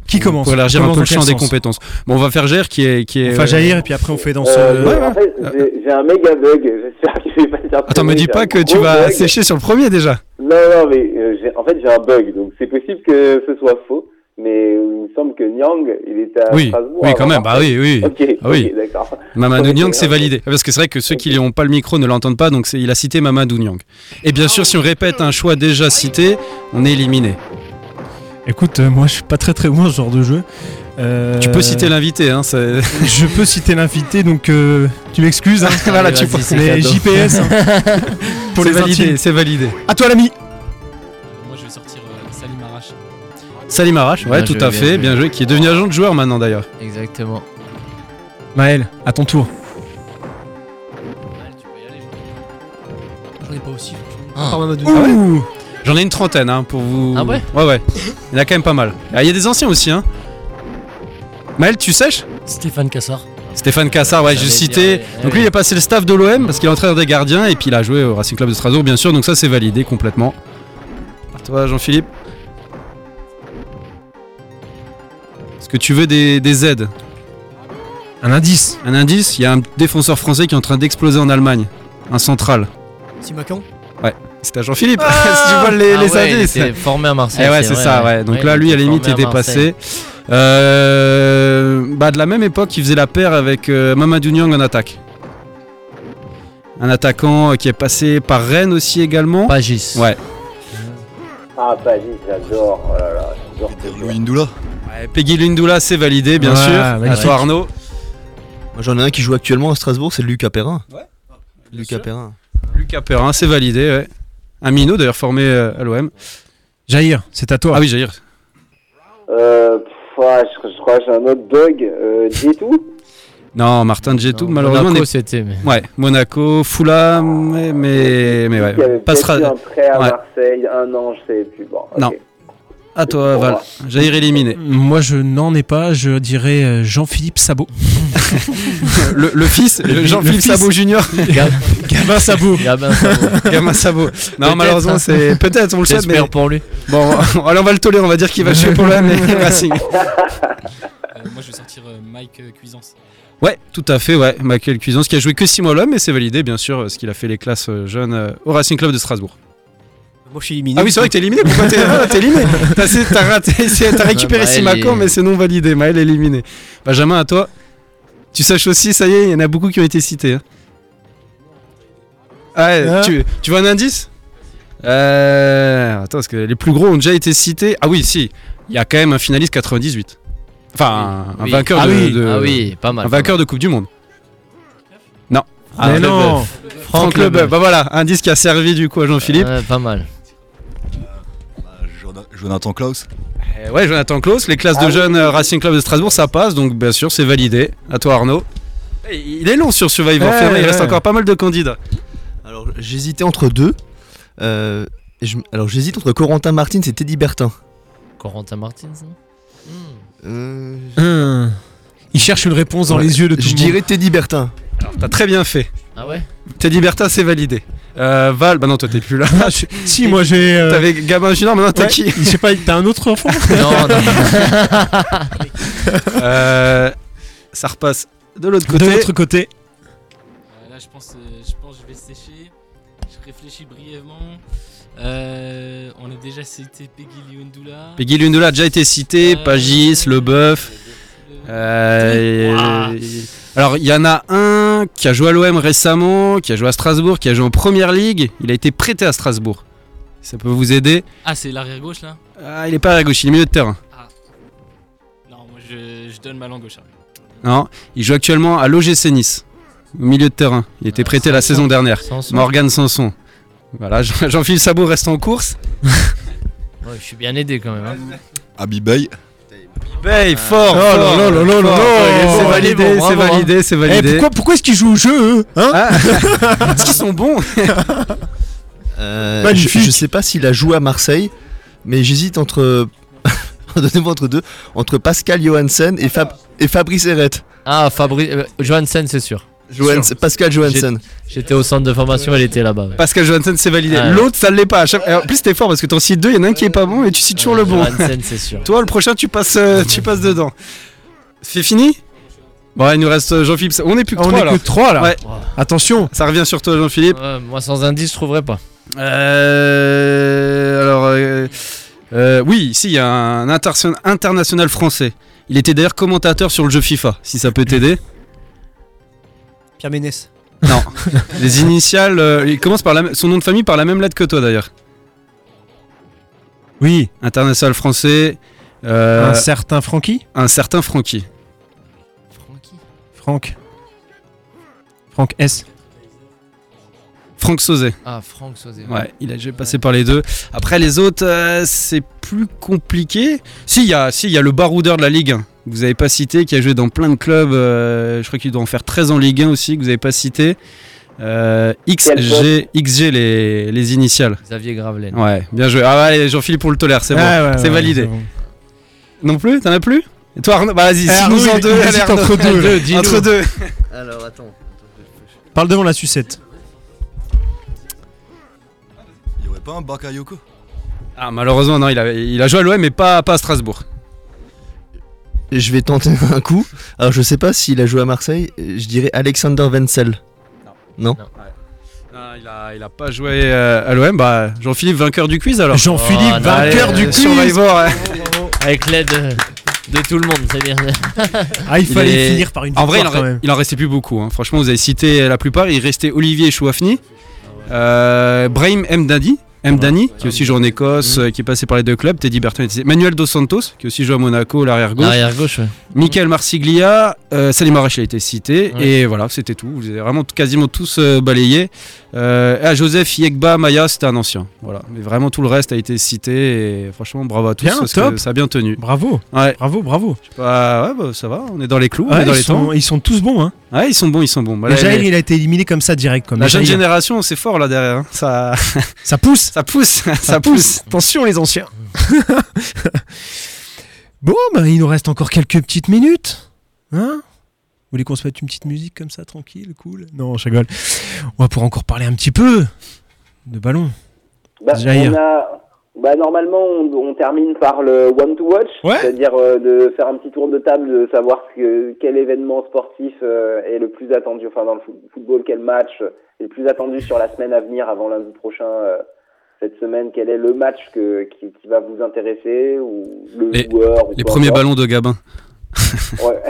Qui commence
Pour élargir
Commence
un peu
dans
le
quel
champ des
sens
compétences. Bon, on va faire Gère qui est qui est.
Enfin,
euh,
Jair, et puis après on fait dans ce.
Euh,
Ouais,
en fait, j'ai- j'ai un méga bug. J'espère que je vais pas le faire
Attends, me
traîner,
dis
j'ai
pas
un
que tu
gros
vas
bug.
sécher sur le premier déjà.
Non, non, mais euh, j'ai- en fait, j'ai un bug. Donc, c'est possible que ce soit faux. Mais il me semble que Nyang, il était à
Oui,
Strasbourg.
oui,
avant
quand même. Bah
Marseille.
oui, oui.
Ok,
Ah oui.
ok, d'accord.
Mamadou
Ouais,
Niang,
ouais,
c'est
ouais.
validé. Parce que c'est vrai que ceux qui
Ok.
n'ont pas le micro ne l'entendent pas, donc c'est- il a cité Mamadou Niang. Et bien sûr, si on répète un choix déjà cité, on est éliminé.
Écoute, euh, moi je suis pas très très bon à ce genre de jeu. Euh,
Tu peux citer l'invité, hein, c'est-
Je peux citer l'invité, donc euh, tu m'excuses. Hein,
Allez,
tu
vas-y, c'est
les
cadeau.
JPS hein, pour
c'est
les
validé.
intimes.
C'est validé.
À toi l'ami.
Moi, je vais sortir Salim Arrache.
Salim Arash, ouais,
Bien
tout
joué,
à
bien
fait,
joué.
bien joué, qui est devenu agent de joueur maintenant d'ailleurs.
Exactement.
Maël, à ton tour.
J'en ai pas aussi. franchement.
Ah.
À part Mamadou.
Ouh.
J'en ai une trentaine, hein, pour vous.
Ah ouais
Ouais, ouais. Il y en a quand même pas mal. Ah, Il y a des anciens aussi, hein. Maël, tu sèches
Stéphane Cassard.
Stéphane Cassard, ouais, je
J'allais
citais.
dire, ouais,
Donc
ouais.
lui, il est passé le staff de l'OM parce qu'il est entraîneur des gardiens et puis il a joué au Racing Club de Strasbourg, bien sûr. Donc ça, c'est validé complètement. À toi, Jean-Philippe. Est-ce que tu veux des, des aides
Un indice.
Un indice Il y a un défenseur français qui est en train d'exploser en Allemagne. Un central.
Simakan.
C'est à Jean-Philippe. si tu vois les,
Ah
les
ouais, il
indices.
était formé à Marseille.
Eh ouais, c'est
vrai,
ça, ouais. Donc là,
il
lui, à la
était
limite, il
formé
était
Marseille.
passé. Euh, bah, de la même époque, il faisait la paire avec euh, Mamadou Niang en attaque. Un attaquant euh, qui est passé par Rennes aussi également.
Pagis.
Ouais.
Ah, Pagis, j'adore. Oh là là, j'adore ce joueur.
Indoula.
Ouais, Peggy Lindula, c'est validé, bien
Ouais,
sûr. À
magnifique.
toi, Arnaud.
Moi, j'en ai un qui joue actuellement à Strasbourg, c'est Lucas Perrin.
Ouais.
Lucas Perrin.
Lucas Perrin, c'est validé, ouais. Un minot, d'ailleurs, formé euh, à l'OM.
Jair, c'est à toi.
Ah oui, Jair.
Euh, pff, ah, je, je crois que j'ai un autre bug. Euh, tout
Non, Martin Djetou,
Non,
malheureusement,
Monaco,
n'est-
c'était. mais-
Ouais, Monaco, Fulham, mais, mais, mais
Il y avait hein.
ouais,
passera...
passera
un prêt à
ouais.
Marseille, un an, je sais plus. Bon, ok.
Non. à toi, Val. Jair éliminé.
Moi, je n'en ai pas. Je dirais euh, Jean-Philippe Sabot.
Le, le fils, le Jean-Philippe
fils.
Sabot Junior,
Gabin Sabot.
Gabin, ça va.
gamin Sabot. Non,
Peut-être,
malheureusement,
hein.
c'est peut-être, on le sait, mais
J'espère pour lui.
bon, allez, on va le tolérer, on va dire qu'il va jouer pour l'AM et Racing.
moi, je vais sortir euh, Mike euh, Cuisance.
Ouais, tout à fait, ouais. Michael Cuisance qui a joué que 6 mois l'homme, mais c'est validé, bien sûr, ce qu'il a fait les classes euh, jeunes euh, au Racing Club de Strasbourg.
Moi, je suis éliminé.
Ah oui, c'est vrai que t'es éliminé. Pourquoi t'es ah, t'es éliminé T'as t'as raté, c'est- t'as récupéré
Maël
Simacan,
est-
mais c'est non validé. Maël est éliminé. Benjamin, à toi. Tu saches aussi, ça y est, il y en a beaucoup qui ont été cités. hein. Ah,
Hein
tu, tu vois un indice euh, Attends, parce que les plus gros ont déjà été cités. Ah oui, si. Il y a quand même un finaliste 98. Enfin, un, un
Oui.
vainqueur
ah
de,
oui.
de-
Ah oui, pas mal.
un vainqueur de Coupe du Monde. Non.
Ah,
Ah,
mais non.
Franck Leboeuf. Bah voilà, indice qui a servi du coup à Jean-Philippe.
Ouais, pas mal.
Jonathan Klaus.
Euh, ouais, Jonathan Klaus, les
Ah
classes de jeunes euh, Racing Club de Strasbourg, ça passe, donc bien sûr, c'est validé. À toi, Arnaud. Eh, Il est long sur Survivor,
Ouais,
finalement, il reste
ouais.
encore pas mal de candidats.
Alors j'hésitais entre deux. Euh, et je- alors j'hésite entre Corentin Martin et Teddy Bertin.
Corentin Martins. non Hmm.
Euh,
Hum. Il cherche une réponse dans
Ouais.
les yeux de tout
je
le monde.
dirais Teddy Bertin.
Alors, t'as très bien fait.
Ah ouais
Teddy Bertha, c'est validé. Euh, Val, bah non, toi, t'es plus là.
Ah, je- Si, moi, j'ai. euh,
T'avais Gabin Junior, maintenant, t'as
ouais,
qui
Je sais pas, t'as un autre enfant
Non, non.
Euh, Ça repasse de l'autre
De
côté.
l'autre côté.
Euh, là, je pense, euh, je pense que je vais sécher. Je réfléchis brièvement. Euh, on a déjà cité Peggy Euh, Liundula.
Peggy Lundula a déjà été cité, Pagis, Leboeuf. Euh,
Ouah.
alors il y en a un qui a joué à l'OM récemment, qui a joué à Strasbourg, qui a joué en première ligue. Il a été prêté à Strasbourg. Ça peut vous aider.
Ah, c'est l'arrière gauche là
Ah, il est pas à gauche, il est milieu de terrain.
Non, moi je, je donne ma langue au chat.
Non, il joue actuellement à l'OGC Nice, au milieu de terrain. Il était prêté la saison dernière.
Sans moi.
Morgan Sanson. Voilà, Jean- Jean-Philippe Sabot reste en course.
Ouais, je suis bien aidé quand même. hein.
Abby Bay.
Hey, fort,
Oh
fort,
là là là là
fort.
là.
C'est validé,
Bravo,
c'est
bravo, hein.
validé, c'est
Eh,
validé.
pourquoi pourquoi est-ce qu'ils jouent au jeu, eux hein
Ah, Parce qu'ils sont bons.
Euh,
Magnifique.
je, je sais pas s'il a joué à Marseille, mais j'hésite entre. Donnez-moi entre deux. Entre Pascal Johansen et, Fab- et Fabrice Errette.
Ah, Fabrice. euh, Johansen, c'est sûr.
Johansen- Pascal Johansen.
J'étais au centre de formation, elle était là-bas. ouais.
Pascal Johansen, c'est validé.
Ouais.
L'autre, ça l'est pas. À chaque- Et En plus, t'es fort parce que t'en cites deux, il y en a un qui est pas bon et tu cites toujours le bon.
Johansen, c'est sûr.
Toi, le prochain, tu passes, euh, tu passes dedans. C'est fini Bon, il nous reste euh, Jean-Philippe. On est plus que
On
trois
est
alors.
que trois là.
Ouais.
Attention.
Ça revient sur toi, Jean-Philippe.
Ouais, moi, sans indice, je trouverais pas.
Euh, alors, euh, euh, oui, si, il y a un interso- international français. Il était d'ailleurs commentateur sur le jeu FIFA, si ça peut t'aider.
Pierre Ménès.
Les initiales, euh, il commence par la m- son nom de famille par la même lettre que toi d'ailleurs.
Oui.
International français, euh,
Un certain Francky.
un certain Francky.
Francky
Franck. Franck S.
Franck Sauzet.
Ah, Franck Sauzet.
Ouais, il a déjà passé par les deux. Après les autres, euh, c'est plus compliqué. Si, il y, a- si, il y a le baroudeur de la Ligue 1. que Vous avez pas cité, qui a joué dans plein de clubs. euh, je crois qu'il doit en faire 13 en Ligue 1 aussi, que vous avez pas cité. Euh, XG, XG les, les initiales.
Xavier Gravelaine.
Ouais, bien joué. Ah, allez, Jean-Philippe, on le tolère, c'est bon.
Ah, ouais,
c'est
ouais,
validé.
bon.
Non plus T'en as plus Et toi, Arnaud Bah, vas-y,
Eh,
si nous
Arnaud,
en
il-
deux.
il
allez,
hésite
Arnaud.
entre deux, là.
Entre deux.
Alors attends.
Parle devant la sucette.
Il y aurait pas un Bakayoko
Ah, malheureusement, non, il a, il a joué à l'OM, mais pas, pas à Strasbourg.
Je vais tenter un coup. Alors je sais pas s'il a joué à Marseille. Je dirais Alexander Wenzel.
Ah, il, a, il a pas joué euh, à l'OM. Bah, Jean-Philippe, vainqueur du quiz alors.
Jean-Philippe,
Oh, non,
vainqueur
Allez,
du
euh,
quiz.
Survivor, ouais.
Avec l'aide euh, de tout le monde, c'est bien.
Ah, il
Il
fallait
est-
finir par une
En vrai, il en,
victoire, quand
re-
même.
il en restait plus beaucoup. hein. Franchement, vous avez cité la plupart. Il restait Olivier Chouafni, euh, Brahim M. Dadi, M. Dani,
Ah
qui aussi joue en Écosse,
Mm.
euh, qui est passé par les deux clubs, Teddy Berton, etc. Manuel Dos Santos, qui aussi joue à Monaco, l'arrière
Ah,
gauche.
Arrière gauche, ouais.
Michael Marsiglia, euh, Salim Arash a été cité,
Ouais.
et voilà, c'était tout. Vous avez vraiment t- quasiment tous euh, balayé. Euh, ah, Joseph Yegba Maya, c'était un ancien. Voilà. Mais vraiment, tout le reste a été cité, et franchement, bravo à tous.
Bien,
parce
top.
que ça a bien tenu.
Bravo,
Ouais,
bravo, bravo.
je sais pas, ouais, bah, ça va, on est dans les clous, on
Ouais,
est dans
ils,
les
sont,
temps.
ils sont tous bons. Hein.
Ouais, ils sont bons, ils sont bons. Bah,
Mais
là,
Jair,
les-
il a été éliminé comme ça direct. Comme
la jeune
Jair.
génération, c'est fort là derrière. hein. Ça,
Ça pousse,
ça pousse,
ça
ça
pousse.
pousse.
Attention les anciens. bon, bah, il nous reste encore quelques petites minutes. Hein Vous voulez qu'on se mette une petite musique comme ça, tranquille, cool Non, je rigole. On va pouvoir encore parler un petit peu de ballon.
Bah,
Jair.
on a- bah, normalement, on, on termine par le one to watch,
Ouais.
c'est-à-dire euh, de faire un petit tour de table, de savoir ce que- quel événement sportif euh, est le plus attendu, enfin dans le fo- football, quel match est le plus attendu sur la semaine à venir avant lundi prochain. euh, cette semaine, quel est le match que, qui, qui va vous intéresser ou le
Les-
joueur ou
Les
peu
premiers
importe.
ballons de Gabin.
Ouais.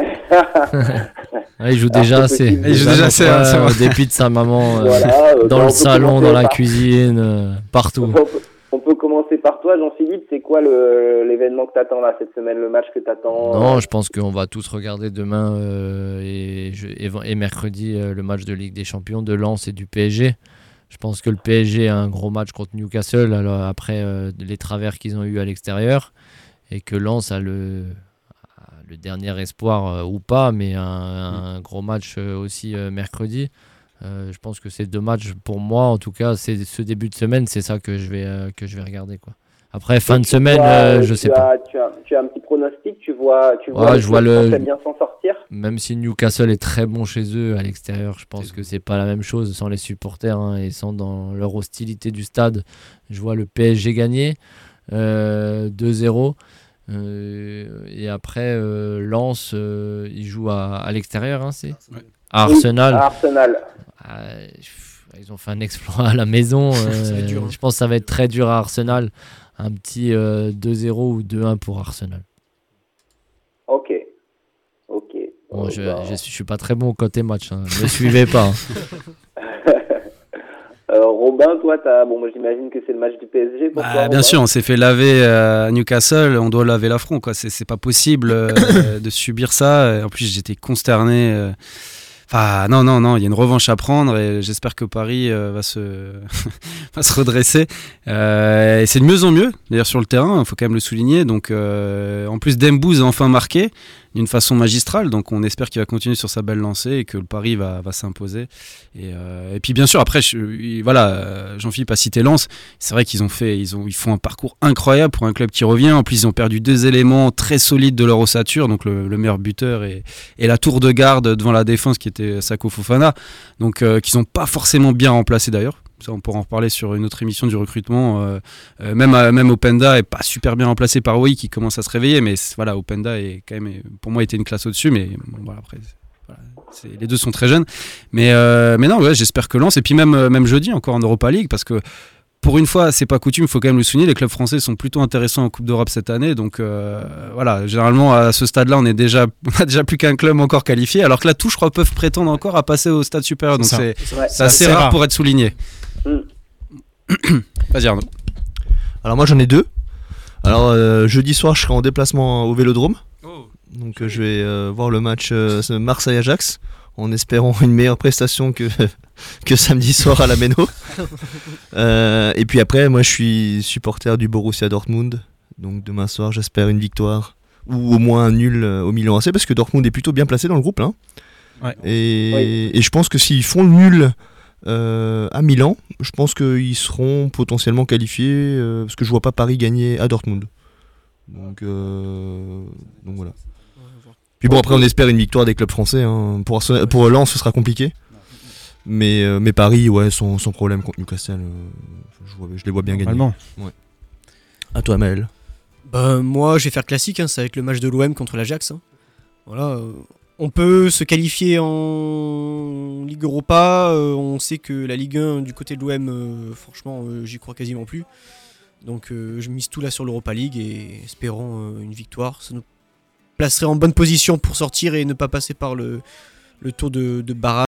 Ouais, il joue
Alors,
déjà
c'est
assez.
possible.
Ah, Il joue déjà
Ouais,
assez, hein, c'est
au
vrai.
dépit de sa maman, euh,
Voilà, euh,
dans
bah, on
le
peut
salon,
commencer
dans la
par-
cuisine, euh, partout.
On peut- On peut commencer par toi, Jean-Philippe. C'est quoi le- l'événement que t'attends là cette semaine, le match que t'attends euh,
Non, je pense qu'on va tous regarder demain euh, et, je- et ven- et mercredi euh, le match de Ligue des Champions de Lens et du PSG. Je pense que le PSG a un gros match contre Newcastle alors, après euh, les travers qu'ils ont eu à l'extérieur et que Lens a le, a le dernier espoir euh, ou pas, mais un, un gros match euh, aussi euh, mercredi. Euh, je pense que ces deux matchs, pour moi en tout cas, c'est ce début de semaine, c'est ça que je vais, euh, que je vais regarder. Quoi. Après, fin de semaine,
Toi,
euh,
euh,
je
tu
sais
as-
pas.
Tu as, tu as un petit pronostic, tu vois, tu vois,
Ouais,
les
je vois
joueurs
le-
français bien s'en sortir.
Même si Newcastle est très bon chez eux à l'extérieur, je pense que c'est pas la même chose sans les supporters hein, et sans dans leur hostilité du stade. Je vois le PSG gagner euh, 2-0. Euh, et après, euh, Lens, euh, il joue à, à l'extérieur, hein, c'est à
Oui,
Arsenal.
à Arsenal.
Ah, pff, ils ont fait un exploit à la maison.
va être
euh,
dur, hein.
Je pense que ça va être très dur à Arsenal. Un petit euh, 2-0 ou 2-1 pour Arsenal.
Ok. Ok.
Bon,
Euh,
je,
bah,
je, suis- je suis pas très bon côté match. hein. Ne me suivez pas. hein.
euh, Robin, toi, t'as... bon, moi j'imagine que c'est le match du PSG pour
Bah,
toi.
bien
Robin.
sûr, on s'est fait laver euh, à Newcastle, on doit laver l'affront, quoi. C'est, c'est pas possible euh, de subir ça. Et En plus, j'étais consterné. euh. Enfin, non, non, non, il y a une revanche à prendre et j'espère que Paris euh, va, se... va se redresser. Euh, et c'est de mieux en mieux, d'ailleurs, sur le terrain, il faut quand même le souligner. Donc, euh, en plus, Dembouz a enfin marqué d'une façon magistrale, donc on espère qu'il va continuer sur sa belle lancée et que le Paris va, va s'imposer. Et, euh, et puis, bien sûr, après, je- voilà, euh, Jean-Philippe a cité Lens. C'est vrai qu'ils ont fait, ils ont, ils font un parcours incroyable pour un club qui revient. En plus, ils ont perdu deux éléments très solides de leur ossature, donc le, le meilleur buteur et, et la tour de garde devant la défense qui était Sako Fofana, donc euh, qu'ils n'ont pas forcément bien remplacé d'ailleurs. Ça, on pourra en reparler sur une autre émission du recrutement. Euh, euh, même, à- même Openda est pas super bien remplacé par Wai qui commence à se réveiller, mais c'est- voilà, Openda est quand même, pour moi, était une classe au-dessus, mais bon, voilà, après. c'est- voilà, c'est- Les deux sont très jeunes, mais euh, mais non, ouais, j'espère que Lens et puis même euh, même jeudi encore en Europa League parce que pour une fois, c'est pas coutume, il faut quand même le souligner, les clubs français sont plutôt intéressants en Coupe d'Europe cette année. Donc euh, voilà, généralement à ce stade-là, on est déjà, on a déjà plus qu'un club encore qualifié, alors que là, tout, je crois, peuvent prétendre encore à passer au stade supérieur. Donc
C'est ça.
c'est
Ouais.
c'est assez
C'est
rare,
rare.
pour être souligné.
Mm.
Vas-y Arnaud.
Alors moi j'en ai deux. Alors euh, jeudi soir je serai en déplacement au Vélodrome. Donc euh, je vais euh, voir le match euh, ce Marseille-Ajax en espérant une meilleure prestation que, que samedi soir à la Méno. Euh, et puis après moi je suis supporter du Borussia Dortmund. Donc demain soir j'espère une victoire ou au moins un nul euh, au Milan AC parce que Dortmund est plutôt bien placé dans le groupe. Là.
Ouais.
Et,
Oui.
et je pense que s'ils font le nul euh, à Milan, je pense qu'ils seront potentiellement qualifiés euh, parce que je vois pas Paris gagner à Dortmund. Donc, euh, donc voilà. Puis bon, après, on espère une victoire des clubs français. hein. Pour, Arsenal- pour Lens, ce sera compliqué. Mais, euh, mais Paris, ouais, sans, sans problème contre Newcastle. euh, je, vois- je les vois bien gagner.
normalement.
À toi, Maël.
Bah, moi, je vais faire classique, hein, ça va être le match de l'OM contre l'Ajax. hein. Voilà, euh, on peut se qualifier en Ligue Europa. euh, on sait que la Ligue 1 du côté de l'OM, euh, franchement, euh, j'y crois quasiment plus. Donc, euh, je mise tout là sur l'Europa League et espérons euh, une victoire. Ça nous placerait en bonne position pour sortir et ne pas passer par le, le tour de, de barrage.